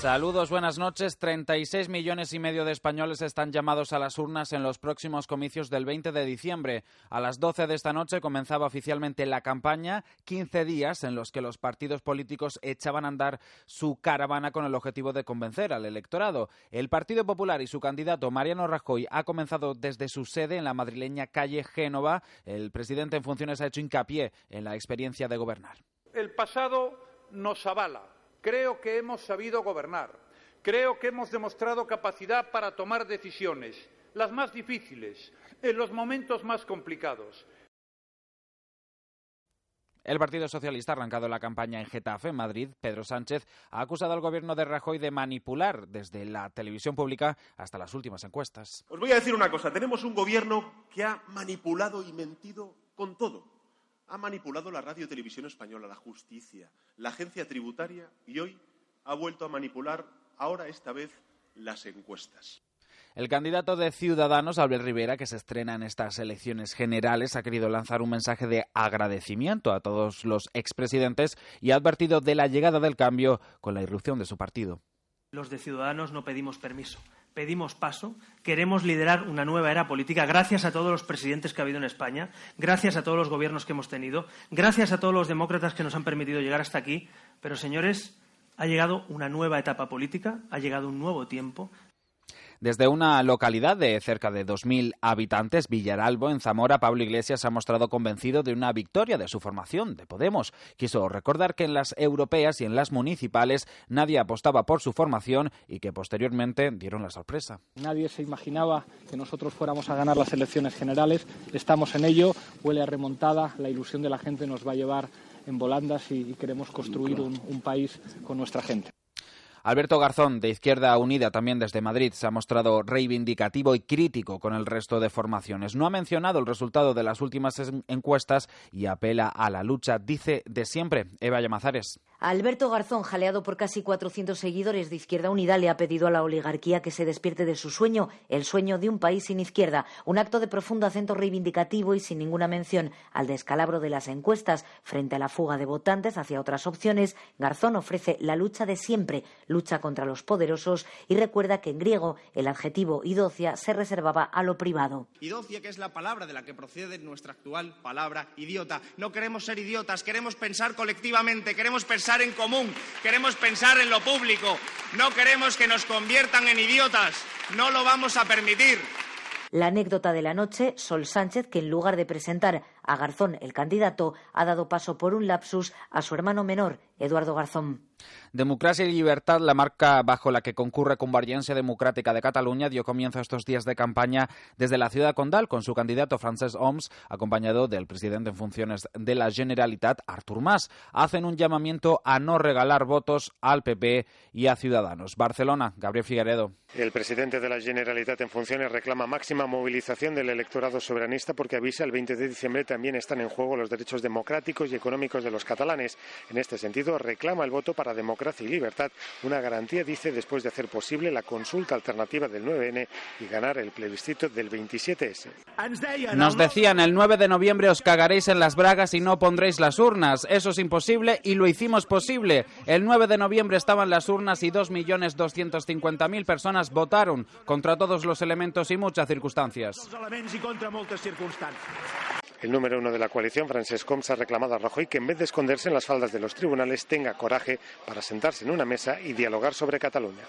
[SPEAKER 13] Saludos, buenas noches. 36 millones y medio de españoles están llamados a las urnas en los próximos comicios del 20 de diciembre. A las 12 de esta noche comenzaba oficialmente la campaña, 15 días en los que los partidos políticos echaban a andar su caravana con el objetivo de convencer al electorado. El Partido Popular y su candidato Mariano Rajoy ha comenzado desde su sede en la madrileña calle Génova. El presidente en funciones ha hecho hincapié en la experiencia de gobernar.
[SPEAKER 14] El pasado nos avala. Creo que hemos sabido gobernar. Creo que hemos demostrado capacidad para tomar decisiones, las más difíciles, en los momentos más complicados.
[SPEAKER 13] El Partido Socialista ha arrancado la campaña en Getafe, en Madrid. Pedro Sánchez ha acusado al gobierno de Rajoy de manipular desde la televisión pública hasta las últimas encuestas.
[SPEAKER 15] Os voy a decir una cosa. Tenemos un gobierno que ha manipulado y mentido con todo. Ha manipulado la radio y televisión española, la justicia, la agencia tributaria y hoy ha vuelto a manipular, ahora esta vez, las encuestas.
[SPEAKER 13] El candidato de Ciudadanos, Albert Rivera, que se estrena en estas elecciones generales, ha querido lanzar un mensaje de agradecimiento a todos los expresidentes y ha advertido de la llegada del cambio con la irrupción de su partido.
[SPEAKER 16] Los de Ciudadanos no pedimos permiso, pedimos paso, queremos liderar una nueva era política gracias a todos los presidentes que ha habido en España, gracias a todos los gobiernos que hemos tenido, gracias a todos los demócratas que nos han permitido llegar hasta aquí. Pero, señores, ha llegado una nueva etapa política, ha llegado un nuevo tiempo,
[SPEAKER 13] Desde una localidad de cerca de 2.000 habitantes, Villaralbo, en Zamora, Pablo Iglesias se ha mostrado convencido de una victoria de su formación, de Podemos. Quiso recordar que en las europeas y en las municipales nadie apostaba por su formación y que posteriormente dieron la sorpresa.
[SPEAKER 6] Nadie se imaginaba que nosotros fuéramos a ganar las elecciones generales. Estamos en ello, huele a remontada, la ilusión de la gente nos va a llevar en volandas y, y queremos construir un- un país con nuestra gente.
[SPEAKER 13] Alberto Garzón, de Izquierda Unida, también desde Madrid, se ha mostrado reivindicativo y crítico con el resto de formaciones. No ha mencionado el resultado de las últimas es- encuestas y apela a la lucha, dice, de siempre. Eva Llamazares.
[SPEAKER 17] Alberto Garzón, jaleado por casi 400 seguidores de Izquierda Unida, le ha pedido a la oligarquía que se despierte de su sueño, el sueño de un país sin izquierda. Un acto de profundo acento reivindicativo y sin ninguna mención al descalabro de las encuestas frente a la fuga de votantes hacia otras opciones. Garzón ofrece la lucha de siempre, lucha contra los poderosos y recuerda que en griego el adjetivo idocia se reservaba a lo privado.
[SPEAKER 18] Idocia, que es la palabra de la que procede nuestra actual palabra idiota. No queremos ser idiotas, queremos pensar colectivamente, queremos pensar en común, queremos pensar en lo público. No queremos que nos conviertan en idiotas, no lo vamos a permitir.
[SPEAKER 17] La anécdota de la noche, Sol Sánchez, que en lugar de presentar a Garzón el candidato, ha dado paso por un lapsus a su hermano menor, Eduardo Garzón.
[SPEAKER 13] Democracia y Libertad, la marca bajo la que concurre Convergencia Democrática de Cataluña, dio comienzo a estos días de campaña desde la ciudad condal con su candidato Francesc Homs, acompañado del presidente en funciones de la Generalitat, Artur Mas. Hacen un llamamiento a no regalar votos al PP y a Ciudadanos. Barcelona, Gabriel Figueredo.
[SPEAKER 19] El presidente de la Generalitat en funciones reclama máxima movilización del electorado soberanista porque avisa el 20 de diciembre también están en juego los derechos democráticos y económicos de los catalanes. En este sentido, reclama el voto para democracia y libertad, una garantía, dice, después de hacer posible la consulta alternativa del 9N y ganar el plebiscito del 27S.
[SPEAKER 13] Nos decían el 9 de noviembre os cagaréis en las bragas y no pondréis las urnas. Eso es imposible y lo hicimos posible. El 9 de noviembre estaban las urnas y 2.250.000 personas votaron contra todos los elementos y muchas circunstancias.
[SPEAKER 20] elements i contra moltes circumstàncies.
[SPEAKER 19] El número uno de la coalición, Francesc Homs, ha reclamado a Rajoy que en vez de esconderse en las faldas de los tribunales, tenga coraje para sentarse en una mesa y dialogar sobre Cataluña.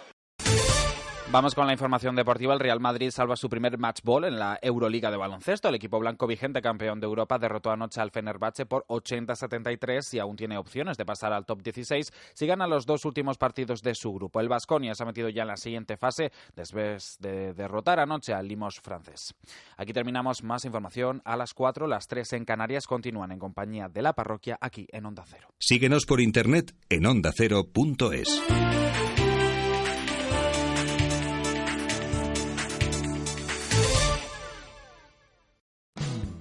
[SPEAKER 13] Vamos con la información deportiva. El Real Madrid salva su primer match ball en la Euroliga de baloncesto. El equipo blanco vigente campeón de Europa derrotó anoche al Fenerbahce por 80-73 y aún tiene opciones de pasar al top 16 si gana los dos últimos partidos de su grupo. El Vasconia se ha metido ya en la siguiente fase después de derrotar anoche al Limos francés. Aquí terminamos más información a las 4, las 3 en Canarias continúan en compañía de la parroquia aquí en Onda Cero.
[SPEAKER 21] Síguenos por internet en ondacero.es.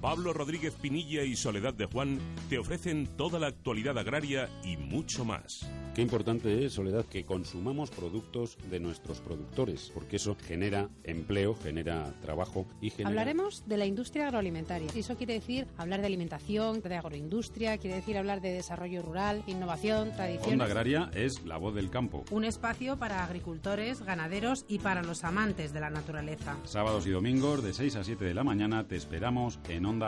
[SPEAKER 22] Pablo Rodríguez Pinilla y Soledad de Juan te ofrecen toda la actualidad agraria y mucho más.
[SPEAKER 23] Qué importante es, Soledad, que consumamos productos de nuestros productores, porque eso genera empleo, genera trabajo y genera...
[SPEAKER 24] Hablaremos de la industria agroalimentaria. Eso quiere decir hablar de alimentación, de agroindustria, quiere decir hablar de desarrollo rural, innovación, tradición.
[SPEAKER 23] Onda Agraria es la voz del campo.
[SPEAKER 24] Un espacio para agricultores, ganaderos y para los amantes de la naturaleza.
[SPEAKER 23] Sábados y domingos de 6 a 7 de la mañana te esperamos en Onda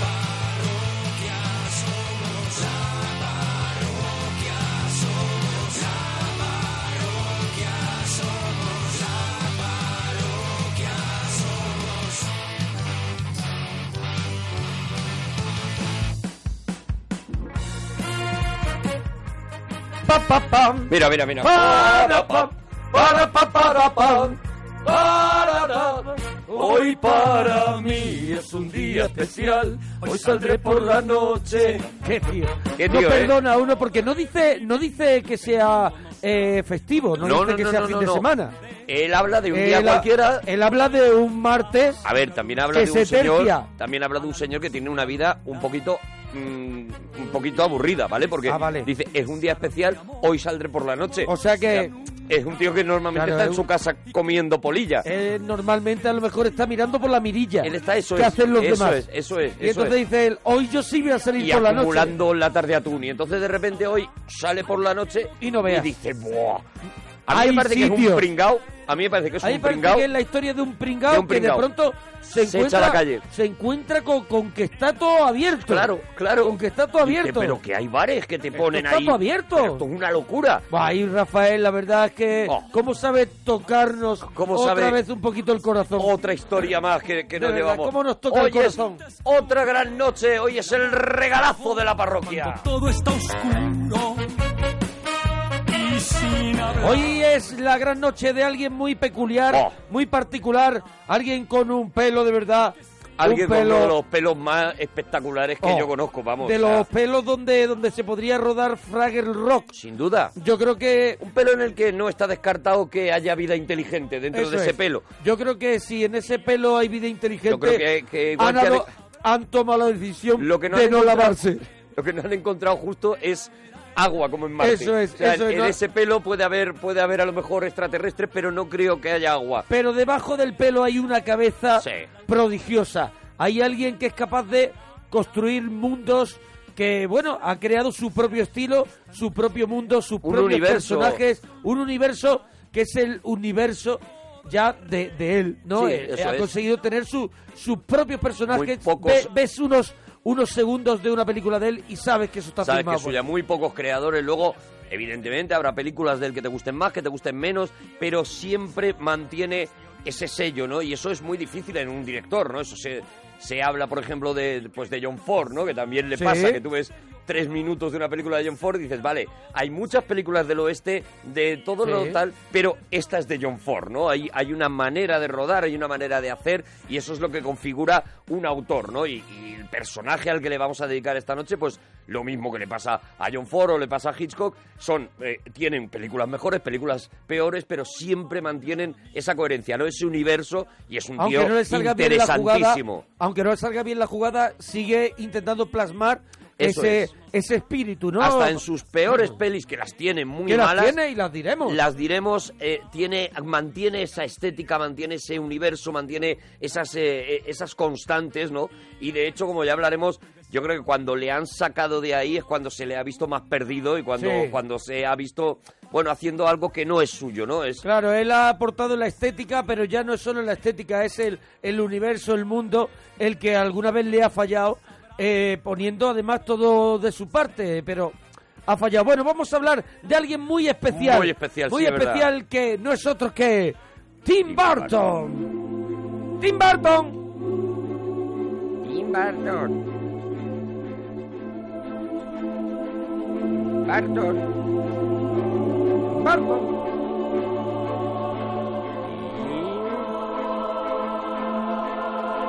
[SPEAKER 12] parroquia somos la parroquia somos la parroquia somos la parroquia somos
[SPEAKER 1] Pa, pa, pam.
[SPEAKER 2] Mira, mira, mira.
[SPEAKER 1] Ah. Para, pam, para, pa, para, pam. Para, da. Hoy para mí es un día especial. Hoy saldré por la noche. Qué tío.
[SPEAKER 2] Qué
[SPEAKER 1] no
[SPEAKER 2] tío, ¿eh?
[SPEAKER 1] perdona a uno porque no dice, no dice que sea eh, festivo, no, dice que sea fin de semana.
[SPEAKER 2] Él habla de un día
[SPEAKER 1] Él ha-
[SPEAKER 2] cualquiera.
[SPEAKER 1] Él habla de un martes.
[SPEAKER 2] A ver, también habla
[SPEAKER 1] Que
[SPEAKER 2] de un
[SPEAKER 1] se
[SPEAKER 2] señor.
[SPEAKER 1] tercia.
[SPEAKER 2] También habla de un señor que tiene una vida un poquito. mm, un poquito aburrida, ¿vale? Porque
[SPEAKER 1] Ah, vale.
[SPEAKER 2] dice, es un día especial, hoy saldré por la noche.
[SPEAKER 1] O sea que-
[SPEAKER 2] es un tío que normalmente
[SPEAKER 1] Claro,
[SPEAKER 2] está en
[SPEAKER 1] es
[SPEAKER 2] su
[SPEAKER 1] un-
[SPEAKER 2] casa comiendo polilla.
[SPEAKER 1] Él normalmente a lo mejor está mirando por la mirilla. Él está
[SPEAKER 2] eso
[SPEAKER 1] ¿Qué
[SPEAKER 2] es,
[SPEAKER 1] hacen los
[SPEAKER 2] eso
[SPEAKER 1] demás?
[SPEAKER 2] es, eso es,
[SPEAKER 1] Y
[SPEAKER 2] eso
[SPEAKER 1] entonces
[SPEAKER 2] es.
[SPEAKER 1] dice él, hoy yo sí voy a salir
[SPEAKER 2] y
[SPEAKER 1] por la noche.
[SPEAKER 2] acumulando la, tarde atún. Y entonces de repente hoy sale por la noche y no
[SPEAKER 1] veas.
[SPEAKER 2] Y dice, ¡buah! A mí
[SPEAKER 1] Hay
[SPEAKER 2] me parece que es un
[SPEAKER 1] sitios.
[SPEAKER 2] pringao. A mí me parece que es
[SPEAKER 1] Ahí
[SPEAKER 2] un
[SPEAKER 1] parece
[SPEAKER 2] pringao.
[SPEAKER 1] que es la historia de un pringao,
[SPEAKER 2] De un pringao.
[SPEAKER 1] que de pronto se
[SPEAKER 2] Se echa
[SPEAKER 1] encuentra,
[SPEAKER 2] a la calle.
[SPEAKER 1] se encuentra con, con que está todo abierto.
[SPEAKER 2] Claro, claro.
[SPEAKER 1] Con que está todo
[SPEAKER 2] Dice,
[SPEAKER 1] abierto.
[SPEAKER 2] pero que hay bares que te
[SPEAKER 1] Esto
[SPEAKER 2] ponen
[SPEAKER 1] está
[SPEAKER 2] ahí.
[SPEAKER 1] todo abierto.
[SPEAKER 2] Pero esto es una locura. Oh.
[SPEAKER 1] Buah, Ahí Rafael, la verdad es que cómo sabe tocarnos
[SPEAKER 2] ¿Cómo
[SPEAKER 1] otra
[SPEAKER 2] sabe?
[SPEAKER 1] vez un poquito el corazón.
[SPEAKER 2] Otra historia más que, que
[SPEAKER 1] De
[SPEAKER 2] nos
[SPEAKER 1] verdad,
[SPEAKER 2] llevamos.
[SPEAKER 1] ¿cómo nos toca el
[SPEAKER 2] hoy
[SPEAKER 1] corazón?
[SPEAKER 2] Es otra gran noche. Hoy es el regalazo de la parroquia.
[SPEAKER 12] Todo está oscuro y sin hablar.
[SPEAKER 1] Hoy es la gran noche de alguien muy peculiar,
[SPEAKER 2] Oh.
[SPEAKER 1] muy particular, alguien con un pelo de verdad,
[SPEAKER 2] Alguien
[SPEAKER 1] un pelo
[SPEAKER 2] con uno de los pelos más espectaculares que
[SPEAKER 1] Oh,
[SPEAKER 2] yo conozco, vamos.
[SPEAKER 1] de
[SPEAKER 2] o sea,
[SPEAKER 1] los pelos donde, donde se podría rodar Fraggle Rock.
[SPEAKER 2] Sin duda.
[SPEAKER 1] Yo creo que...
[SPEAKER 2] Un pelo en el que no está descartado que haya vida inteligente dentro
[SPEAKER 1] Eso
[SPEAKER 2] de ese
[SPEAKER 1] es.
[SPEAKER 2] pelo.
[SPEAKER 1] Yo creo que si en ese pelo hay vida inteligente,
[SPEAKER 2] Yo creo que, que igual
[SPEAKER 1] han,
[SPEAKER 2] que ha de-
[SPEAKER 1] dado- han tomado la decisión
[SPEAKER 2] lo que no
[SPEAKER 1] de
[SPEAKER 2] han
[SPEAKER 1] no
[SPEAKER 2] encontrado-
[SPEAKER 1] lavarse.
[SPEAKER 2] Lo que no han encontrado justo es agua, como en Marte.
[SPEAKER 1] Eso es,
[SPEAKER 2] O sea,
[SPEAKER 1] eso
[SPEAKER 2] en,
[SPEAKER 1] es,
[SPEAKER 2] en
[SPEAKER 1] no-
[SPEAKER 2] ese pelo puede haber, puede haber a lo mejor extraterrestres, pero no creo que haya agua.
[SPEAKER 1] Pero debajo del pelo hay una cabeza
[SPEAKER 2] Sí.
[SPEAKER 1] prodigiosa. Hay alguien que es capaz de construir mundos que, bueno, ha creado su propio estilo, su propio mundo, sus propios
[SPEAKER 2] universo.
[SPEAKER 1] personajes, un universo que es el universo ya de, de él, ¿no?
[SPEAKER 2] Sí,
[SPEAKER 1] Eh,
[SPEAKER 2] eso
[SPEAKER 1] ha
[SPEAKER 2] es.
[SPEAKER 1] conseguido tener su, sus propios personajes.
[SPEAKER 2] pocos-
[SPEAKER 1] Ve- ves unos, unos segundos de una película de él y sabes que eso está
[SPEAKER 2] Sabes que
[SPEAKER 1] filmado.
[SPEAKER 2] es suya muy pocos creadores. Luego, evidentemente, habrá películas del que te gusten más, que te gusten menos, pero siempre mantiene ese sello, ¿no? Y eso es muy difícil en un director, ¿no? Eso se, se habla, por ejemplo, de, pues de John Ford, ¿no? Que también le
[SPEAKER 1] Sí.
[SPEAKER 2] pasa, que tú ves tres minutos de una película de John Ford y dices, vale, hay muchas películas del oeste, de todo lo
[SPEAKER 1] Sí.
[SPEAKER 2] tal, pero esta es de John Ford, ¿no? Hay, hay una manera de rodar, hay una manera de hacer, y eso es lo que configura un autor, ¿no? Y, y el personaje al que le vamos a dedicar esta noche, pues lo mismo que le pasa a John Ford o le pasa a Hitchcock, son, eh, tienen películas mejores, películas peores, pero siempre mantienen esa coherencia, ¿no? Ese universo, y es un
[SPEAKER 1] aunque
[SPEAKER 2] tío
[SPEAKER 1] no le salga bien la jugada,
[SPEAKER 2] interesantísimo.
[SPEAKER 1] aunque no le salga bien la jugada, sigue intentando plasmar
[SPEAKER 2] Eso
[SPEAKER 1] ese
[SPEAKER 2] es.
[SPEAKER 1] ese espíritu, ¿no?
[SPEAKER 2] Hasta en sus peores pelis, que las tiene muy
[SPEAKER 1] que
[SPEAKER 2] malas,
[SPEAKER 1] las tiene y las diremos.
[SPEAKER 2] Las diremos, eh, tiene, mantiene esa estética, mantiene ese universo, mantiene esas, eh, eh, esas constantes, ¿no? Y de hecho, como ya hablaremos, yo creo que cuando le han sacado de ahí es cuando se le ha visto más perdido y cuando,
[SPEAKER 1] Sí.
[SPEAKER 2] cuando se ha visto, bueno, haciendo algo que no es suyo, ¿no? Es,
[SPEAKER 1] Claro, él ha aportado la estética, pero ya no es solo la estética, es el, el universo, el mundo, el que alguna vez le ha fallado, eh, poniendo además todo de su parte, pero ha fallado. Bueno, vamos a hablar de alguien muy especial.
[SPEAKER 2] Muy especial,
[SPEAKER 1] Muy
[SPEAKER 2] sí, es
[SPEAKER 1] especial que no es otro que Tim Burton. Tim Burton.
[SPEAKER 12] Tim Burton. Burton.
[SPEAKER 1] Burton.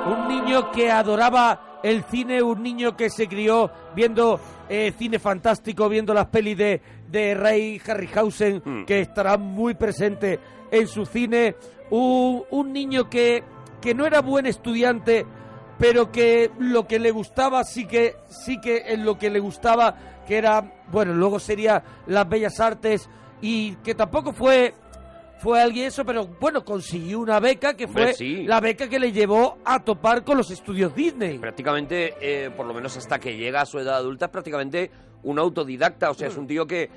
[SPEAKER 1] Un niño que adoraba el cine, un niño que se crió viendo eh, cine fantástico, viendo las pelis de, de Ray Harryhausen,
[SPEAKER 2] Hmm.
[SPEAKER 1] que estará muy presente en su cine. Un, un niño que, que no era buen estudiante, pero que lo que le gustaba sí que, sí que en lo que le gustaba, que era, bueno, luego sería las bellas artes, y que tampoco fue fue alguien eso, pero bueno, consiguió una beca que
[SPEAKER 2] Hombre,
[SPEAKER 1] fue
[SPEAKER 2] sí.
[SPEAKER 1] la beca que le llevó a topar con los estudios Disney.
[SPEAKER 2] prácticamente, eh, por lo menos hasta que llega a su edad adulta, es prácticamente un autodidacta. O sea,
[SPEAKER 1] Mm.
[SPEAKER 2] es un tío que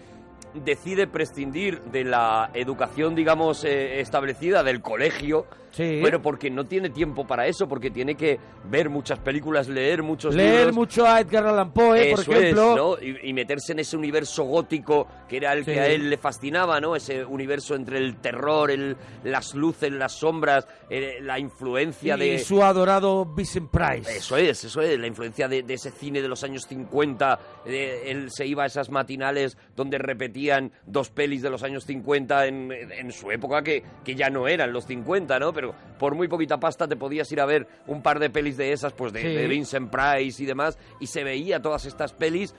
[SPEAKER 2] decide prescindir de la educación, digamos, eh, establecida, del colegio.
[SPEAKER 1] Sí.
[SPEAKER 2] Bueno, porque no tiene tiempo para eso, porque tiene que ver muchas películas, leer muchos
[SPEAKER 1] Leer
[SPEAKER 2] libros.
[SPEAKER 1] mucho a Edgar Allan Poe,
[SPEAKER 2] Eso
[SPEAKER 1] ¿eh? por ejemplo.
[SPEAKER 2] es, ¿no? y, y meterse en ese universo gótico que era el
[SPEAKER 1] Sí.
[SPEAKER 2] que a él le fascinaba, ¿no? Ese universo entre el terror, el, las luces, las sombras, eh, la influencia
[SPEAKER 1] Y
[SPEAKER 2] de...
[SPEAKER 1] su adorado Vincent Price.
[SPEAKER 2] Eso es, eso es, la influencia de, de ese cine de los años 50. eh, él se iba a esas matinales donde repetían dos pelis de los años 50 en, en su época, que, que ya no eran los 50, ¿no? Pero por muy poquita pasta te podías ir a ver un par de pelis de esas, pues de,
[SPEAKER 1] Sí.
[SPEAKER 2] de Vincent Price y demás, y se veía todas estas pelis.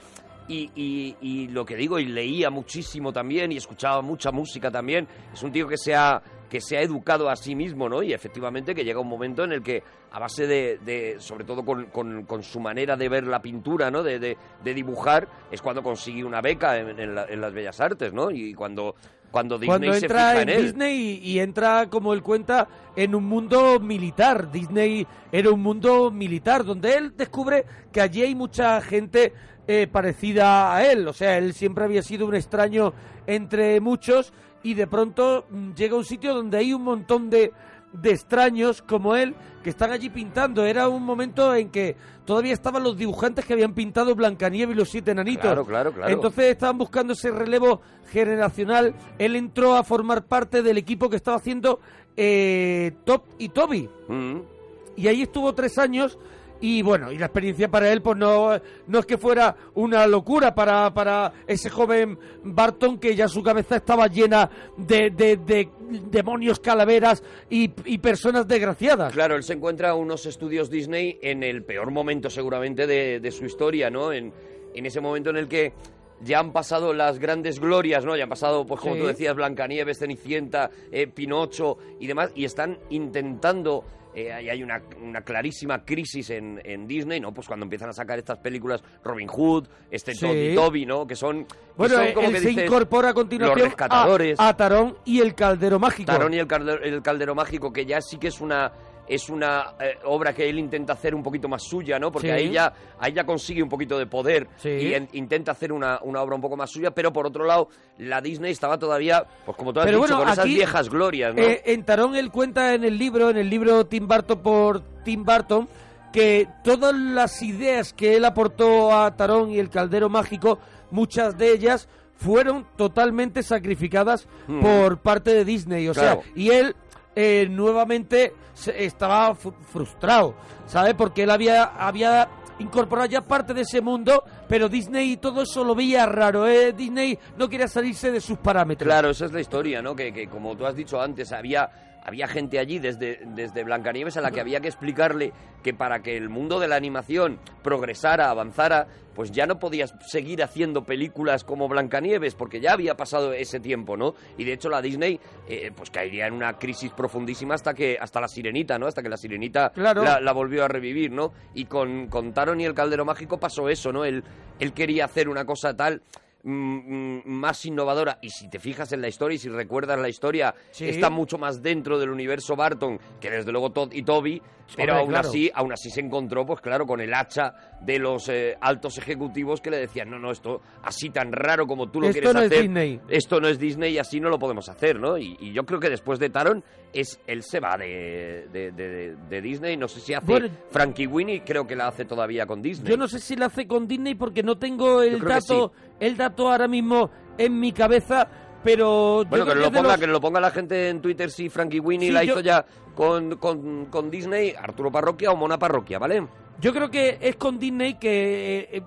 [SPEAKER 2] Y, y- y lo que digo, y leía muchísimo también, y escuchaba mucha música también. Es un tío que se ha, que se ha educado a sí mismo, ¿no? Y efectivamente que llega un momento en el que, a base de, de- sobre todo con, con- con su manera de ver la pintura, ¿no? De, de- de dibujar, es cuando consigue una beca en, en la- en las Bellas Artes, ¿no? Y cuando, cuando Disney
[SPEAKER 1] Cuando
[SPEAKER 2] se
[SPEAKER 1] entra
[SPEAKER 2] fija
[SPEAKER 1] en,
[SPEAKER 2] en, él.
[SPEAKER 1] Disney y, y entra, como él cuenta, en un mundo militar. Disney era un mundo militar, donde él descubre que allí hay mucha gente eh, parecida a él. O sea, él siempre había sido un extraño entre muchos y de pronto mm, llega a un sitio donde hay un montón de, de extraños como él que están allí pintando. Era un momento en que todavía estaban los dibujantes que habían pintado Blancanieves y los siete enanitos.
[SPEAKER 2] Claro, claro, claro.
[SPEAKER 1] Entonces estaban buscando ese relevo generacional. Él entró a formar parte del equipo que estaba haciendo eh, Top y Toby.
[SPEAKER 2] Mm.
[SPEAKER 1] Y ahí estuvo tres años. Y bueno, y la experiencia para él, pues no, no es que fuera una locura para, para ese joven Barton, que ya su cabeza estaba llena de, de- de demonios, calaveras y, y personas desgraciadas.
[SPEAKER 2] Claro, él se encuentra unos estudios Disney en el peor momento seguramente de, de su historia, ¿no? En, en ese momento en el que ya han pasado las grandes glorias, ¿no? Ya han pasado, pues como
[SPEAKER 1] Sí.
[SPEAKER 2] tú decías, Blancanieves, Cenicienta, eh, Pinocho y demás, y están intentando... eh, ahí hay una, una clarísima crisis en, en Disney, ¿no? Pues cuando empiezan a sacar estas películas, Robin Hood, este
[SPEAKER 1] Sí.
[SPEAKER 2] Toby, Toby, ¿no? Que son... que
[SPEAKER 1] Bueno,
[SPEAKER 2] son
[SPEAKER 1] él,
[SPEAKER 2] como que
[SPEAKER 1] se
[SPEAKER 2] dices,
[SPEAKER 1] incorpora a continuación
[SPEAKER 2] Los rescatadores.
[SPEAKER 1] A, a Tarón y el Caldero Mágico.
[SPEAKER 2] Tarón y el caldero, el caldero mágico, que ya sí que es una es una eh, obra que él intenta hacer un poquito más suya, ¿no? Porque
[SPEAKER 1] Sí.
[SPEAKER 2] ahí, ya, ahí ya consigue un poquito de poder
[SPEAKER 1] Sí.
[SPEAKER 2] y en- intenta hacer una, una obra un poco más suya, pero por otro lado, la Disney estaba todavía, pues como tú has
[SPEAKER 1] Pero
[SPEAKER 2] dicho,
[SPEAKER 1] bueno,
[SPEAKER 2] con esas
[SPEAKER 1] aquí,
[SPEAKER 2] viejas glorias, ¿no?
[SPEAKER 1] Eh, en Tarón él cuenta en el libro, en el libro Tim Burton por Tim Burton, que todas las ideas que él aportó a Tarón y el Caldero Mágico, muchas de ellas fueron totalmente sacrificadas
[SPEAKER 2] Mm.
[SPEAKER 1] por parte de Disney. O
[SPEAKER 2] Claro.
[SPEAKER 1] sea, y él eh, nuevamente se- estaba fu- frustrado, ¿sabes? Porque él había, había incorporado ya parte de ese mundo, pero Disney y todo eso lo veía raro. ¿eh? Disney no quería salirse de sus parámetros.
[SPEAKER 2] Claro, esa es la historia, ¿no? Que, que como tú has dicho antes, había, había gente allí desde, desde Blancanieves a la que había que explicarle que para que el mundo de la animación progresara, avanzara, pues ya no podías seguir haciendo películas como Blancanieves, porque ya había pasado ese tiempo, ¿no? Y de hecho la Disney, eh, pues caería en una crisis profundísima hasta que hasta la Sirenita, ¿no? Hasta que la Sirenita
[SPEAKER 1] Claro.
[SPEAKER 2] la, la volvió a revivir, ¿no? Y con, con Taron y el Caldero Mágico pasó eso, ¿no? Él, él quería hacer una cosa tal mm, mm, más innovadora y si te fijas en la historia y si recuerdas la historia
[SPEAKER 1] Sí.
[SPEAKER 2] está mucho más dentro del universo Barton que desde luego Todd y Toby pero
[SPEAKER 1] Hombre,
[SPEAKER 2] aún
[SPEAKER 1] claro.
[SPEAKER 2] así aún así se encontró pues claro con el hacha de los eh, altos ejecutivos que le decían no no esto así tan raro como tú lo
[SPEAKER 1] Esto
[SPEAKER 2] quieres
[SPEAKER 1] no es
[SPEAKER 2] hacer
[SPEAKER 1] Disney".
[SPEAKER 2] esto no es Disney y así no lo podemos hacer, ¿no? Y, y yo creo que después de Taron, es, él se va de, de, de- de Disney. No sé si hace
[SPEAKER 1] Bueno,
[SPEAKER 2] Frankie Winnie, creo que la hace todavía con Disney.
[SPEAKER 1] Yo no sé si la hace con Disney porque no tengo
[SPEAKER 2] creo
[SPEAKER 1] el
[SPEAKER 2] que
[SPEAKER 1] dato, el dato ahora mismo en mi cabeza, pero yo
[SPEAKER 2] bueno, que nos
[SPEAKER 1] creo
[SPEAKER 2] lo
[SPEAKER 1] es de
[SPEAKER 2] ponga,
[SPEAKER 1] los-
[SPEAKER 2] que nos lo ponga la gente en Twitter si Frankie Winnie
[SPEAKER 1] Sí,
[SPEAKER 2] la
[SPEAKER 1] yo-
[SPEAKER 2] hizo ya con, con, con Disney, Arturo Parroquia o Mona Parroquia, ¿vale?
[SPEAKER 1] Yo creo que es con Disney que eh, eh,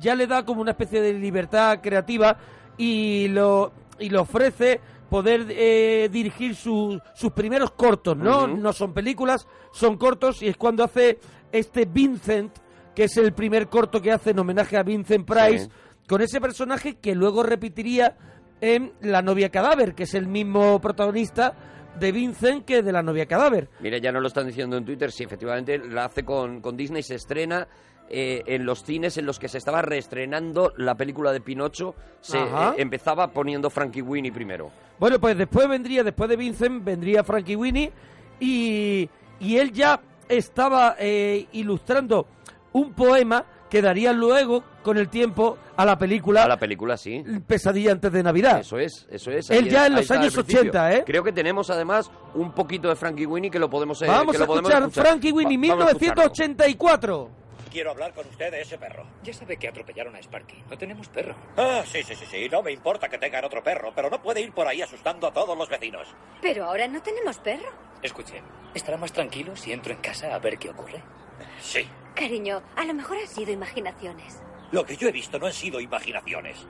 [SPEAKER 1] ya le da como una especie de libertad creativa y lo y le ofrece poder eh, dirigir su- sus primeros cortos, ¿no?
[SPEAKER 2] Ujú.
[SPEAKER 1] No son películas, son cortos y es cuando hace este Vincent, que es el primer corto que hace en homenaje a Vincent Price,
[SPEAKER 2] Sí.
[SPEAKER 1] con ese personaje que luego repetiría en La novia cadáver, que es el mismo protagonista de Vincent que de La novia cadáver.
[SPEAKER 2] Mira, ya nos lo están diciendo en Twitter, sí, efectivamente la hace con, con Disney, se estrena eh, en los cines en los que se estaba reestrenando la película de Pinocho, se
[SPEAKER 1] Ajá.
[SPEAKER 2] eh, empezaba poniendo Frankie Winnie primero.
[SPEAKER 1] Bueno, pues después vendría, después de Vincent, vendría Frankie Winnie y, y él ya estaba eh, ilustrando un poema que daría luego, con el tiempo, a la película
[SPEAKER 2] A la película, sí.
[SPEAKER 1] Pesadilla antes de Navidad.
[SPEAKER 2] Eso es, eso es.
[SPEAKER 1] Él
[SPEAKER 2] Ahí
[SPEAKER 1] ya
[SPEAKER 2] es- ahí
[SPEAKER 1] en los
[SPEAKER 2] está el
[SPEAKER 1] años
[SPEAKER 2] principio.
[SPEAKER 1] 80, ¿eh?
[SPEAKER 2] Creo que tenemos además un poquito de Frankie Winnie que lo podemos, eh,
[SPEAKER 1] Vamos
[SPEAKER 2] que
[SPEAKER 1] a
[SPEAKER 2] lo podemos
[SPEAKER 1] escuchar, Frankie Winnie,
[SPEAKER 2] Va- vamos a escucharlo.
[SPEAKER 1] 1984.
[SPEAKER 9] Quiero hablar con usted de ese perro. Ya sabe que atropellaron a Sparky. No tenemos perro. Ah, sí, sí, sí, sí. No me importa que tengan otro perro, pero no puede ir por ahí asustando a todos los vecinos.
[SPEAKER 25] Pero ahora no tenemos perro.
[SPEAKER 9] Escuche, ¿estará más tranquilo si entro en casa a ver qué ocurre? Sí.
[SPEAKER 25] Cariño, a lo mejor han sido imaginaciones.
[SPEAKER 9] Lo que yo he visto no han sido imaginaciones.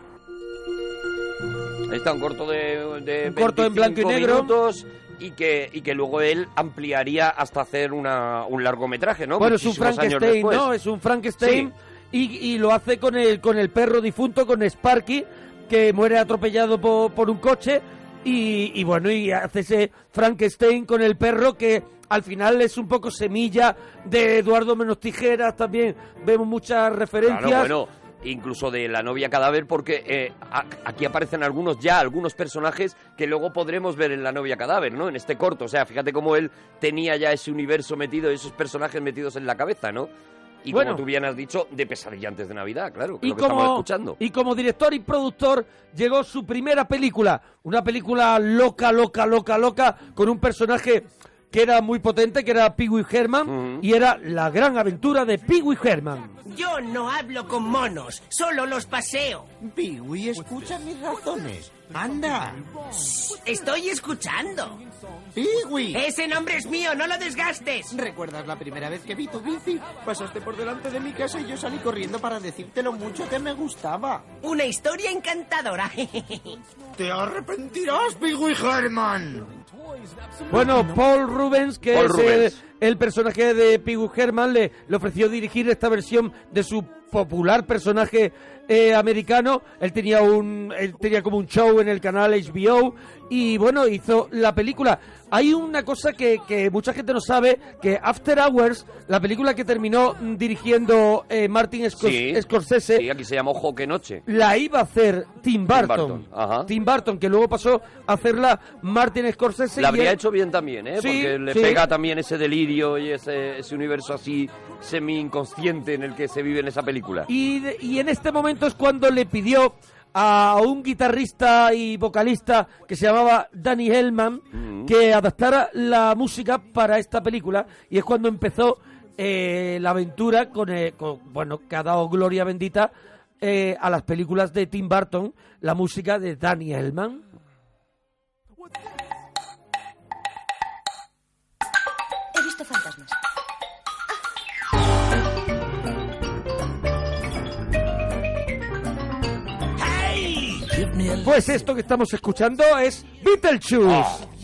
[SPEAKER 2] Ahí está un corto de, de
[SPEAKER 1] Un corto
[SPEAKER 2] 25
[SPEAKER 1] en blanco y negro.
[SPEAKER 2] minutos y que, y que luego él ampliaría hasta hacer una, un largometraje, ¿no?
[SPEAKER 1] bueno, es un
[SPEAKER 2] Muchísimos años
[SPEAKER 1] Frankenstein,
[SPEAKER 2] después.
[SPEAKER 1] ¿no? Es un Frankenstein y, y lo hace con el, con el perro difunto, con Sparky, que muere atropellado po- por, un coche Y, y bueno, y hace ese Frankenstein con el perro que al final es un poco semilla de Eduardo Menos Tijeras también. Vemos muchas referencias.
[SPEAKER 2] Claro, bueno, incluso de la novia cadáver, porque eh, a- aquí aparecen algunos ya, algunos personajes que luego podremos ver en la novia cadáver, ¿no? En este corto, o sea, fíjate cómo él tenía ya ese universo metido, esos personajes metidos en la cabeza, ¿no? Y
[SPEAKER 1] Bueno.
[SPEAKER 2] como tú bien has dicho, de pesadilla antes de Navidad, claro, que
[SPEAKER 1] y
[SPEAKER 2] lo que estamos
[SPEAKER 1] como,
[SPEAKER 2] escuchando.
[SPEAKER 1] y como director y productor llegó su primera película, una película loca, loca, loca, loca, con un personaje que era muy potente, que era Pee Wee Herman, y era la gran aventura de Pee Wee Herman.
[SPEAKER 3] Yo no hablo con monos, solo los paseo. Piwi, escucha mis razones. Anda. Estoy escuchando. Piwi. Ese nombre es mío, no lo desgastes. ¿Recuerdas la primera vez que vi tu bici? Pasaste por delante de mi casa y yo salí corriendo para decirte lo mucho que me gustaba. Una historia <laughs> encantadora. Te arrepentirás, Piwi Herman.
[SPEAKER 1] Bueno, Paul Rubens, que
[SPEAKER 2] Paul
[SPEAKER 1] es
[SPEAKER 2] Rubens.
[SPEAKER 1] El, el personaje de Pee Wee Herman, le, le ofreció dirigir esta versión de su popular personaje eh, americano. Él tenía un él tenía como un show en el canal HBO y bueno, hizo la película. Hay una cosa que, que mucha gente no sabe, que After Hours, la película que terminó mm, dirigiendo eh, Martin Scor-
[SPEAKER 2] Sí.
[SPEAKER 1] Scorsese,
[SPEAKER 2] Sí, aquí se llamó Joque Noche.
[SPEAKER 1] la iba a hacer Tim Burton.
[SPEAKER 2] Burton, ajá.
[SPEAKER 1] Tim Burton, que luego pasó a hacerla Martin Scorsese.
[SPEAKER 2] la
[SPEAKER 1] y
[SPEAKER 2] habría
[SPEAKER 1] él-
[SPEAKER 2] hecho bien también, ¿eh?
[SPEAKER 1] Sí,
[SPEAKER 2] Porque le
[SPEAKER 1] sí.
[SPEAKER 2] pega también ese delirio y ese, ese universo así semi-inconsciente en el que se vive en esa película.
[SPEAKER 1] Y, de- y en este momento es cuando le pidió a un guitarrista y vocalista que se llamaba Danny Hellman que adaptara la música para esta película y es cuando empezó eh, la aventura con, eh, con- bueno que ha dado gloria bendita eh, a las películas de Tim Burton la música de Danny Hellman
[SPEAKER 4] He visto fantasmas.
[SPEAKER 1] pues esto que estamos escuchando es Beetlejuice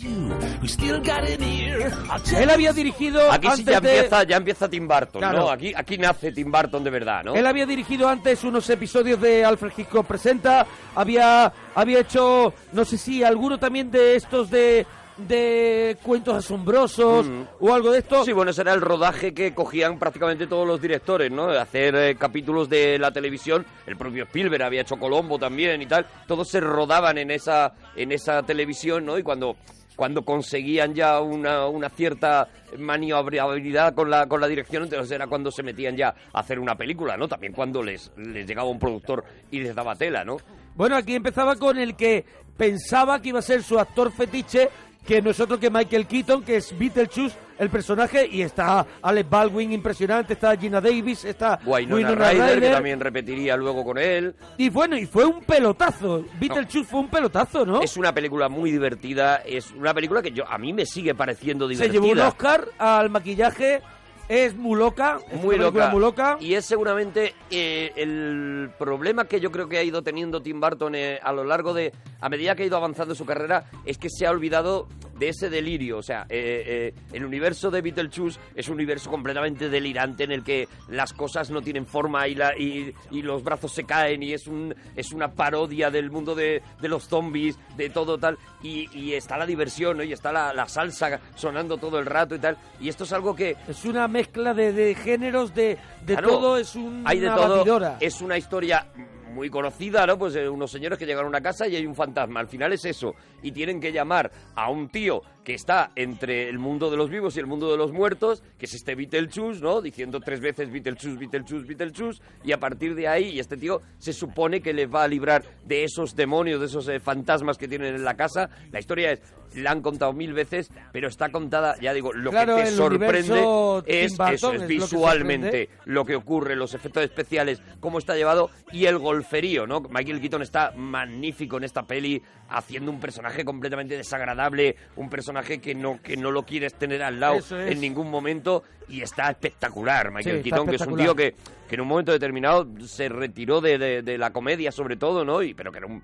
[SPEAKER 2] Ah.
[SPEAKER 1] Él había dirigido
[SPEAKER 2] Aquí sí ya
[SPEAKER 1] antes de-
[SPEAKER 2] empieza, ya empieza Tim Burton,
[SPEAKER 1] Claro.
[SPEAKER 2] ¿no? Aquí, aquí nace Tim Burton de verdad, ¿no?
[SPEAKER 1] Él había dirigido antes unos episodios de Alfred Hitchcock Presenta, había, había hecho, no sé si, alguno también de estos de, de cuentos asombrosos
[SPEAKER 2] Mm.
[SPEAKER 1] o algo de esto.
[SPEAKER 2] Sí, bueno, ese era el rodaje que cogían prácticamente todos los directores, ¿no? De Hacer eh, capítulos de la televisión. El propio Spielberg había hecho Colombo también y tal. Todos se rodaban en esa, en esa televisión, ¿no? Y cuando, cuando conseguían ya una, una cierta maniobrabilidad con la, con la dirección, entonces era cuando se metían ya a hacer una película, ¿no? También cuando les, les llegaba un productor y les daba tela, ¿no?
[SPEAKER 1] Bueno, aquí empezaba con el que pensaba que iba a ser su actor fetiche, que no es otro que Michael Keaton, que es Beetlejuice, el personaje, y está Alex Baldwin impresionante, está Gina Davis, está
[SPEAKER 2] Winona, Ryder, que también repetiría luego con él.
[SPEAKER 1] Y bueno, y fue un pelotazo. Beetlejuice fue un pelotazo, ¿no?
[SPEAKER 2] Es una película muy divertida, es una película que yo a mí me sigue pareciendo
[SPEAKER 1] Se
[SPEAKER 2] divertida.
[SPEAKER 1] llevó un Oscar al maquillaje. Es muy loca. es
[SPEAKER 2] muy
[SPEAKER 1] una película
[SPEAKER 2] loca.
[SPEAKER 1] Muy loca.
[SPEAKER 2] Y es seguramente eh, el problema que yo creo que ha ido teniendo Tim Burton eh, a lo largo de. a medida que ha ido avanzando su carrera, es que se ha olvidado de ese delirio. O sea, eh, eh, el universo de Beetlejuice es un universo completamente delirante en el que las cosas no tienen forma y, la, y, y los brazos se caen y es, un, es una parodia del mundo de, de los zombies, de todo tal. Y, y está la diversión, ¿no? Y está la, la salsa sonando todo el rato y tal. Y esto es algo que
[SPEAKER 1] Es una mezcla de, de géneros, de, de
[SPEAKER 2] Claro,
[SPEAKER 1] todo. Es un-
[SPEAKER 2] hay de
[SPEAKER 1] una
[SPEAKER 2] todo.
[SPEAKER 1] batidora.
[SPEAKER 2] Es una historia muy conocida, ¿no? Pues eh, unos señores que llegan a una casa y hay un fantasma. Al final es eso. Y tienen que llamar a un tío que está entre el mundo de los vivos y el mundo de los muertos, que es este Beetlejuice, ¿no? Diciendo tres veces Beetlejuice, Beetlejuice, Beetlejuice. Y a partir de ahí, y este tío se supone que les va a librar de esos demonios, de esos eh, fantasmas que tienen en la casa. La historia es... La han contado mil veces, pero está contada, ya digo, lo
[SPEAKER 1] Claro,
[SPEAKER 2] que te
[SPEAKER 1] el
[SPEAKER 2] sorprende
[SPEAKER 1] universo Tim
[SPEAKER 2] es,
[SPEAKER 1] Burton
[SPEAKER 2] eso,
[SPEAKER 1] es
[SPEAKER 2] es
[SPEAKER 1] lo que
[SPEAKER 2] visualmente
[SPEAKER 1] sorprende.
[SPEAKER 2] lo que ocurre, los efectos especiales, cómo está llevado y el golferío, ¿no? Michael Keaton está magnífico en esta peli, haciendo un personaje completamente desagradable, un personaje que no, que no lo quieres tener al lado
[SPEAKER 1] Eso es.
[SPEAKER 2] en ningún momento y está espectacular
[SPEAKER 1] Sí,
[SPEAKER 2] Michael
[SPEAKER 1] está
[SPEAKER 2] Keaton, que es un
[SPEAKER 1] espectacular.
[SPEAKER 2] tío que, que en un momento determinado se retiró de, de- de la comedia sobre todo, ¿no? Y, pero que era un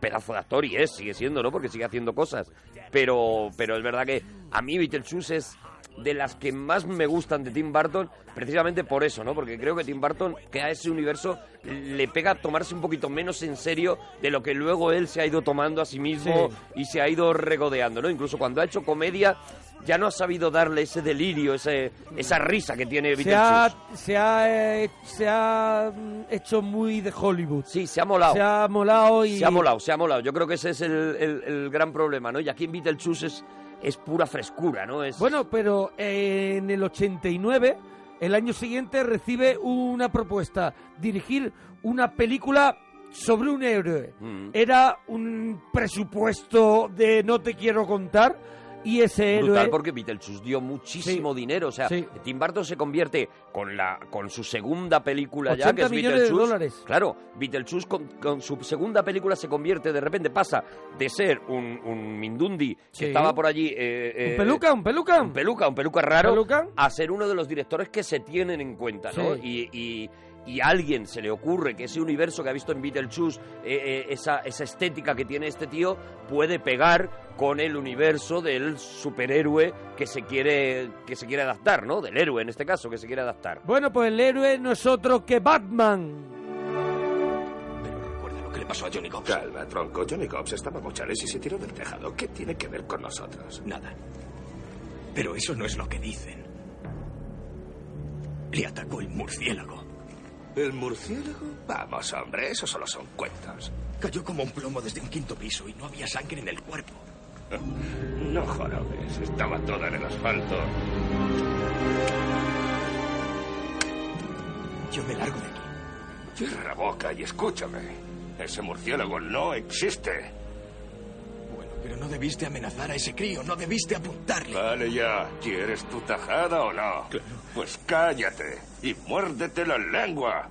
[SPEAKER 2] pedazo de actor y es, sigue siendo, ¿no? Porque sigue haciendo cosas. Pero, pero es verdad que a mí Beetlejuice es de las que más me gustan de Tim Burton, precisamente por eso, ¿no? Porque creo que Tim Burton, que a ese universo le pega a tomarse un poquito menos en serio de lo que luego él se ha ido tomando a sí mismo
[SPEAKER 1] Sí.
[SPEAKER 2] y se ha ido regodeando, ¿no? Incluso cuando ha hecho comedia ya no ha sabido darle ese delirio, ese, esa risa que tiene
[SPEAKER 1] Se
[SPEAKER 2] Beetlejuice.
[SPEAKER 1] ha, se, ha, eh, se ha mm, hecho muy de Hollywood.
[SPEAKER 2] Sí, se ha molado.
[SPEAKER 1] Se ha molado y...
[SPEAKER 2] Se ha molado, se ha molado. Yo creo que ese es el, el- el gran problema, ¿no? Y aquí en Beetlejuice es, es pura frescura, ¿no? Es,
[SPEAKER 1] Bueno, pero eh, en el 89, el año siguiente, recibe una propuesta. Dirigir una película sobre un héroe.
[SPEAKER 2] Mm.
[SPEAKER 1] Era un presupuesto de no te quiero contar y ese héroe...
[SPEAKER 2] Brutal porque Beetlejuice dio muchísimo dinero. O sea,
[SPEAKER 1] eh, sí.
[SPEAKER 2] Tim Burton se convierte con la con su segunda película ya,
[SPEAKER 1] 80
[SPEAKER 2] que es
[SPEAKER 1] millones de
[SPEAKER 2] Beetlejuice.
[SPEAKER 1] dólares.
[SPEAKER 2] Claro, Beetlejuice con, con su segunda película se convierte, de repente pasa de ser un, un Mindundi que
[SPEAKER 1] Sí.
[SPEAKER 2] estaba por allí. eh, eh,
[SPEAKER 1] Un peluca, un peluca.
[SPEAKER 2] un peluca, un peluca raro,
[SPEAKER 1] ¿Peluca?
[SPEAKER 2] a ser uno de los directores que se tienen en cuenta, ¿no? Y, y- y a alguien se le ocurre que ese universo que ha visto en Beetlejuice, eh, eh, esa, esa estética que tiene este tío, puede pegar con el universo del superhéroe que se quiere que se quiere adaptar, ¿no? Del héroe en este caso que se quiere adaptar.
[SPEAKER 1] Bueno, pues el héroe no es otro que Batman.
[SPEAKER 5] Recuerda lo que le pasó a Johnny Cobbs. Calma, tronco. Johnny Cobbs estaba con Charles y se tiró del tejado. ¿Qué tiene que ver con nosotros? Nada.
[SPEAKER 20] Pero eso no es lo que dicen. Le atacó el murciélago.
[SPEAKER 5] ¿El murciélago? Vamos, hombre, eso solo son cuentos.
[SPEAKER 20] Cayó como un plomo desde un quinto piso y no había sangre en el cuerpo.
[SPEAKER 5] <laughs> No jorobes, estaba toda en el asfalto.
[SPEAKER 20] Yo me largo de aquí.
[SPEAKER 5] Cierra la boca y escúchame. Ese murciélago no existe.
[SPEAKER 20] Pero no debiste amenazar a ese crío, no debiste apuntarle.
[SPEAKER 5] Vale ya, ¿quieres tu tajada o no? Pues cállate y muérdete la lengua.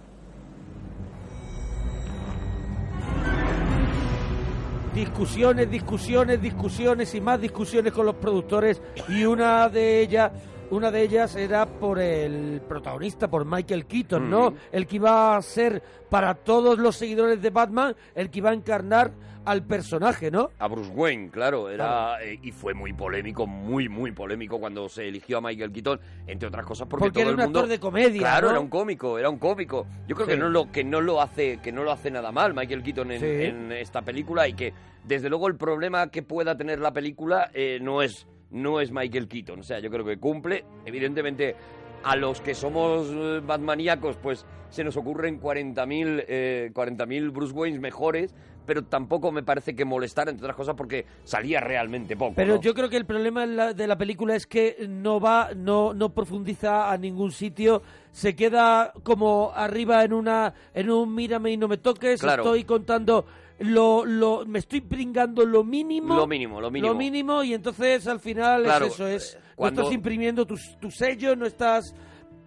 [SPEAKER 1] discusiones, discusiones, discusiones y más discusiones con los productores y una de ellas, una de ellas era por el protagonista, por Michael Keaton, ¿no?
[SPEAKER 2] Ujú.
[SPEAKER 1] El que iba a ser para todos los seguidores de Batman, el que iba a encarnar al personaje, ¿no?
[SPEAKER 2] A Bruce Wayne, claro, era
[SPEAKER 1] Claro.
[SPEAKER 2] eh, y fue muy polémico, muy muy polémico cuando se eligió a Michael Keaton, entre otras cosas porque, todo
[SPEAKER 1] Porque era un
[SPEAKER 2] el mundo
[SPEAKER 1] actor de comedia,
[SPEAKER 2] Claro,
[SPEAKER 1] ¿no?
[SPEAKER 2] era un cómico, era un cómico. Yo creo que
[SPEAKER 1] Sí.
[SPEAKER 2] no lo que no lo hace que no lo hace nada mal Michael Keaton en,
[SPEAKER 1] Sí.
[SPEAKER 2] en esta película y que desde luego el problema que pueda tener la película eh, no es no es Michael Keaton, o sea, yo creo que cumple evidentemente a los que somos eh, batmaníacos, pues se nos ocurren 40.000 eh, 40.000 Bruce Waynes mejores, pero tampoco me parece que molestar, entre otras cosas, porque salía realmente poco.
[SPEAKER 1] Pero
[SPEAKER 2] ¿no?
[SPEAKER 1] yo creo que el problema en la- de la película es que no va, no, no profundiza a ningún sitio, se queda como arriba en una, en un mírame y no me toques,
[SPEAKER 2] Claro.
[SPEAKER 1] estoy contando lo, lo, me estoy pringando lo mínimo,
[SPEAKER 2] Lo mínimo, lo mínimo.
[SPEAKER 1] y entonces al final
[SPEAKER 2] Claro,
[SPEAKER 1] es eso, es
[SPEAKER 2] eh,
[SPEAKER 1] no
[SPEAKER 2] cuando-
[SPEAKER 1] estás imprimiendo tu, tu sello, no estás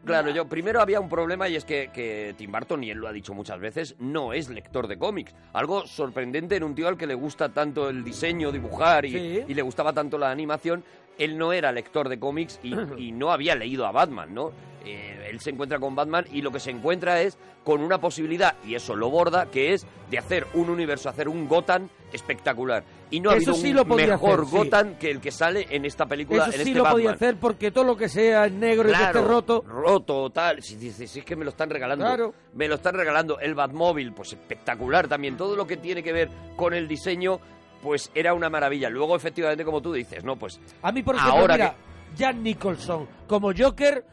[SPEAKER 2] Claro, yo primero había un problema y es que, que Tim Burton, y él lo ha dicho muchas veces, no es lector de cómics. Algo sorprendente en un tío al que le gusta tanto el diseño, dibujar y,
[SPEAKER 1] Sí.
[SPEAKER 2] y le gustaba tanto la animación. Él no era lector de cómics
[SPEAKER 1] <clears throat>
[SPEAKER 2] y, y no había leído a Batman, ¿no? Eh, él se encuentra con Batman y lo que se encuentra es con una posibilidad, y eso lo borda, que es de hacer un universo, hacer un Gotham espectacular. Y no ha
[SPEAKER 1] Eso
[SPEAKER 2] habido
[SPEAKER 1] sí
[SPEAKER 2] un
[SPEAKER 1] lo podría
[SPEAKER 2] mejor
[SPEAKER 1] hacer, sí.
[SPEAKER 2] Gotham que el que sale en esta película,
[SPEAKER 1] eso
[SPEAKER 2] en
[SPEAKER 1] sí
[SPEAKER 2] este
[SPEAKER 1] lo
[SPEAKER 2] Batman
[SPEAKER 1] podía hacer porque todo lo que sea en negro y que esté roto
[SPEAKER 2] roto, tal. Si dices, es que me lo están regalando.
[SPEAKER 1] Claro.
[SPEAKER 2] Me lo están regalando. El Batmóvil, pues espectacular también. Todo lo que tiene que ver con el diseño, pues era una maravilla. Luego, efectivamente, como tú dices, no, pues.
[SPEAKER 1] A mí, por ejemplo,
[SPEAKER 2] Ahora
[SPEAKER 1] mira, Jack Nicholson como Joker,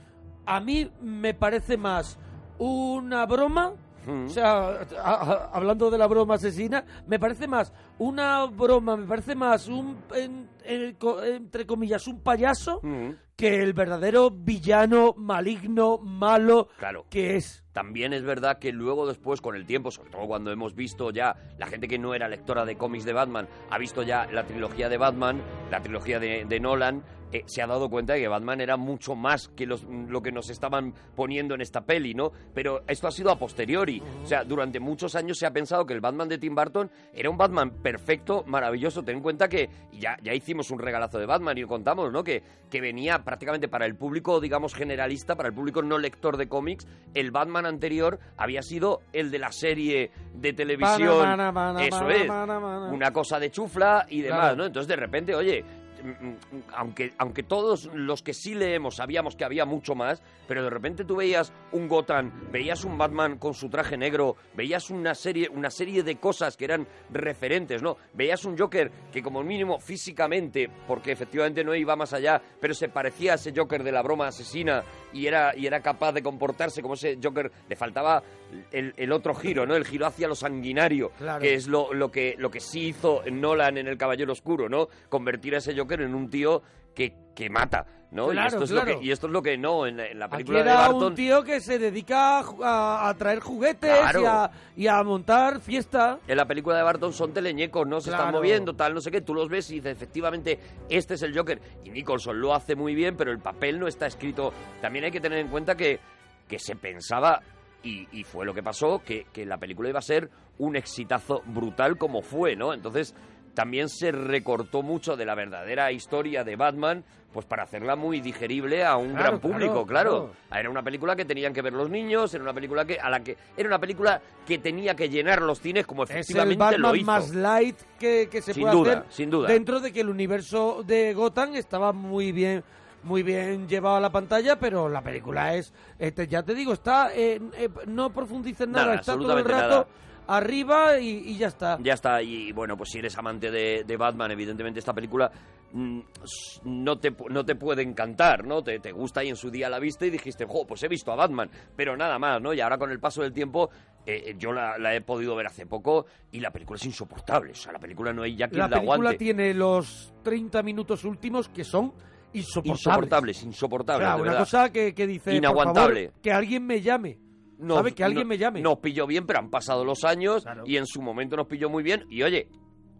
[SPEAKER 1] a mí me parece más una broma.
[SPEAKER 2] Mm.
[SPEAKER 1] O sea, a- a- hablando de la broma asesina, me parece más una broma, me parece más un, en- en- co- entre comillas, un payaso
[SPEAKER 2] Mm.
[SPEAKER 1] que el verdadero villano maligno, malo que es.
[SPEAKER 2] También es verdad que luego después, con el tiempo, sobre todo cuando hemos visto ya, la gente que no era lectora de cómics de Batman, ha visto ya la trilogía de Batman, la trilogía de, de Nolan, eh, se ha dado cuenta de que Batman era mucho más que los- lo que nos estaban poniendo en esta peli, ¿no? Pero esto ha sido a posteriori. O sea, durante muchos años se ha pensado que el Batman de Tim Burton era un Batman perfecto, maravilloso. Ten en cuenta que ya, ya hicimos un regalazo de Batman y lo contamos, ¿no? Que, que venía prácticamente para el público, digamos, generalista, para el público no lector de cómics. El Batman anterior había sido el de la serie de televisión.
[SPEAKER 1] Pana, pana, pana,
[SPEAKER 2] Eso
[SPEAKER 1] pana,
[SPEAKER 2] es.
[SPEAKER 1] pana, pana.
[SPEAKER 2] Una cosa de chufla y demás,
[SPEAKER 1] Claro.
[SPEAKER 2] ¿no? Entonces, de repente, oye. mm, mm, aunque, aunque todos los que sí leemos sabíamos que había mucho más, pero de repente tú veías un Gotham, veías un Batman con su traje negro, veías una serie, una serie de cosas que eran referentes, ¿no? Veías un Joker que como mínimo físicamente, porque efectivamente no iba más allá, pero se parecía a ese Joker de la broma asesina y era, y era capaz de comportarse como ese Joker, le faltaba el, el otro giro, ¿no? El giro hacia lo sanguinario,
[SPEAKER 1] Claro.
[SPEAKER 2] que es es lo, lo que, lo que sí hizo Nolan en El Caballero Oscuro, ¿no? Convertir a ese Joker en un tío que, que mata, ¿no?
[SPEAKER 1] Claro,
[SPEAKER 2] y, esto es
[SPEAKER 1] claro.
[SPEAKER 2] lo que, y esto es lo que no, en la, en la
[SPEAKER 1] Aquí
[SPEAKER 2] película de
[SPEAKER 1] era un
[SPEAKER 2] Barton...
[SPEAKER 1] tío que se dedica a, ju- a- a traer juguetes
[SPEAKER 2] Claro.
[SPEAKER 1] y, a, y a montar fiesta.
[SPEAKER 2] En la película de Barton son teleñecos, ¿no? Se están
[SPEAKER 1] Claro.
[SPEAKER 2] moviendo, tal, no sé qué. Tú los ves y dices, efectivamente, este es el Joker. Y Nicholson lo hace muy bien, pero el papel no está escrito. También hay que tener en cuenta que, que se pensaba, y, y fue lo que pasó, que, que la película iba a ser un exitazo brutal como fue, ¿no? Entonces también se recortó mucho de la verdadera historia de Batman, pues para hacerla muy digerible a un
[SPEAKER 1] Claro,
[SPEAKER 2] gran público,
[SPEAKER 1] claro,
[SPEAKER 2] claro. Era una película que tenían que ver los niños, era una película que a la que era una película que tenía que llenar los cines como
[SPEAKER 1] Es el
[SPEAKER 2] efectivamente lo
[SPEAKER 1] Batman
[SPEAKER 2] hizo.
[SPEAKER 1] más light que, que se
[SPEAKER 2] Sin
[SPEAKER 1] puede
[SPEAKER 2] duda,
[SPEAKER 1] hacer
[SPEAKER 2] sin duda.
[SPEAKER 1] dentro de que el universo de Gotham estaba muy bien muy bien llevado a la pantalla, pero la película es, este, ya te digo, está eh, eh, no profundiza en nada,
[SPEAKER 2] Nada,
[SPEAKER 1] está todo el
[SPEAKER 2] absolutamente
[SPEAKER 1] rato arriba y, y ya está.
[SPEAKER 2] Ya está, y bueno, pues si eres amante de, de Batman, evidentemente esta película mm, s- no, te, pu- no te puede encantar, ¿no? Te, te gusta y en su día la viste y dijiste, jo, pues he visto a Batman, pero nada más, ¿no? Y ahora con el paso del tiempo, eh, eh, yo la, la he podido ver hace poco y la película es insoportable, o sea, la película no hay ya quien
[SPEAKER 1] La
[SPEAKER 2] la,
[SPEAKER 1] película
[SPEAKER 2] aguante.
[SPEAKER 1] tiene los 30 minutos últimos que son insoportables.
[SPEAKER 2] Insoportables, insoportables,
[SPEAKER 1] O sea,
[SPEAKER 2] de
[SPEAKER 1] una
[SPEAKER 2] verdad.
[SPEAKER 1] cosa que, que dice, por
[SPEAKER 2] Inaguantable.
[SPEAKER 1] favor, que alguien me llame.
[SPEAKER 2] Nos-
[SPEAKER 1] ¿Sabe? Que alguien
[SPEAKER 2] no-
[SPEAKER 1] me llame.
[SPEAKER 2] Nos pilló bien, pero han pasado los años y en su momento nos pilló muy bien. Y oye,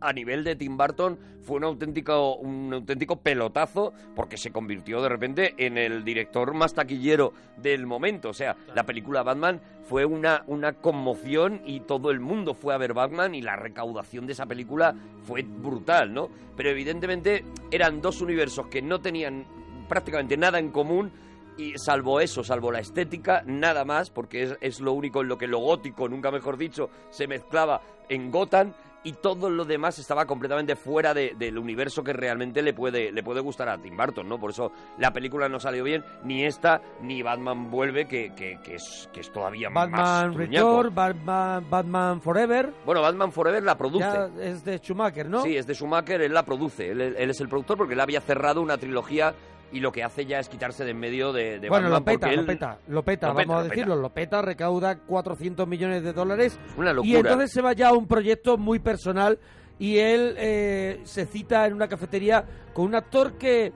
[SPEAKER 2] a nivel de Tim Burton fue un auténtico, un auténtico pelotazo porque se convirtió de repente en el director más taquillero del momento. O sea, la película Batman fue una, una conmoción y todo el mundo fue a ver Batman y la recaudación de esa película fue brutal, ¿no? Pero evidentemente eran dos universos que no tenían prácticamente nada en común y salvo eso, salvo la estética, nada más, porque es, es lo único en lo que lo gótico, nunca mejor dicho, se mezclaba en Gotham y todo lo demás estaba completamente fuera de- del universo que realmente le puede, le puede gustar a Tim Burton, ¿no? Por eso la película no salió bien, ni esta, ni Batman Vuelve, que, que- que es, que es todavía más
[SPEAKER 1] Batman
[SPEAKER 2] truñaco.
[SPEAKER 1] Return, Batman, Batman Forever.
[SPEAKER 2] Bueno, Batman Forever la produce.
[SPEAKER 1] Ya es de Schumacher, ¿no?
[SPEAKER 2] Sí, es de Schumacher, él la produce, él, él es el productor porque él había cerrado una trilogía y lo que hace ya es quitarse de en medio de, de
[SPEAKER 1] bueno,
[SPEAKER 2] Batman
[SPEAKER 1] lo peta,
[SPEAKER 2] porque
[SPEAKER 1] lo
[SPEAKER 2] él-
[SPEAKER 1] peta, lo peta,
[SPEAKER 2] lo
[SPEAKER 1] vamos
[SPEAKER 2] peta,
[SPEAKER 1] a
[SPEAKER 2] lo peta.
[SPEAKER 1] decirlo, lo peta, recauda 400 millones de dólares.
[SPEAKER 2] Una locura.
[SPEAKER 1] Y entonces se va ya a un proyecto muy personal y él eh, se cita en una cafetería con un actor que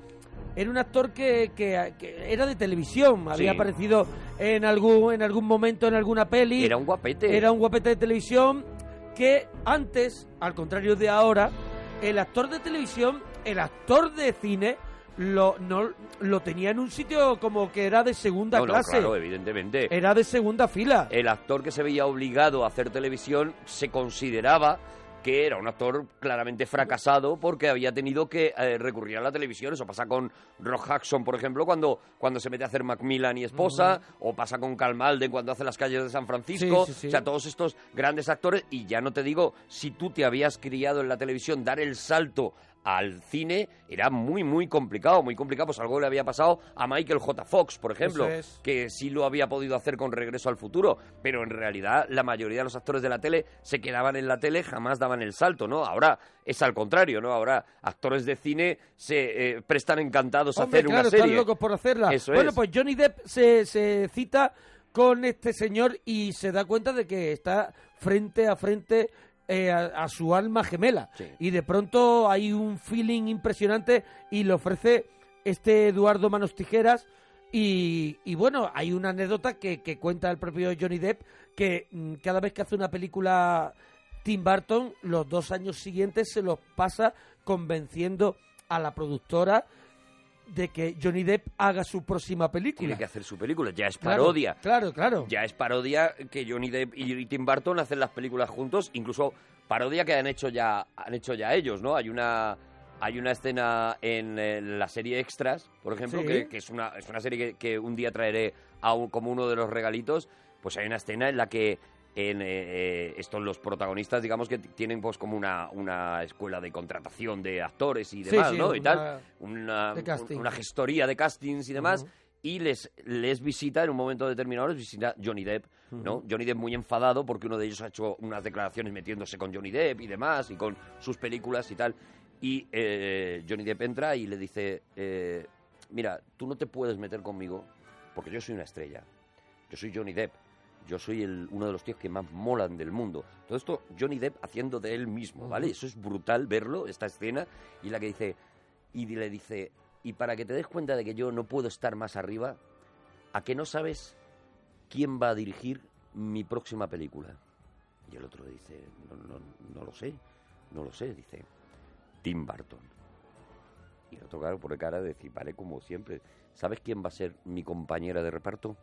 [SPEAKER 1] era un actor que, que- que era de televisión, había
[SPEAKER 2] Sí.
[SPEAKER 1] aparecido en algún en algún momento en alguna peli.
[SPEAKER 2] Era un guapete.
[SPEAKER 1] Era un guapete de televisión que antes, al contrario de ahora, el actor de televisión, el actor de cine lo no lo tenía en un sitio como que era de segunda
[SPEAKER 2] No, no,
[SPEAKER 1] clase.
[SPEAKER 2] claro, evidentemente.
[SPEAKER 1] Era de segunda fila.
[SPEAKER 2] El actor que se veía obligado a hacer televisión se consideraba que era un actor claramente fracasado porque había tenido que eh, recurrir a la televisión. Eso pasa con Rock Jackson, por ejemplo, cuando, cuando se mete a hacer Macmillan y esposa, o pasa con Calmalden cuando hace las calles de San Francisco.
[SPEAKER 1] Sí, sí, sí.
[SPEAKER 2] O sea, todos estos grandes actores. Y ya no te digo, si tú te habías criado en la televisión, dar el salto al cine era muy, muy complicado, muy complicado. Pues algo le había pasado a Michael J. Fox, por ejemplo,
[SPEAKER 1] Eso es.
[SPEAKER 2] que sí lo había podido hacer con Regreso al Futuro, pero en realidad la mayoría de los actores de la tele se quedaban en la tele, jamás daban el salto, ¿no? Ahora es al contrario, ¿no? Ahora actores de cine se eh, prestan encantados a
[SPEAKER 1] Hombre,
[SPEAKER 2] hacer
[SPEAKER 1] claro,
[SPEAKER 2] una serie.
[SPEAKER 1] están locos por hacerla.
[SPEAKER 2] Eso
[SPEAKER 1] bueno,
[SPEAKER 2] es.
[SPEAKER 1] pues Johnny Depp se, se cita con este señor y se da cuenta de que está frente a frente eh, a, a su alma gemela. Y de pronto hay un feeling impresionante y le ofrece este Eduardo Manos Tijeras. Y, y bueno, hay una anécdota que, que cuenta el propio Johnny Depp que mm, cada vez que hace una película Tim Burton los dos años siguientes se los pasa convenciendo a la productora de que Johnny Depp haga su próxima película.
[SPEAKER 2] Tiene que hacer su película, ya es
[SPEAKER 1] Claro,
[SPEAKER 2] parodia.
[SPEAKER 1] Claro, claro.
[SPEAKER 2] Ya es parodia que Johnny Depp y Tim Burton hacen las películas juntos, incluso parodia que han hecho ya, han hecho ya ellos, ¿no? Hay una hay una escena en eh, la serie Extras, por ejemplo,
[SPEAKER 1] Sí.
[SPEAKER 2] que, que es una es una serie que, que un día traeré a un- como uno de los regalitos, pues hay una escena en la que en eh, eh, estos los protagonistas, digamos que t- tienen pues como una, una escuela de contratación de actores y
[SPEAKER 1] Sí,
[SPEAKER 2] demás,
[SPEAKER 1] sí,
[SPEAKER 2] ¿no? Y
[SPEAKER 1] una-
[SPEAKER 2] tal, una,
[SPEAKER 1] de casting.
[SPEAKER 2] una gestoría de castings y demás. Y les, les visita en un momento determinado, les visita Johnny Depp, ¿no?
[SPEAKER 1] Ujú.
[SPEAKER 2] Johnny Depp muy enfadado porque uno de ellos ha hecho unas declaraciones metiéndose con Johnny Depp y demás, y con sus películas y tal. Y eh, Johnny Depp entra y le dice, eh, mira, tú no te puedes meter conmigo porque yo soy una estrella. Yo soy Johnny Depp. Yo soy el, uno de los tíos que más molan del mundo. Todo esto Johnny Depp haciendo de él mismo, ¿vale?
[SPEAKER 1] Ujú.
[SPEAKER 2] Eso es brutal verlo, esta escena, y la que dice, y le dice, y para que te des cuenta de que yo no puedo estar más arriba, ¿a que no sabes quién va a dirigir mi próxima película? Y el otro dice, no, no, no lo sé, no lo sé, dice, Tim Burton. Y el otro, claro, por cara de decir, vale, como siempre, ¿sabes quién va a ser mi compañera de reparto?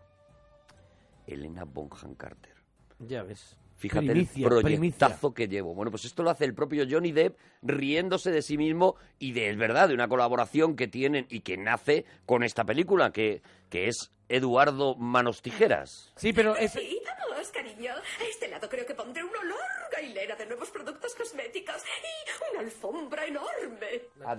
[SPEAKER 2] Elena Bonham Carter.
[SPEAKER 1] Ya ves.
[SPEAKER 2] Fíjate
[SPEAKER 1] Primicia,
[SPEAKER 2] el
[SPEAKER 1] primicia.
[SPEAKER 2] proyectazo que llevo. Bueno, pues esto lo hace el propio Johnny Depp riéndose de sí mismo y de, es verdad, de una colaboración que tienen y que nace con esta película, que, que es Eduardo Manos Tijeras.
[SPEAKER 1] Sí, pero
[SPEAKER 7] Sí, vamos, cariño. A este lado creo que pondré una larga hilera de nuevos productos cosméticos y una alfombra enorme.
[SPEAKER 3] Ah,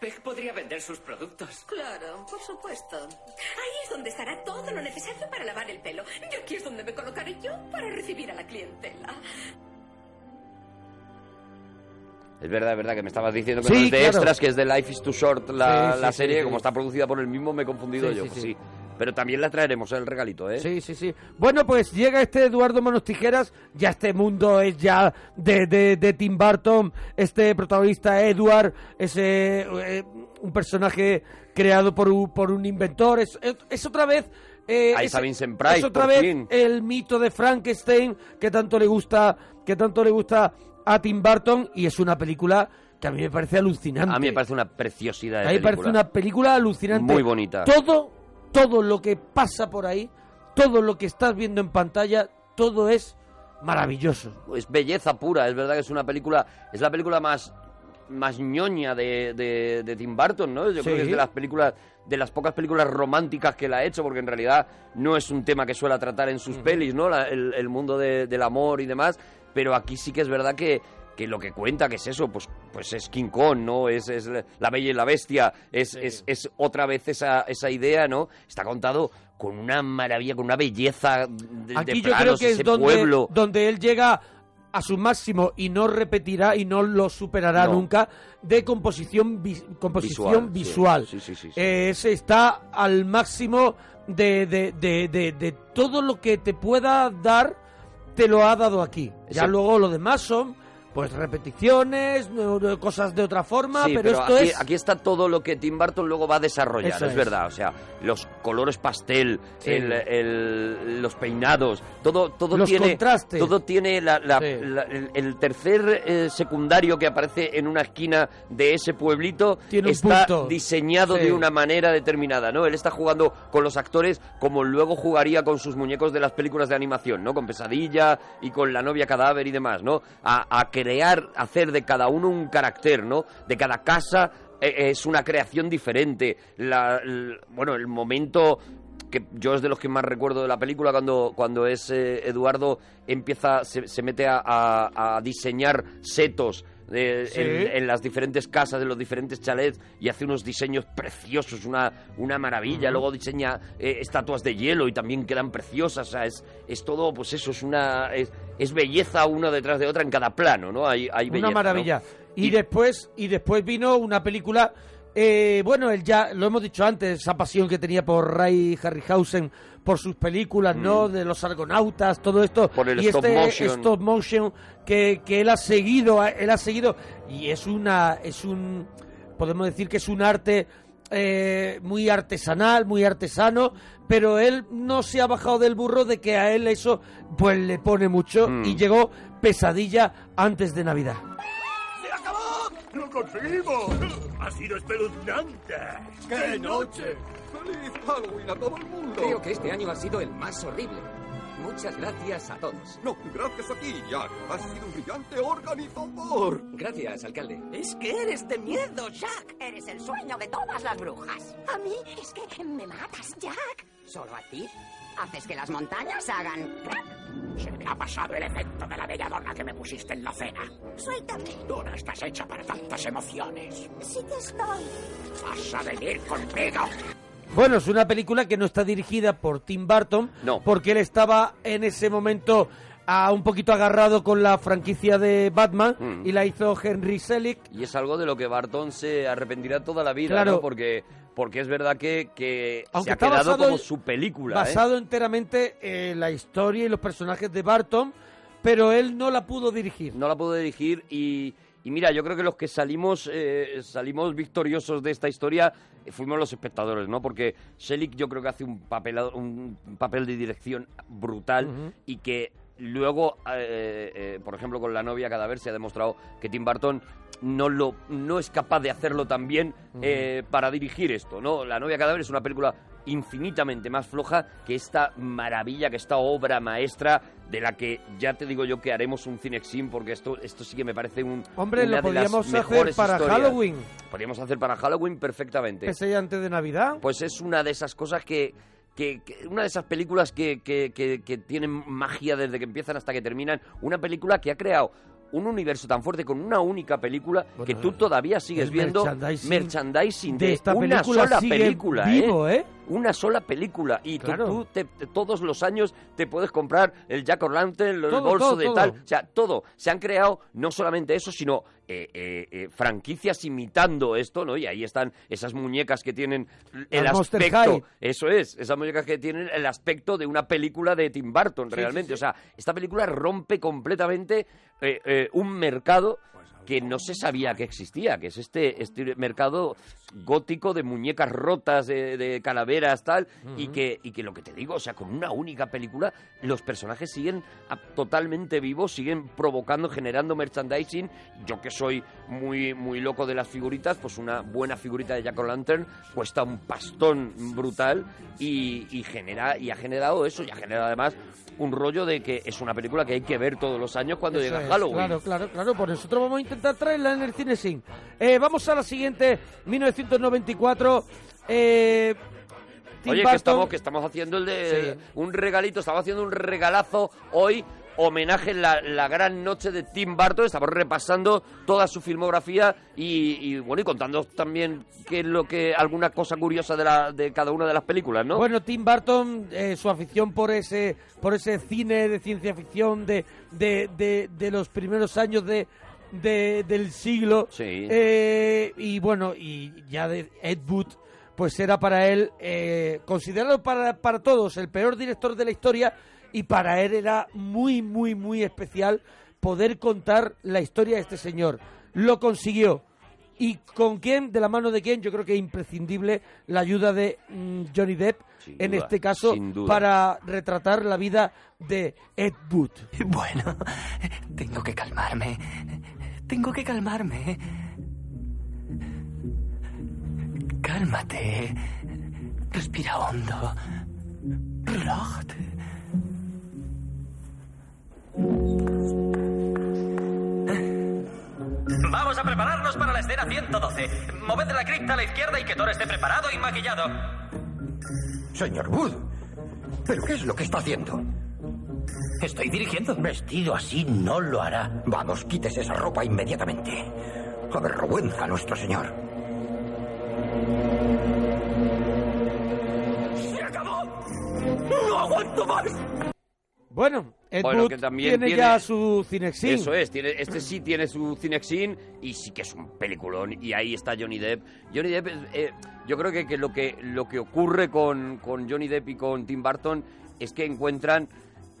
[SPEAKER 3] Peg <laughs> podría vender sus productos.
[SPEAKER 7] Claro, por supuesto. Ahí es donde estará todo lo necesario para lavar el pelo. Y aquí es donde me colocaré yo para recibir a la clientela.
[SPEAKER 2] Es verdad, es verdad, que me estabas diciendo que
[SPEAKER 1] Sí,
[SPEAKER 2] no es de
[SPEAKER 1] claro.
[SPEAKER 2] extras, que es de Life is Too Short la,
[SPEAKER 1] Sí, sí,
[SPEAKER 2] la
[SPEAKER 1] sí,
[SPEAKER 2] serie,
[SPEAKER 1] sí.
[SPEAKER 2] como está producida por el mismo, me he confundido
[SPEAKER 1] Sí,
[SPEAKER 2] yo.
[SPEAKER 1] sí,
[SPEAKER 2] pues
[SPEAKER 1] sí.
[SPEAKER 2] sí. Pero también la traeremos, ¿eh? el regalito, ¿eh?
[SPEAKER 1] Sí, sí, sí. Bueno, pues llega este Eduardo Manos Tijeras, ya este mundo es ya de, de- de Tim Burton, este protagonista Edward, es eh, eh, un personaje creado por un, por un inventor, es, es- es otra vez... eh,
[SPEAKER 2] Ahí
[SPEAKER 1] es-
[SPEAKER 2] está Vincent Price,
[SPEAKER 1] es otra
[SPEAKER 2] por
[SPEAKER 1] vez
[SPEAKER 2] fin.
[SPEAKER 1] el mito de Frankenstein que tanto le gusta que tanto le gusta a Tim Burton y es una película que a mí me parece alucinante
[SPEAKER 2] A mí me parece una preciosidad de
[SPEAKER 1] a mí me parece
[SPEAKER 2] película.
[SPEAKER 1] una película alucinante.
[SPEAKER 2] Muy bonita.
[SPEAKER 1] Todo, todo lo que pasa por ahí, todo lo que estás viendo en pantalla, todo es maravilloso.
[SPEAKER 2] Es belleza pura, es verdad que es una película, es la película más más ñoña de, de- de Tim Burton, ¿no? Yo creo
[SPEAKER 1] Sí.
[SPEAKER 2] que es de las películas, de las pocas películas románticas que él ha hecho, porque en realidad no es un tema que suele tratar en sus pelis, ¿no? La- el, el mundo de- del amor y demás, pero aquí sí que es verdad que, que lo que cuenta, que es eso, pues, pues es King Kong, ¿no? Es, es La Bella y la Bestia, es, es, es otra vez esa, esa idea, ¿no? Está contado con una maravilla, con una belleza de, de
[SPEAKER 1] Aquí yo creo
[SPEAKER 2] planos,
[SPEAKER 1] que es
[SPEAKER 2] ese
[SPEAKER 1] donde,
[SPEAKER 2] pueblo.
[SPEAKER 1] donde él llega a su máximo y no repetirá y no lo superará
[SPEAKER 2] No.
[SPEAKER 1] nunca de composición vi- composición
[SPEAKER 2] sí.
[SPEAKER 1] visual.
[SPEAKER 2] Sí, sí, sí, sí.
[SPEAKER 1] Eh, se está al máximo de, de- de- de- de todo lo que te pueda dar, te lo ha dado aquí. Ya
[SPEAKER 2] Ese-
[SPEAKER 1] luego lo demás son pues repeticiones, no- no- cosas de otra forma,
[SPEAKER 2] Sí,
[SPEAKER 1] pero, esto
[SPEAKER 2] aquí,
[SPEAKER 1] es...
[SPEAKER 2] aquí está todo lo que Tim Burton luego va a desarrollar,
[SPEAKER 1] Eso
[SPEAKER 2] es,
[SPEAKER 1] es.
[SPEAKER 2] verdad. O sea, los colores pastel,
[SPEAKER 1] Sí.
[SPEAKER 2] el- el- los peinados, todo, todo
[SPEAKER 1] Los
[SPEAKER 2] tiene.
[SPEAKER 1] contrastes.
[SPEAKER 2] Todo tiene la- la-
[SPEAKER 1] Sí.
[SPEAKER 2] la- el, el tercer eh, secundario que aparece en una esquina de ese pueblito
[SPEAKER 1] Tiene un
[SPEAKER 2] está
[SPEAKER 1] punto.
[SPEAKER 2] diseñado
[SPEAKER 1] Sí.
[SPEAKER 2] de una manera determinada, ¿no? Él está jugando con los actores como luego jugaría con sus muñecos de las películas de animación, ¿no? Con Pesadilla y con La novia cadáver y demás, ¿no? A, a crear, a hacer de cada uno un carácter, ¿no? De cada casa eh, es una creación diferente. La- l- bueno, el momento que yo es de los que más recuerdo de la película cuando, cuando es eh, Eduardo empieza, se, se mete a, a- a diseñar setos de-
[SPEAKER 1] Sí.
[SPEAKER 2] en, en las diferentes casas, en los diferentes chalets y hace unos diseños preciosos, una, una maravilla.
[SPEAKER 1] Ujú.
[SPEAKER 2] Luego diseña eh, estatuas de hielo y también quedan preciosas. O sea, es, es todo, pues eso, es una es, es belleza una detrás de otra en cada plano, ¿no? Hay, hay belleza,
[SPEAKER 1] una
[SPEAKER 2] ¿no?
[SPEAKER 1] maravilla. Y, después y después vino una película, eh, bueno, él ya lo hemos dicho antes, esa pasión que tenía por Ray Harryhausen, por sus películas, ¿no? De los argonautas, todo esto.
[SPEAKER 2] Mm. Por el
[SPEAKER 1] y
[SPEAKER 2] stop
[SPEAKER 1] este
[SPEAKER 2] motion.
[SPEAKER 1] stop motion que, que él ha seguido, él ha seguido y es una es un podemos decir que es un arte eh, muy artesanal, muy artesano, pero él no se ha bajado del burro de que a él eso pues le pone mucho
[SPEAKER 2] Mm.
[SPEAKER 1] y llegó pesadilla antes de Navidad.
[SPEAKER 14] ¡Se acabó! ¡Lo conseguimos! ¡Ha sido espeluznante!
[SPEAKER 26] ¡Qué noche!
[SPEAKER 14] ¡Feliz Halloween a todo el mundo!
[SPEAKER 26] Creo que este año ha sido el más horrible. Muchas gracias a todos.
[SPEAKER 14] No, gracias a ti, Jack. Has sido un brillante organizador.
[SPEAKER 26] Gracias, alcalde.
[SPEAKER 14] Es
[SPEAKER 7] ¿Qué eres de miedo, Jack? Eres el sueño de todas las brujas. A mí es que me matas, Jack.
[SPEAKER 14] Solo a ti.
[SPEAKER 7] Haces que las montañas hagan... crack.
[SPEAKER 17] Se me ha pasado el efecto de la belladona que me pusiste en la cena.
[SPEAKER 27] Suéltame.
[SPEAKER 17] Tú no estás hecha para tantas emociones.
[SPEAKER 27] Sí que estoy.
[SPEAKER 17] ¿Vas a venir conmigo?
[SPEAKER 1] Bueno, es una película que no está dirigida por Tim Burton, porque él estaba en ese momento ah, un poquito agarrado con la franquicia de Batman
[SPEAKER 2] Mm.
[SPEAKER 1] y la hizo Henry Selick.
[SPEAKER 2] Y es algo de lo que Barton se arrepentirá toda la vida,
[SPEAKER 1] Claro.
[SPEAKER 2] ¿no? Porque, porque es verdad que, que
[SPEAKER 1] Aunque
[SPEAKER 2] se ha
[SPEAKER 1] está
[SPEAKER 2] quedado
[SPEAKER 1] basado
[SPEAKER 2] como
[SPEAKER 1] en-
[SPEAKER 2] su película. ¿eh?
[SPEAKER 1] Basado enteramente en la historia y los personajes de Barton, pero él no la pudo dirigir.
[SPEAKER 2] No la pudo dirigir y, y mira, yo creo que los que salimos, eh, salimos victoriosos de esta historia eh, fuimos los espectadores, ¿no? Porque Selig yo creo que hace un papel, un papel de dirección brutal
[SPEAKER 1] Ujú.
[SPEAKER 2] y que luego, eh, eh, por ejemplo, con La novia cadáver se ha demostrado que Tim Burton no, lo, no es capaz de hacerlo tan bien
[SPEAKER 1] Ujú.
[SPEAKER 2] eh, para dirigir esto, ¿no? La novia cadáver es una película infinitamente más floja que esta maravilla, que esta obra maestra de la que ya te digo yo que haremos un cinexim porque esto, esto sí que me parece un...
[SPEAKER 1] Hombre,
[SPEAKER 2] una
[SPEAKER 1] lo
[SPEAKER 2] de las
[SPEAKER 1] podíamos hacer
[SPEAKER 2] mejores
[SPEAKER 1] para
[SPEAKER 2] historias.
[SPEAKER 1] Halloween,
[SPEAKER 2] Podríamos hacer para Halloween perfectamente.
[SPEAKER 1] que sea antes de Navidad.
[SPEAKER 2] Pues es una de esas cosas que. que- que- una de esas películas que, que- que- que tienen magia desde que empiezan hasta que terminan. Una película que ha creado un universo tan fuerte con una única película que tú todavía sigues
[SPEAKER 1] eh, el
[SPEAKER 2] viendo
[SPEAKER 1] merchandising
[SPEAKER 2] merchandising
[SPEAKER 1] de
[SPEAKER 2] de,
[SPEAKER 1] esta
[SPEAKER 2] una
[SPEAKER 1] película
[SPEAKER 2] sola
[SPEAKER 1] sigue
[SPEAKER 2] película.
[SPEAKER 1] vivo, ¿eh?
[SPEAKER 2] Una sola película. Y tú-
[SPEAKER 1] Claro.
[SPEAKER 2] tú, te- te- todos los años te puedes comprar el Jack O'Lantern, el
[SPEAKER 1] Todo,
[SPEAKER 2] bolso
[SPEAKER 1] todo,
[SPEAKER 2] de
[SPEAKER 1] todo.
[SPEAKER 2] tal. O sea, todo. Se han creado no solamente eso, sino eh, eh, eh, franquicias imitando esto, ¿no? Y ahí están esas muñecas que tienen el
[SPEAKER 1] Las Monster
[SPEAKER 2] aspecto.
[SPEAKER 1] High.
[SPEAKER 2] Eso es, esas muñecas que tienen el aspecto de una película de Tim Burton,
[SPEAKER 1] Sí,
[SPEAKER 2] realmente.
[SPEAKER 1] sí, sí.
[SPEAKER 2] O sea, esta película rompe completamente eh, eh, un mercado que no se sabía que existía, que es este, este mercado gótico de muñecas rotas, de, de calaveras, tal, y,
[SPEAKER 1] Ujú.
[SPEAKER 2] que, y que lo que te digo, o sea, con una única película, los personajes siguen a- totalmente vivos, siguen provocando, generando merchandising. Yo que soy muy, muy loco de las figuritas, pues una buena figurita de Jack O'Lantern cuesta un pastón brutal y, y genera, y ha generado eso, y ha generado además un rollo de que es una película que hay que ver todos los años cuando
[SPEAKER 1] Eso
[SPEAKER 2] llega
[SPEAKER 1] es,
[SPEAKER 2] Halloween.
[SPEAKER 1] Claro, claro, claro. Pues nosotros vamos a intentar traerla en el cine sin. Eh, vamos a la siguiente, 1994. Eh, Tim
[SPEAKER 2] Oye,
[SPEAKER 1] Burton-
[SPEAKER 2] que estamos, que estamos haciendo el de un regalito, estamos haciendo un regalazo hoy, homenaje a la, la gran noche de Tim Burton, estamos repasando toda su filmografía y, y, bueno, y contando también qué es lo que, alguna cosa curiosa de, la, de cada una de las películas, ¿no?
[SPEAKER 1] Bueno, Tim Burton, eh, su afición por ese, por ese cine de ciencia ficción de, de, de, de los primeros años de, de- del siglo. Eh, y bueno, y ya de Ed Wood, pues era para él, eh, considerado para, para todos el peor director de la historia, y para él era muy, muy, muy especial poder contar la historia de este señor. Lo consiguió. ¿Y con quién? ¿De la mano de quién? Yo creo que es imprescindible la ayuda de mm, Johnny Depp, en
[SPEAKER 2] duda,
[SPEAKER 1] este caso,
[SPEAKER 2] sin duda.
[SPEAKER 1] para retratar la vida de Ed Wood.
[SPEAKER 10] <laughs> Bueno, tengo que calmarme. Tengo que calmarme. ¿eh? Cálmate. Respira hondo. Relájate.
[SPEAKER 28] Vamos a prepararnos para la escena 112. Moved la cripta a la izquierda y que Thor esté preparado y maquillado.
[SPEAKER 17] Señor Wood, ¿pero qué es lo que está haciendo? Estoy dirigiendo. Vestido así no lo hará. Vamos, quítese esa ropa inmediatamente. Avergüenza a nuestro señor.
[SPEAKER 12] ¡Se acabó! ¡No aguanto más!
[SPEAKER 1] Bueno, Ed
[SPEAKER 2] Bueno,
[SPEAKER 1] Wood
[SPEAKER 2] que también
[SPEAKER 1] tiene,
[SPEAKER 2] tiene-
[SPEAKER 1] ya su cinexin.
[SPEAKER 2] Eso es, tiene, este sí tiene su cinexin y sí que es un peliculón. Y ahí está Johnny Depp. Johnny Depp, es, eh, yo creo que, que lo que lo que ocurre con, con Johnny Depp y con Tim Burton es que encuentran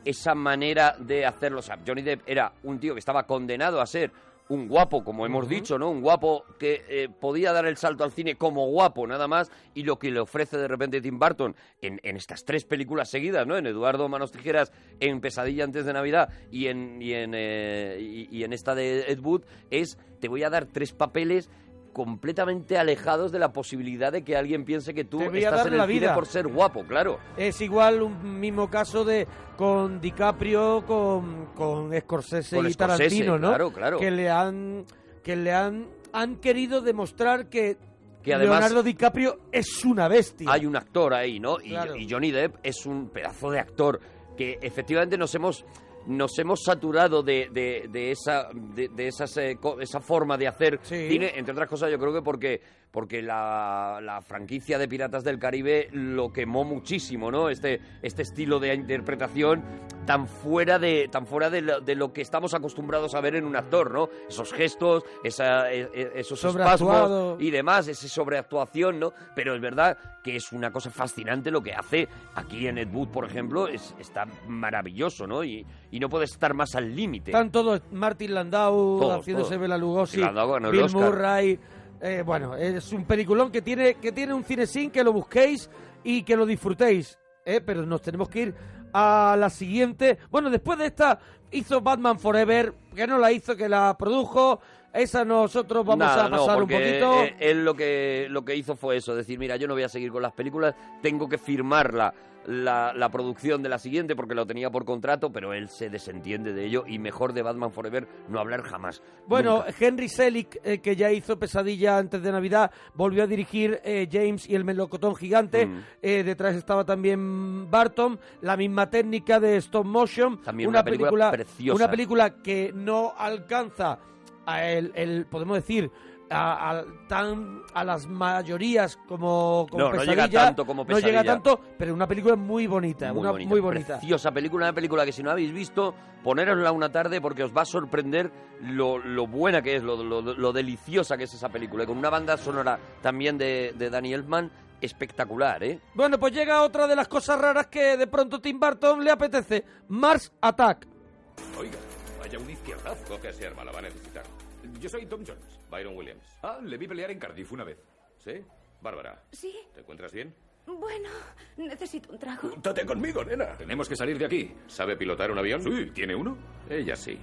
[SPEAKER 2] esa manera de hacerlo. O sea, Johnny Depp era un tío que estaba condenado a ser un guapo, como hemos
[SPEAKER 1] Ujú.
[SPEAKER 2] dicho, ¿no? Un guapo que eh, podía dar el salto al cine como guapo, nada más, y lo que le ofrece de repente Tim Burton en, en estas tres películas seguidas, ¿no? En Eduardo Manos Tijeras, en Pesadilla antes de Navidad y en, y en, eh, y- y en esta de Ed Wood, es te voy a dar tres papeles completamente alejados de la posibilidad de que alguien piense que tú
[SPEAKER 1] Te voy a
[SPEAKER 2] estás
[SPEAKER 1] dar
[SPEAKER 2] en el
[SPEAKER 1] la
[SPEAKER 2] cine
[SPEAKER 1] vida.
[SPEAKER 2] por ser guapo, claro.
[SPEAKER 1] Es igual un mismo caso de con DiCaprio, con, con Scorsese
[SPEAKER 2] Con
[SPEAKER 1] y
[SPEAKER 2] Scorsese,
[SPEAKER 1] Tarantino, ¿no?
[SPEAKER 2] claro, claro.
[SPEAKER 1] Que le han que le han han querido demostrar que,
[SPEAKER 2] Que además-
[SPEAKER 1] Leonardo DiCaprio es una bestia.
[SPEAKER 2] Hay un actor ahí, ¿no? Y,
[SPEAKER 1] Claro.
[SPEAKER 2] y Johnny Depp es un pedazo de actor. que efectivamente nos hemos nos hemos saturado de, de- de esa de, de esas, eh, co- esa forma de hacer cine entre otras cosas yo creo que porque porque la, la franquicia de Piratas del Caribe lo quemó muchísimo no este este estilo de interpretación tan fuera de tan fuera de lo, de lo que estamos acostumbrados a ver en un actor no esos gestos esa, e- e- esos
[SPEAKER 1] Sobreactuado.
[SPEAKER 2] espasmos y demás esa sobreactuación no pero es verdad que es una cosa fascinante lo que hace aquí en Ed Wood por ejemplo es, está maravilloso no y, y no puede estar más al límite
[SPEAKER 1] Están todos, Martin Landau
[SPEAKER 2] Todos,
[SPEAKER 1] haciéndose
[SPEAKER 2] todos.
[SPEAKER 1] Bela Lugosi,
[SPEAKER 2] Landau ganó el
[SPEAKER 1] Bill
[SPEAKER 2] Oscar.
[SPEAKER 1] Murray. eh, bueno, es un peliculón que tiene, que tiene un cinesín, que lo busquéis y que lo disfrutéis. eh, pero nos tenemos que ir a la siguiente. Bueno, después de esta hizo Batman Forever, que no la hizo, que la produjo. Esa nosotros vamos
[SPEAKER 2] Nada,
[SPEAKER 1] a
[SPEAKER 2] no,
[SPEAKER 1] pasar un
[SPEAKER 2] porque,
[SPEAKER 1] poquito.
[SPEAKER 2] eh, él lo que, lo que hizo fue eso, decir, mira, yo no voy a seguir con las películas, tengo que firmar la, la, la producción de la siguiente porque lo tenía por contrato, pero él se desentiende de ello y mejor de Batman Forever no hablar jamás.
[SPEAKER 1] Bueno, Henry Selick, eh, que ya hizo Pesadilla antes de Navidad, volvió a dirigir eh, James y el melocotón gigante.
[SPEAKER 2] Mm.
[SPEAKER 1] Eh, detrás estaba también Barton, la misma técnica de stop motion.
[SPEAKER 2] También una película preciosa.
[SPEAKER 1] Una película que no alcanza a el, el- podemos decir, a, a- tan, a las mayorías como, como
[SPEAKER 2] No, no llega
[SPEAKER 1] Pesadilla.
[SPEAKER 2] tanto como
[SPEAKER 1] No llega
[SPEAKER 2] Pesadilla.
[SPEAKER 1] tanto, pero una película muy bonita,
[SPEAKER 2] Muy
[SPEAKER 1] una
[SPEAKER 2] bonita,
[SPEAKER 1] muy bonita.
[SPEAKER 2] Preciosa película, una película que si no habéis visto, ponérosla una tarde porque os va a sorprender lo, lo buena que es, lo, lo- lo deliciosa que es esa película. Y con una banda sonora también de, de Danny Elfman espectacular, ¿eh?
[SPEAKER 1] Bueno, pues llega otra de las cosas raras que de pronto Tim Burton le apetece. Mars Attack.
[SPEAKER 21] Oiga, vaya un izquierdazo que se arma, la va a necesitar. Yo soy Tom Jones, Byron Williams. Ah, le vi pelear en Cardiff una vez. ¿Sí? Bárbara,
[SPEAKER 17] Sí,
[SPEAKER 21] ¿te encuentras bien?
[SPEAKER 17] bueno, necesito un trago.
[SPEAKER 21] ¡Júntate conmigo, nena! Tenemos que salir de aquí. ¿Sabe pilotar un avión? Sí. ¿Tiene uno? Ella sí.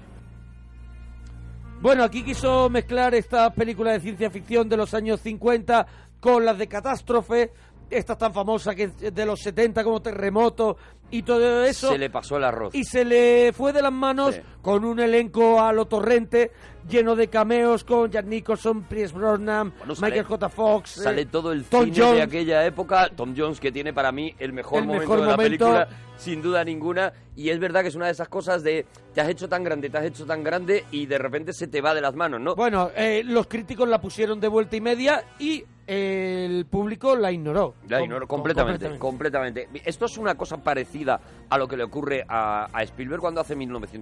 [SPEAKER 1] Bueno, aquí quiso mezclar estas películas de ciencia ficción de los años 50 con las de catástrofe, estas tan famosas que es de los 70 como terremoto y todo eso.
[SPEAKER 2] Se le pasó el arroz.
[SPEAKER 1] Y se le fue de las manos con un elenco a lo torrente lleno de cameos con Jack Nicholson, Pierce Brosnan,
[SPEAKER 2] sale-
[SPEAKER 1] Michael J. Fox, eh,
[SPEAKER 2] Sale todo el
[SPEAKER 1] Tom
[SPEAKER 2] cine de
[SPEAKER 1] Jones.
[SPEAKER 2] aquella época. Tom Jones, que tiene para mí el mejor
[SPEAKER 1] El
[SPEAKER 2] momento
[SPEAKER 1] mejor
[SPEAKER 2] de la
[SPEAKER 1] momento.
[SPEAKER 2] película, sin duda ninguna. Y es verdad que es una de esas cosas de te has hecho tan grande, te has hecho tan grande y de repente se te va de las manos, ¿no?
[SPEAKER 1] Bueno, eh, los críticos la pusieron de vuelta y media y eh, el público la ignoró.
[SPEAKER 2] La
[SPEAKER 1] Com-
[SPEAKER 2] ignoro
[SPEAKER 1] com-
[SPEAKER 2] completamente, completamente. Esto es una cosa parecida a lo que le ocurre a, a Spielberg cuando hace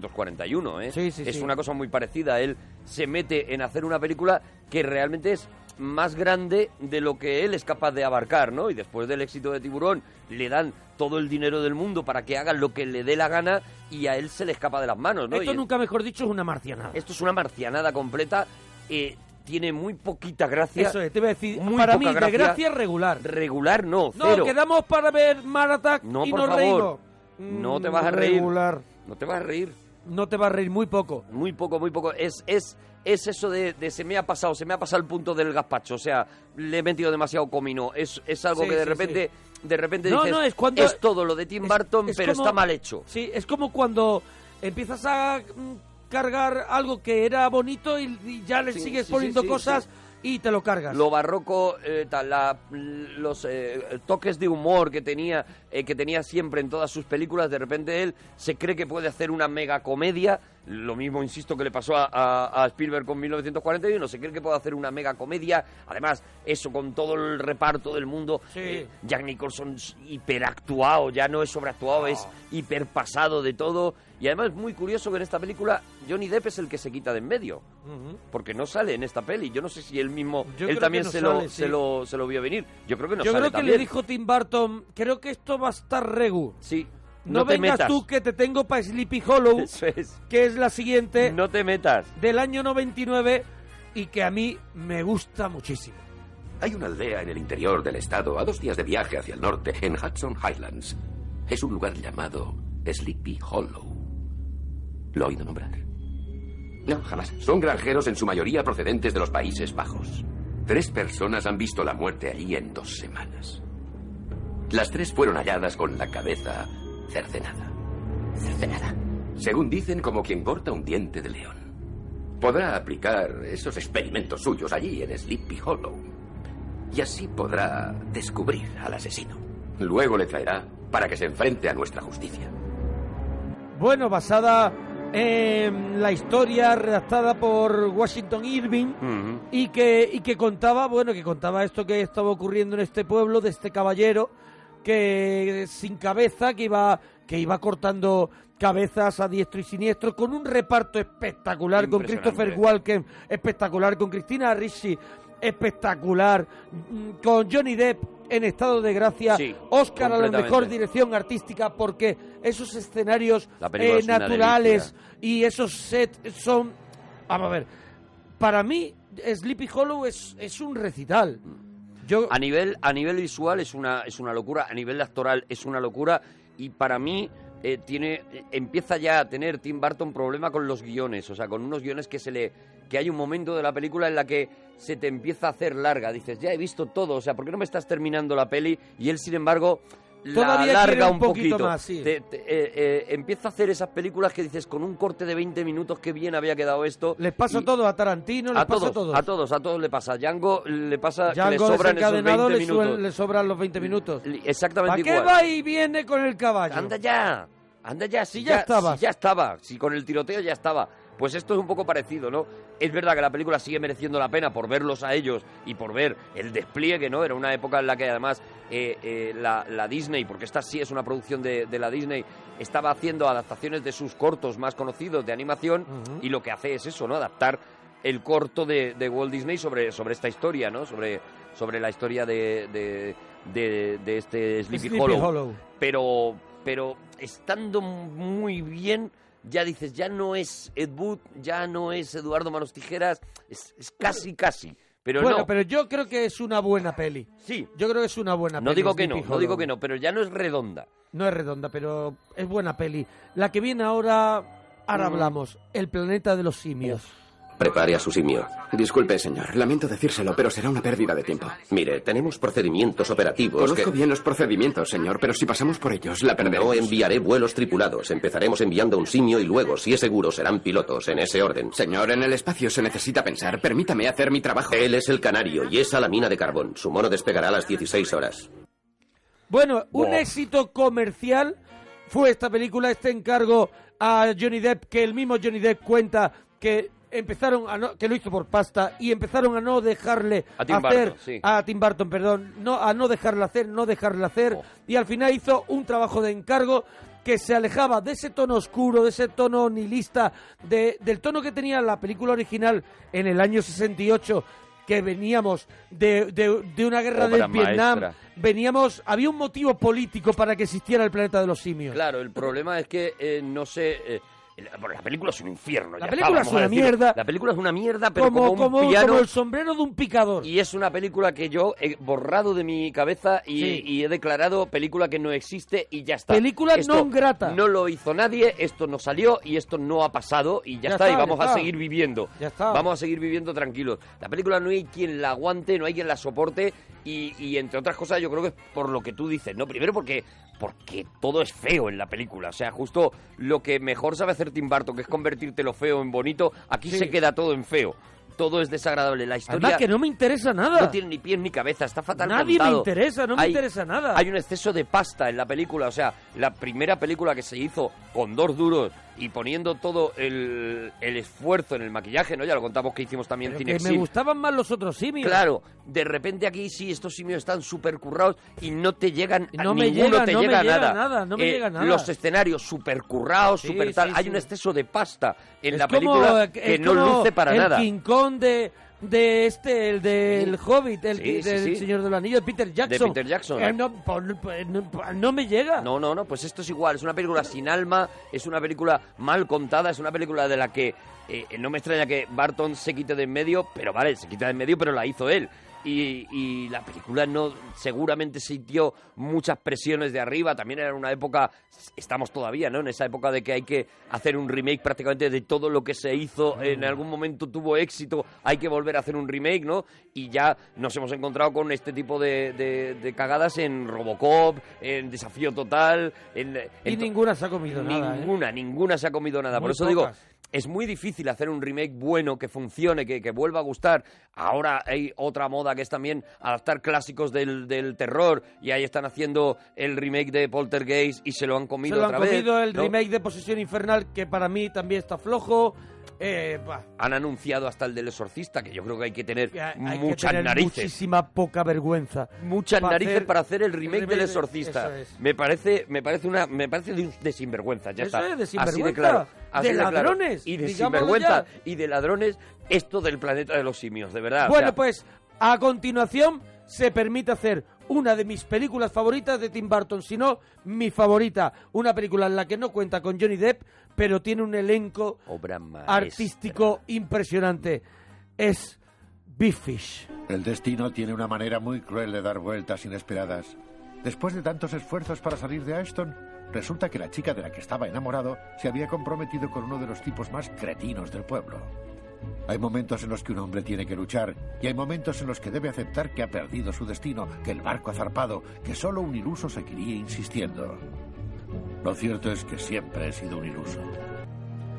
[SPEAKER 2] 1941, ¿eh?
[SPEAKER 1] Sí, sí,
[SPEAKER 2] es
[SPEAKER 1] sí.
[SPEAKER 2] una cosa muy parecida. Él se mete en hacer una película que realmente es más grande de lo que él es capaz de abarcar, ¿no? Y después del éxito de Tiburón le dan todo el dinero del mundo para que haga lo que le dé la gana y a él se le escapa de las manos, ¿no?
[SPEAKER 1] Esto
[SPEAKER 2] Y-
[SPEAKER 1] nunca mejor dicho es una marciana.
[SPEAKER 2] esto es una marcianada completa. eh, tiene muy poquita gracia.
[SPEAKER 1] Eso es, te iba a decir,
[SPEAKER 2] Muy
[SPEAKER 1] para mí,
[SPEAKER 2] poca
[SPEAKER 1] de gracia regular.
[SPEAKER 2] Regular no,
[SPEAKER 1] No,
[SPEAKER 2] cero.
[SPEAKER 1] quedamos para ver Maratak
[SPEAKER 2] No,
[SPEAKER 1] y
[SPEAKER 2] por
[SPEAKER 1] nos
[SPEAKER 2] favor.
[SPEAKER 1] reímos.
[SPEAKER 2] No te
[SPEAKER 1] Mm,
[SPEAKER 2] vas a reír.
[SPEAKER 1] regular.
[SPEAKER 2] No te vas a reír.
[SPEAKER 1] No te vas a reír muy poco.
[SPEAKER 2] Muy poco, muy poco. Es, es, es eso de, de se me ha pasado, se me ha pasado el punto del gazpacho. O sea, le he metido demasiado comino. Es, es algo
[SPEAKER 1] Sí,
[SPEAKER 2] que de
[SPEAKER 1] sí,
[SPEAKER 2] repente, de repente
[SPEAKER 1] No,
[SPEAKER 2] dices,
[SPEAKER 1] no, es cuando-
[SPEAKER 2] todo lo de Tim Burton,
[SPEAKER 1] es
[SPEAKER 2] pero
[SPEAKER 1] como-
[SPEAKER 2] está mal hecho.
[SPEAKER 1] Sí, es como cuando empiezas a mm, cargar algo que era bonito y, y ya le
[SPEAKER 2] Sí,
[SPEAKER 1] sigues
[SPEAKER 2] sí,
[SPEAKER 1] poniendo
[SPEAKER 2] sí, sí,
[SPEAKER 1] cosas y te lo cargas.
[SPEAKER 2] Lo barroco, eh, tal, la- los eh, toques de humor que tenía, eh, que tenía siempre en todas sus películas, de repente él se cree que puede hacer una mega comedia. Lo mismo, insisto, que le pasó a, a- a Spielberg con 1941. Se cree que puede hacer una mega comedia. Además, eso con todo el reparto del mundo. eh,
[SPEAKER 1] Sí.
[SPEAKER 2] Jack Nicholson es hiperactuado, ya no es sobreactuado, es hiperpasado de todo. Y además es muy curioso que en esta película Johnny Depp es el que se quita de en medio porque no sale en esta peli. Yo no sé si él mismo,
[SPEAKER 1] Yo creo
[SPEAKER 2] él
[SPEAKER 1] que
[SPEAKER 2] también
[SPEAKER 1] no
[SPEAKER 2] se,
[SPEAKER 1] sale,
[SPEAKER 2] lo,
[SPEAKER 1] sí.
[SPEAKER 2] se, lo, se lo vio venir. Yo creo que no
[SPEAKER 1] Yo
[SPEAKER 2] sale
[SPEAKER 1] creo que
[SPEAKER 2] también.
[SPEAKER 1] le dijo Tim Burton, creo que esto va a estar regu.
[SPEAKER 2] Sí.
[SPEAKER 1] No,
[SPEAKER 2] no te
[SPEAKER 1] vengas
[SPEAKER 2] metas.
[SPEAKER 1] tú que te tengo para Sleepy
[SPEAKER 2] <laughs>
[SPEAKER 1] Hollow,
[SPEAKER 2] Eso es.
[SPEAKER 1] que es la siguiente.
[SPEAKER 2] No te metas.
[SPEAKER 1] Del año 99 y que a mí me gusta muchísimo.
[SPEAKER 21] Hay una aldea en el interior del estado, a dos días de viaje hacia el norte, en Hudson Highlands. Es un lugar llamado Sleepy Hollow. ¿Lo he oído nombrar? No, jamás. Son granjeros en su mayoría procedentes de los Países Bajos. Tres personas han visto la muerte allí en dos semanas. Las tres fueron halladas con la cabeza cercenada. Cercenada. Según dicen, como quien corta un diente de león. Podrá aplicar esos experimentos suyos allí en Sleepy Hollow. Y así podrá descubrir al asesino. Luego le traerá para que se enfrente a nuestra justicia.
[SPEAKER 1] Bueno, basada en la historia redactada por Washington Irving y, que, y que contaba, bueno, que contaba esto que estaba ocurriendo en este pueblo de este caballero que sin cabeza que iba que iba cortando cabezas a diestro y siniestro con un reparto espectacular con
[SPEAKER 6] Impresionante.
[SPEAKER 1] Christopher Walken espectacular con Cristina Ricci espectacular mm, con Johnny Depp en estado de gracia
[SPEAKER 6] Sí,
[SPEAKER 1] Oscar a la
[SPEAKER 6] completamente.
[SPEAKER 1] mejor dirección artística porque esos escenarios
[SPEAKER 6] La película
[SPEAKER 1] eh,
[SPEAKER 6] es una
[SPEAKER 1] naturales y esos sets son vamos a ver para mí Sleepy Hollow es, es un recital
[SPEAKER 2] Mm. A nivel, a nivel visual es una, es una locura, a nivel actoral es una locura y para mí eh, tiene, eh, empieza ya a tener Tim Burton problema con los guiones, o sea, con unos guiones que se le que hay un momento de la película en la que se te empieza a hacer larga, dices, ya he visto todo, o sea, ¿por qué no me estás terminando la peli? Y él, sin embargo, la
[SPEAKER 1] Todavía quiere
[SPEAKER 2] larga
[SPEAKER 1] un
[SPEAKER 2] un
[SPEAKER 1] poquito
[SPEAKER 2] poquito.
[SPEAKER 1] más, sí.
[SPEAKER 2] Te- te- eh, eh, empieza a hacer esas películas que dices, con un corte de 20 minutos, qué bien había quedado esto.
[SPEAKER 1] les pasa
[SPEAKER 2] Y-
[SPEAKER 1] todo a Tarantino les
[SPEAKER 2] a todos,
[SPEAKER 1] pasa a todos
[SPEAKER 2] a todos, a todos le pasa. Django le pasa, que
[SPEAKER 1] Django
[SPEAKER 2] le sobran esos 20
[SPEAKER 1] desencadenado le,
[SPEAKER 2] minutos.
[SPEAKER 1] suel- le sobran los 20 minutos
[SPEAKER 2] Exactamente
[SPEAKER 1] ¿Para qué
[SPEAKER 2] igual.
[SPEAKER 1] va y viene con el caballo? Anda
[SPEAKER 2] ya, anda ya, si
[SPEAKER 1] si ya, estaba.
[SPEAKER 2] Si ya estaba, si con el tiroteo ya estaba. Pues esto es un poco parecido, ¿no? Es verdad que la película sigue mereciendo la pena por verlos a ellos y por ver el despliegue, ¿no? Era una época en la que además eh, eh, la, la Disney, porque esta sí es una producción de, de la Disney, estaba haciendo adaptaciones de sus cortos más conocidos de animación
[SPEAKER 6] Ujú.
[SPEAKER 2] y lo que hace es eso, ¿no? Adaptar el corto de, de Walt Disney sobre, sobre esta historia, ¿no? Sobre, sobre la historia de, de, de- de este Sleepy,
[SPEAKER 1] Sleepy
[SPEAKER 2] Hollow
[SPEAKER 1] Hollow.
[SPEAKER 2] pero pero estando muy bien ya dices ya no es Ed Wood ya no es Eduardo Manos Tijeras es, es casi casi pero
[SPEAKER 1] bueno
[SPEAKER 2] no
[SPEAKER 1] pero yo creo que es una buena peli
[SPEAKER 2] sí
[SPEAKER 1] yo creo que es una buena
[SPEAKER 2] no
[SPEAKER 1] peli
[SPEAKER 2] digo que no
[SPEAKER 1] Sleepy
[SPEAKER 2] no digo
[SPEAKER 1] Hollow.
[SPEAKER 2] que no pero ya no es redonda
[SPEAKER 1] No es redonda, pero es buena peli. La que viene ahora, ahora
[SPEAKER 21] Mm.
[SPEAKER 1] hablamos. El planeta de los simios.
[SPEAKER 21] Prepare a su simio. Disculpe, señor. Lamento decírselo, pero será una pérdida de tiempo. Mire, tenemos procedimientos operativos.
[SPEAKER 29] Conozco
[SPEAKER 21] bien los procedimientos, señor, pero si pasamos por ellos, la perderemos. No enviaré vuelos tripulados. Empezaremos enviando un simio y luego, si es seguro, serán pilotos en ese orden. Señor, en el espacio se necesita pensar. Permítame hacer mi trabajo. Él es el canario y esa la mina de carbón. Su mono despegará a las 16 horas.
[SPEAKER 1] Bueno, un
[SPEAKER 21] Buah.
[SPEAKER 1] éxito comercial fue esta película, este encargo a Johnny Depp, que el mismo Johnny Depp cuenta que empezaron a no, que lo hizo por pasta y empezaron a no dejarle
[SPEAKER 2] A Tim
[SPEAKER 1] hacer
[SPEAKER 2] Burton, sí.
[SPEAKER 1] a Tim Burton, perdón, no a no dejarle hacer, no dejarle hacer
[SPEAKER 2] Oh.
[SPEAKER 1] y al final hizo un trabajo de encargo que se alejaba de ese tono oscuro, de ese tono nihilista, de- del tono que tenía la película original en el año 68, que veníamos de, de- de una guerra de
[SPEAKER 2] Obra
[SPEAKER 1] Vietnam,
[SPEAKER 2] maestra.
[SPEAKER 1] veníamos, había un motivo político para que existiera el planeta de los simios.
[SPEAKER 2] claro el problema es que eh, no sé eh, el- bueno, la película es un infierno.
[SPEAKER 1] La
[SPEAKER 2] ya
[SPEAKER 1] película
[SPEAKER 2] está,
[SPEAKER 1] es
[SPEAKER 2] vamos a
[SPEAKER 1] una
[SPEAKER 2] decirlo.
[SPEAKER 1] mierda.
[SPEAKER 2] La película es una mierda, pero
[SPEAKER 1] Como-
[SPEAKER 2] como, un
[SPEAKER 1] como-
[SPEAKER 2] piano.
[SPEAKER 1] como el sombrero de un picador.
[SPEAKER 2] Y es una película que yo he borrado de mi cabeza y,
[SPEAKER 1] Sí.
[SPEAKER 2] y he declarado película que no existe y ya está.
[SPEAKER 1] Película non grata.
[SPEAKER 2] No lo hizo nadie, esto no salió y esto no ha pasado y ya,
[SPEAKER 1] Ya
[SPEAKER 2] está,
[SPEAKER 1] está,
[SPEAKER 2] y vamos
[SPEAKER 1] ya
[SPEAKER 2] a
[SPEAKER 1] está.
[SPEAKER 2] seguir viviendo.
[SPEAKER 1] Ya está.
[SPEAKER 2] Vamos a seguir viviendo tranquilos. La película no hay quien la aguante, no hay quien la soporte y, y entre otras cosas yo creo que es por lo que tú dices, ¿no? Primero porque, porque todo es feo en la película, o sea, justo lo que mejor sabe hacer Tim Burton, que es convertirte lo feo en bonito, aquí
[SPEAKER 1] Sí.
[SPEAKER 2] se queda todo en feo. Todo es desagradable. La historia
[SPEAKER 1] Además que no me interesa nada.
[SPEAKER 2] no tiene ni pies ni cabeza, está fatal
[SPEAKER 1] Nadie me
[SPEAKER 2] contado.
[SPEAKER 1] interesa, no me
[SPEAKER 2] Hay-
[SPEAKER 1] interesa nada.
[SPEAKER 2] Hay un exceso de pasta en la película, o sea, la primera película que se hizo con dos duros y poniendo todo el, el esfuerzo en el maquillaje, ¿no? Ya lo contamos que hicimos también
[SPEAKER 1] Pero que
[SPEAKER 2] Cinexil.
[SPEAKER 1] me gustaban más los otros simios.
[SPEAKER 2] Claro, de repente aquí sí, estos simios están súper currados y no te llegan a
[SPEAKER 1] No me
[SPEAKER 2] ninguno
[SPEAKER 1] llega,
[SPEAKER 2] te
[SPEAKER 1] no me
[SPEAKER 2] llega,
[SPEAKER 1] llega
[SPEAKER 2] nada. Eh,
[SPEAKER 1] nada, no me llega nada.
[SPEAKER 2] Los escenarios súper currados,
[SPEAKER 1] Sí,
[SPEAKER 2] súper tal.
[SPEAKER 1] sí,
[SPEAKER 2] hay
[SPEAKER 1] sí.
[SPEAKER 2] un exceso de pasta en
[SPEAKER 1] Es
[SPEAKER 2] la
[SPEAKER 1] como- eh,
[SPEAKER 2] película
[SPEAKER 1] es
[SPEAKER 2] que no
[SPEAKER 1] como
[SPEAKER 2] luce para
[SPEAKER 1] el
[SPEAKER 2] nada.
[SPEAKER 1] King Kong de, de este, el del
[SPEAKER 2] Sí.
[SPEAKER 1] Hobbit, el
[SPEAKER 2] Sí,
[SPEAKER 1] que-
[SPEAKER 2] sí,
[SPEAKER 1] del
[SPEAKER 2] sí.
[SPEAKER 1] Señor del Anillo, de Peter Jackson.
[SPEAKER 2] Peter Jackson.
[SPEAKER 1] Eh, no, pues, no, pues, no, pues, no me llega.
[SPEAKER 2] No, no, no, pues esto es igual. Es una película sin alma, es una película mal contada, es una película de la que eh, no me extraña que Barton se quite de en medio, pero vale, se quita de en medio, pero la hizo él. Y, y la película no seguramente sintió muchas presiones de arriba. También era una época, estamos todavía, ¿no? En esa época de que hay que hacer un remake prácticamente de todo lo que se hizo. En algún momento tuvo éxito, hay que volver a hacer un remake, ¿no? Y ya nos hemos encontrado con este tipo de, de- de cagadas en Robocop, en Desafío Total, en,
[SPEAKER 1] Y
[SPEAKER 2] en to-
[SPEAKER 1] ninguna se ha comido nada. ¿eh?
[SPEAKER 2] ninguna, ninguna se ha comido nada.
[SPEAKER 1] Muy
[SPEAKER 2] Por eso
[SPEAKER 1] pocas.
[SPEAKER 2] digo, es muy difícil hacer un remake bueno que funcione, que, que vuelva a gustar. Ahora hay otra moda que es también adaptar clásicos del, del terror y ahí están haciendo el remake de Poltergeist y se lo han
[SPEAKER 1] Se
[SPEAKER 2] comido
[SPEAKER 1] lo han
[SPEAKER 2] otra
[SPEAKER 1] comido
[SPEAKER 2] vez.
[SPEAKER 1] el
[SPEAKER 2] ¿no?
[SPEAKER 1] remake de Posesión Infernal, que para mí también está flojo. Eh, bah,
[SPEAKER 2] Han anunciado hasta el del exorcista, que yo creo que hay que tener
[SPEAKER 1] hay que
[SPEAKER 2] muchas
[SPEAKER 1] tener
[SPEAKER 2] narices.
[SPEAKER 1] Muchísima poca vergüenza.
[SPEAKER 2] muchas narices para hacer el remake, del
[SPEAKER 1] de-
[SPEAKER 2] exorcista.
[SPEAKER 1] eso es.
[SPEAKER 2] Me parece, me parece una, me parece de, un- de sinvergüenza, ya
[SPEAKER 1] Eso
[SPEAKER 2] está.
[SPEAKER 1] es, de
[SPEAKER 2] Así de
[SPEAKER 1] sinvergüenza,
[SPEAKER 2] claro. así
[SPEAKER 1] de
[SPEAKER 2] claro.
[SPEAKER 1] ladrones,
[SPEAKER 2] Y de
[SPEAKER 1] digámoslo
[SPEAKER 2] sinvergüenza
[SPEAKER 1] ya.
[SPEAKER 2] y de ladrones, esto del planeta de los simios, de verdad. Ah, o
[SPEAKER 1] Bueno,
[SPEAKER 2] sea,
[SPEAKER 1] pues a continuación se permite hacer una de mis películas favoritas de Tim Burton, si no mi favorita, una película en la que no cuenta con Johnny Depp, pero tiene un elenco
[SPEAKER 2] obra maestra.
[SPEAKER 1] artístico impresionante. Es Big Fish.
[SPEAKER 21] El destino tiene una manera muy cruel de dar vueltas inesperadas. Después de tantos esfuerzos para salir de Ashton, resulta que la chica de la que estaba enamorado se había comprometido con uno de los tipos más cretinos del pueblo. Hay momentos en los que un hombre tiene que luchar y hay momentos en los que debe aceptar que ha perdido su destino, que el barco ha zarpado, que solo un iluso seguiría insistiendo. Lo cierto es que siempre he sido un iluso.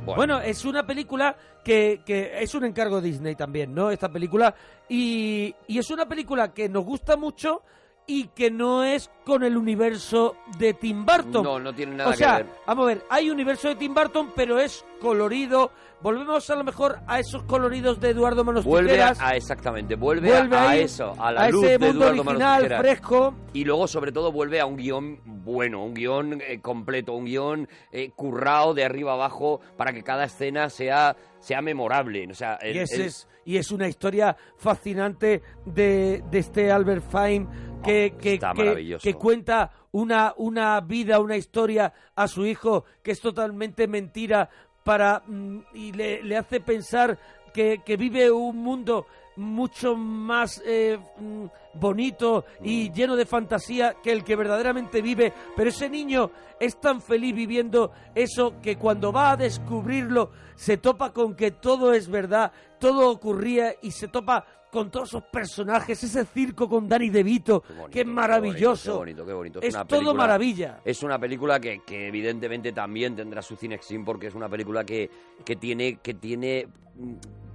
[SPEAKER 1] Bueno, es una película que, que es un encargo Disney también, ¿no? Esta película. Y, y es una película que nos gusta mucho y que no es con el universo de Tim Burton.
[SPEAKER 2] No, no tiene nada
[SPEAKER 1] o sea,
[SPEAKER 2] que ver.
[SPEAKER 1] Vamos a ver, hay universo de Tim Burton, pero es colorido. Volvemos a lo mejor a esos coloridos de Eduardo Manos
[SPEAKER 2] Vuelve a,
[SPEAKER 1] Tijeras.
[SPEAKER 2] a- exactamente, vuelve,
[SPEAKER 1] Pues Vuelve
[SPEAKER 2] a, a
[SPEAKER 1] ahí,
[SPEAKER 2] eso, a la
[SPEAKER 1] a
[SPEAKER 2] luz
[SPEAKER 1] ese
[SPEAKER 2] de
[SPEAKER 1] mundo
[SPEAKER 2] Eduardo Manos
[SPEAKER 1] original,
[SPEAKER 2] Tijeras.
[SPEAKER 1] fresco.
[SPEAKER 2] Y luego, sobre todo, vuelve a un guión bueno, un guión eh, completo, un guión eh, currado de arriba abajo para que cada escena sea, sea memorable. O sea, el-
[SPEAKER 1] Y es,
[SPEAKER 2] el-
[SPEAKER 1] es- y es una historia fascinante de, de este Albert Fine que, que,
[SPEAKER 2] está
[SPEAKER 1] que-
[SPEAKER 2] maravilloso.
[SPEAKER 1] que cuenta una, una vida, una historia a su hijo que es totalmente mentira para mm, y le, le hace pensar que, que vive un mundo mucho más eh, mm, bonito
[SPEAKER 2] Mm.
[SPEAKER 1] y lleno de fantasía que el que verdaderamente vive. Pero ese niño es tan feliz viviendo eso que cuando va a descubrirlo se topa con que todo es verdad, todo ocurría y se topa con todos esos personajes, ese circo con Danny DeVito, que es maravilloso.
[SPEAKER 2] Qué bonito, qué bonito.
[SPEAKER 1] Es
[SPEAKER 2] una
[SPEAKER 1] todo
[SPEAKER 2] película-
[SPEAKER 1] maravilla.
[SPEAKER 2] Es una película que, que evidentemente también tendrá su cinexin porque es una película que, que tiene que tiene mm,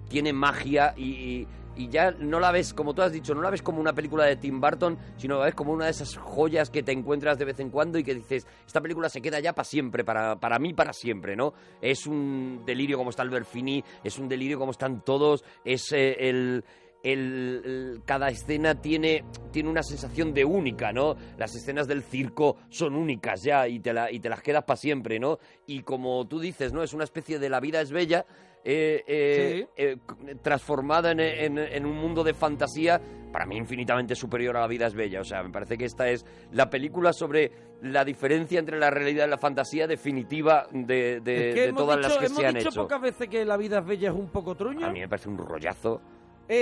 [SPEAKER 2] tiene magia y, y- y ya no la ves, como tú has dicho, no la ves como una película de Tim Burton, sino la ves como una de esas joyas que te encuentras de vez en cuando y que dices, esta película se queda ya para siempre, para, para mí para siempre, ¿no? Es un delirio como está Albert Finney, es un delirio como están todos, es eh, el, el, el- cada escena tiene, tiene una sensación de única, ¿no? Las escenas del circo son únicas ya y te, la- y te las quedas para siempre, ¿no? Y como tú dices, ¿no? Es una especie de la vida es bella. eh, eh, eh, c- transformada en, en- en un mundo de fantasía para mí infinitamente superior a la vida es bella o sea me parece que esta es la película sobre la diferencia entre la realidad y la fantasía definitiva de, de-
[SPEAKER 1] Es que
[SPEAKER 2] de
[SPEAKER 1] hemos
[SPEAKER 2] todas
[SPEAKER 1] dicho-
[SPEAKER 2] las que
[SPEAKER 1] hemos
[SPEAKER 2] se han
[SPEAKER 1] dicho
[SPEAKER 2] hecho Ah,
[SPEAKER 1] pocas veces que la vida es bella es un poco truño.
[SPEAKER 2] a mí me parece un rollazo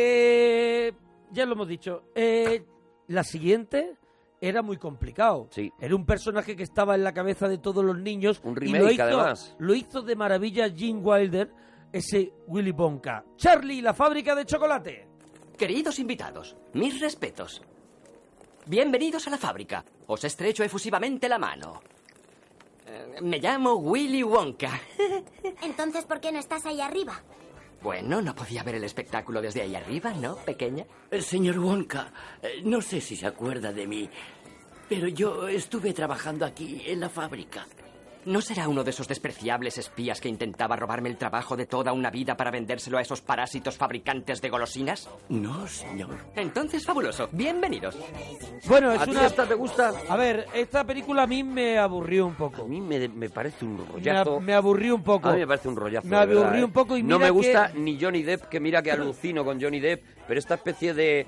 [SPEAKER 1] Eh, ya lo hemos dicho. Eh, la siguiente era muy complicado. Era un personaje que estaba en la cabeza de todos los niños. Un
[SPEAKER 2] remake, además.
[SPEAKER 1] Lo hizo de maravilla Gene Wilder, ese Willy Bonka. Charlie, y la fábrica de chocolate.
[SPEAKER 17] Queridos invitados, mis respetos. Bienvenidos a la fábrica. Os estrecho efusivamente la mano. Eh, Me llamo Willy Wonka.
[SPEAKER 30] <laughs> Entonces, ¿por qué no estás ahí arriba?
[SPEAKER 17] Bueno, no podía ver el espectáculo desde ahí arriba, ¿no, pequeña?
[SPEAKER 12] Eh, Señor Wonka, eh, no sé si se acuerda de mí, pero yo estuve trabajando aquí en la fábrica.
[SPEAKER 17] ¿No será uno de esos despreciables espías que intentaba robarme el trabajo de toda una vida para vendérselo a esos parásitos fabricantes de golosinas?
[SPEAKER 12] No, señor.
[SPEAKER 3] <laughs>
[SPEAKER 17] Entonces, fabuloso. Bienvenidos.
[SPEAKER 1] Bueno, es
[SPEAKER 17] ¿A ti
[SPEAKER 1] una.
[SPEAKER 17] esta
[SPEAKER 2] te gusta?
[SPEAKER 1] A ver, esta película a mí me aburrió un poco. A
[SPEAKER 2] mí me, parece un
[SPEAKER 1] Me,
[SPEAKER 2] rollazo.
[SPEAKER 1] aburrió un poco.
[SPEAKER 2] A mí me parece un rollazo.
[SPEAKER 1] Me
[SPEAKER 2] de verdad,
[SPEAKER 1] aburrí
[SPEAKER 2] ¿eh?
[SPEAKER 1] un poco y
[SPEAKER 2] No
[SPEAKER 1] mira
[SPEAKER 2] me gusta
[SPEAKER 1] que-
[SPEAKER 2] ni Johnny Depp, que mira que alucino con Johnny Depp, pero esta especie de,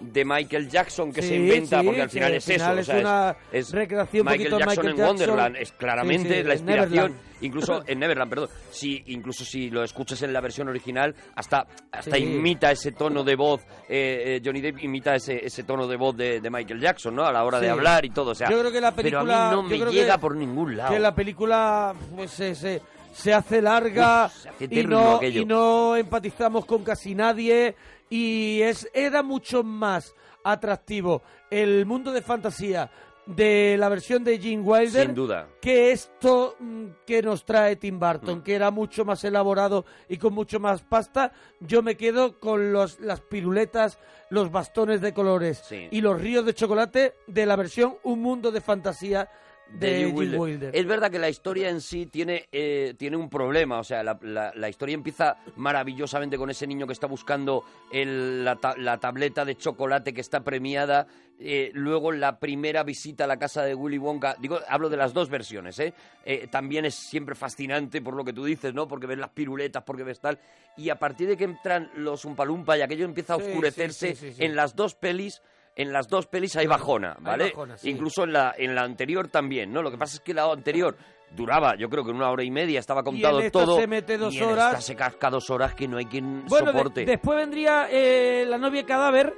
[SPEAKER 2] de Michael Jackson que se
[SPEAKER 1] Sí,
[SPEAKER 2] inventa,
[SPEAKER 1] sí,
[SPEAKER 2] porque al
[SPEAKER 1] que
[SPEAKER 2] final
[SPEAKER 1] al
[SPEAKER 2] es
[SPEAKER 1] final
[SPEAKER 2] eso.
[SPEAKER 1] es
[SPEAKER 2] o sea,
[SPEAKER 1] una
[SPEAKER 2] es
[SPEAKER 1] recreación un
[SPEAKER 2] Michael
[SPEAKER 1] poquito de
[SPEAKER 2] Jackson
[SPEAKER 1] Michael
[SPEAKER 2] en
[SPEAKER 1] Jackson.
[SPEAKER 2] Wonderland es claramente
[SPEAKER 1] Sí, sí,
[SPEAKER 2] la
[SPEAKER 1] en
[SPEAKER 2] inspiración.
[SPEAKER 1] Neverland. <laughs>
[SPEAKER 2] Incluso en Neverland, perdón. Si, incluso si lo escuchas en la versión original, hasta, hasta
[SPEAKER 1] Sí.
[SPEAKER 2] imita ese tono de voz. eh, eh, Johnny Depp imita ese, ese tono de voz de, de Michael Jackson, ¿no? A la hora de
[SPEAKER 1] Sí.
[SPEAKER 2] hablar y todo. O sea,
[SPEAKER 1] yo creo que la película
[SPEAKER 2] pero a mí no
[SPEAKER 1] yo
[SPEAKER 2] me
[SPEAKER 1] creo que-
[SPEAKER 2] llega por ningún lado.
[SPEAKER 1] Que la película pues, se, se- se hace larga
[SPEAKER 2] Uf, se hace
[SPEAKER 1] y,
[SPEAKER 2] eterno
[SPEAKER 1] no,
[SPEAKER 2] aquello.
[SPEAKER 1] y no empatizamos con casi nadie y es era mucho más atractivo el mundo de fantasía de la versión de Gene Wilder
[SPEAKER 2] Sin duda.
[SPEAKER 1] que esto mm, que nos trae Tim Burton, que era mucho más elaborado y con mucho más pasta. Yo me quedo con los, las piruletas, los bastones de colores y los ríos de chocolate de la versión Un Mundo de Fantasía de,
[SPEAKER 2] de Gene
[SPEAKER 1] Gene
[SPEAKER 2] Wilder.
[SPEAKER 1] Wilder.
[SPEAKER 2] Es verdad que la historia en sí tiene, eh, tiene un problema. O sea, la, la- la historia empieza maravillosamente con ese niño que está buscando el- la, ta- la tableta de chocolate que está premiada. Eh, luego la primera visita a la casa de Willy Wonka. Digo, hablo de las dos versiones, ¿eh? Eh, También es siempre fascinante por lo que tú dices, ¿no? Porque ves las piruletas, porque ves tal. Y a partir de que entran los Umpalumpa y aquello empieza a
[SPEAKER 1] Sí, sí,
[SPEAKER 2] oscurecerse
[SPEAKER 1] sí, sí, sí.
[SPEAKER 2] en las dos pelis. En las dos pelis hay bajona, ¿vale?
[SPEAKER 1] bajona, sí.
[SPEAKER 2] Incluso en la, en la anterior también, ¿no? Lo que pasa es que la anterior duraba, yo creo que una hora y media, estaba contado
[SPEAKER 1] esta
[SPEAKER 2] todo.
[SPEAKER 1] se mete dos
[SPEAKER 2] y en
[SPEAKER 1] horas.
[SPEAKER 2] esta se casca dos horas que no hay quien
[SPEAKER 1] Bueno, de-
[SPEAKER 2] soporte.
[SPEAKER 1] después vendría eh, La novia cadáver,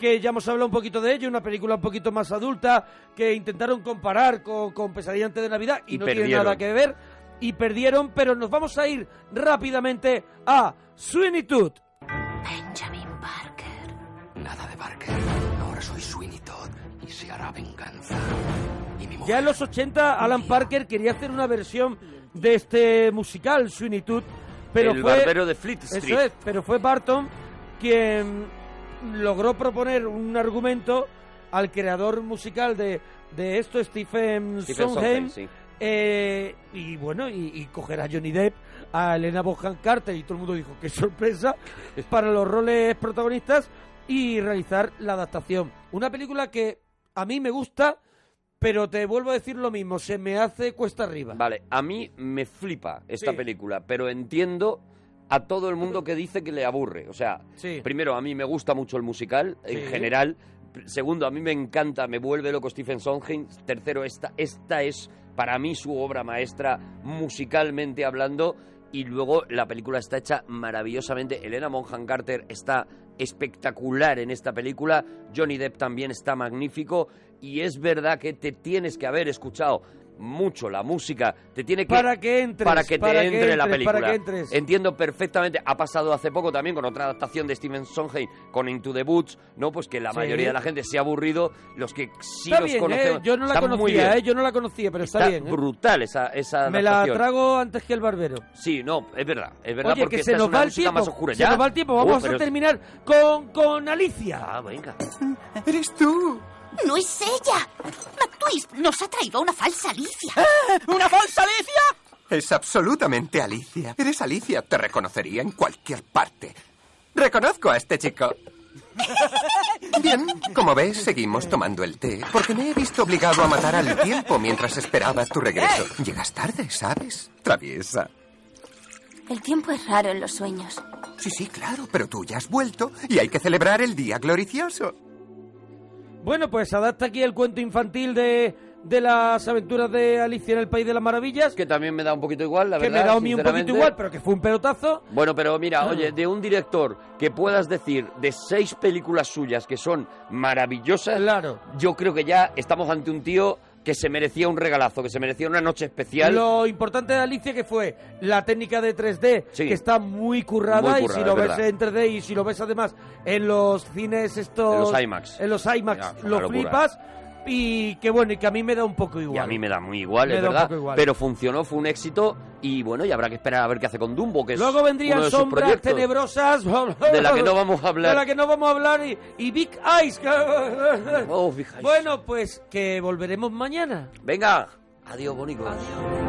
[SPEAKER 1] que ya hemos hablado un poquito de ello, una película un poquito más adulta, que intentaron comparar con, con Pesadilla antes de Navidad y,
[SPEAKER 2] Y
[SPEAKER 1] no tiene
[SPEAKER 2] perdieron.
[SPEAKER 1] nada que ver. Y perdieron, pero nos vamos a ir rápidamente a Sweeney Todd.
[SPEAKER 31] Benjamin Parker.
[SPEAKER 21] Nada de Parker. Ahora soy Sweeney Todd y se hará venganza.
[SPEAKER 1] Ya en los 80 Alan Parker quería hacer una versión de este musical Sweeney Todd, pero
[SPEAKER 2] El
[SPEAKER 1] fue
[SPEAKER 2] barbero de Fleet Street.
[SPEAKER 1] Eso es, pero fue Barton quien logró proponer un argumento al creador musical de, de esto, Stephen,
[SPEAKER 2] Stephen Sondheim,
[SPEAKER 1] Sondheim,
[SPEAKER 2] sí.
[SPEAKER 1] eh, y bueno, y, y coger a Johnny Depp, a Elena Bonham Carter, y todo el mundo dijo,
[SPEAKER 2] <laughs>
[SPEAKER 1] qué sorpresa, para los roles protagonistas, y realizar la adaptación. Una película que a mí me gusta, pero te vuelvo a decir lo mismo, se me hace cuesta arriba.
[SPEAKER 2] Vale, a mí me flipa esta
[SPEAKER 1] Sí.
[SPEAKER 2] película, pero entiendo a todo el mundo que dice que le aburre. O sea,
[SPEAKER 1] Sí.
[SPEAKER 2] primero, a mí me gusta mucho el musical en
[SPEAKER 1] Sí.
[SPEAKER 2] general. P- Segundo, a mí me encanta, me vuelve loco Stephen Sondheim. Tercero, esta, esta es para mí su obra maestra musicalmente hablando. Y luego la película está hecha maravillosamente. Elena Monjan Carter está espectacular en esta película. Johnny Depp también está magnífico. Y es verdad que te tienes que haber escuchado mucho la música. Te tiene que
[SPEAKER 1] Para que entres,
[SPEAKER 2] para que te
[SPEAKER 1] para que
[SPEAKER 2] entre la
[SPEAKER 1] entres,
[SPEAKER 2] película.
[SPEAKER 1] para que entres.
[SPEAKER 2] Entiendo perfectamente. Ha pasado hace poco también con otra adaptación de Steven Sondheim, con Into the Boots, ¿no? Pues que la
[SPEAKER 1] Sí.
[SPEAKER 2] mayoría de la gente se ha aburrido. Los que sí
[SPEAKER 1] está
[SPEAKER 2] los
[SPEAKER 1] bien,
[SPEAKER 2] conocemos.
[SPEAKER 1] eh, yo no la
[SPEAKER 2] está muy bien.
[SPEAKER 1] conocía, eh, yo no la conocía, pero está,
[SPEAKER 2] Está
[SPEAKER 1] bien. eh.
[SPEAKER 2] brutal esa, esa
[SPEAKER 1] Me la
[SPEAKER 2] adaptación.
[SPEAKER 1] trago antes que el barbero.
[SPEAKER 2] Sí, no, es verdad. Es verdad
[SPEAKER 1] Oye,
[SPEAKER 2] porque
[SPEAKER 1] que se
[SPEAKER 2] esta es
[SPEAKER 1] nos
[SPEAKER 2] una
[SPEAKER 1] va el
[SPEAKER 2] música
[SPEAKER 1] tiempo.
[SPEAKER 2] más oscura.
[SPEAKER 1] Se
[SPEAKER 2] ya.
[SPEAKER 1] nos va el tiempo.
[SPEAKER 2] Uh,
[SPEAKER 1] Vamos
[SPEAKER 2] pero
[SPEAKER 1] a
[SPEAKER 2] es-
[SPEAKER 1] terminar con, con Alicia.
[SPEAKER 2] Ah, venga.
[SPEAKER 17] Eh, ¡Eres tú! ¡No es ella! McTwist nos ha traído una falsa Alicia. ¡Ah! ¿Una falsa Alicia?
[SPEAKER 18] Es absolutamente Alicia. Eres Alicia. Te reconocería en cualquier parte. Reconozco a este chico. Bien, como ves, seguimos tomando el té, porque me he visto obligado a matar al tiempo mientras esperabas tu regreso. Llegas tarde, ¿sabes? Traviesa.
[SPEAKER 32] El tiempo es raro en los sueños.
[SPEAKER 18] Sí, sí, claro, pero tú ya has vuelto y hay que celebrar el día glorioso.
[SPEAKER 1] Bueno, pues adapta aquí el cuento infantil de, de las aventuras de Alicia en el País de las Maravillas.
[SPEAKER 2] Que también me da un poquito igual, la
[SPEAKER 1] Que me
[SPEAKER 2] verdad,
[SPEAKER 1] da a mí un poquito
[SPEAKER 2] sinceramente.
[SPEAKER 1] igual, pero que fue un pelotazo.
[SPEAKER 2] Bueno, pero mira,
[SPEAKER 1] Ah.
[SPEAKER 2] oye, de un director que puedas decir de seis películas suyas que son maravillosas, yo creo que ya estamos ante un tío que se merecía un regalazo, que se merecía una noche especial.
[SPEAKER 1] Lo importante de Alicia que fue la técnica de 3D, que está muy currada,
[SPEAKER 2] Muy
[SPEAKER 1] y si
[SPEAKER 2] currada,
[SPEAKER 1] lo
[SPEAKER 2] es
[SPEAKER 1] ves
[SPEAKER 2] verdad.
[SPEAKER 1] en 3D y si lo ves además en los cines estos...
[SPEAKER 2] En los IMAX.
[SPEAKER 1] En los IMAX,
[SPEAKER 2] Ya, es una
[SPEAKER 1] lo
[SPEAKER 2] locura.
[SPEAKER 1] flipas y que bueno, y que a mí me da un poco igual.
[SPEAKER 2] Y a mí me da muy igual,
[SPEAKER 1] Me
[SPEAKER 2] es
[SPEAKER 1] da un
[SPEAKER 2] verdad.
[SPEAKER 1] poco igual.
[SPEAKER 2] Pero funcionó, fue un éxito. Y bueno, y habrá que esperar a ver qué hace con Dumbo, que es
[SPEAKER 1] Luego vendrían
[SPEAKER 2] uno de sus
[SPEAKER 1] sombras
[SPEAKER 2] proyectos.
[SPEAKER 1] tenebrosas.
[SPEAKER 2] De la que no vamos
[SPEAKER 1] <laughs>
[SPEAKER 2] a hablar.
[SPEAKER 1] De la que no vamos a hablar. Y, y Big Eyes.
[SPEAKER 2] Oh,
[SPEAKER 1] Bueno, pues que volveremos mañana.
[SPEAKER 2] Venga, adiós, bonito.
[SPEAKER 1] Adiós.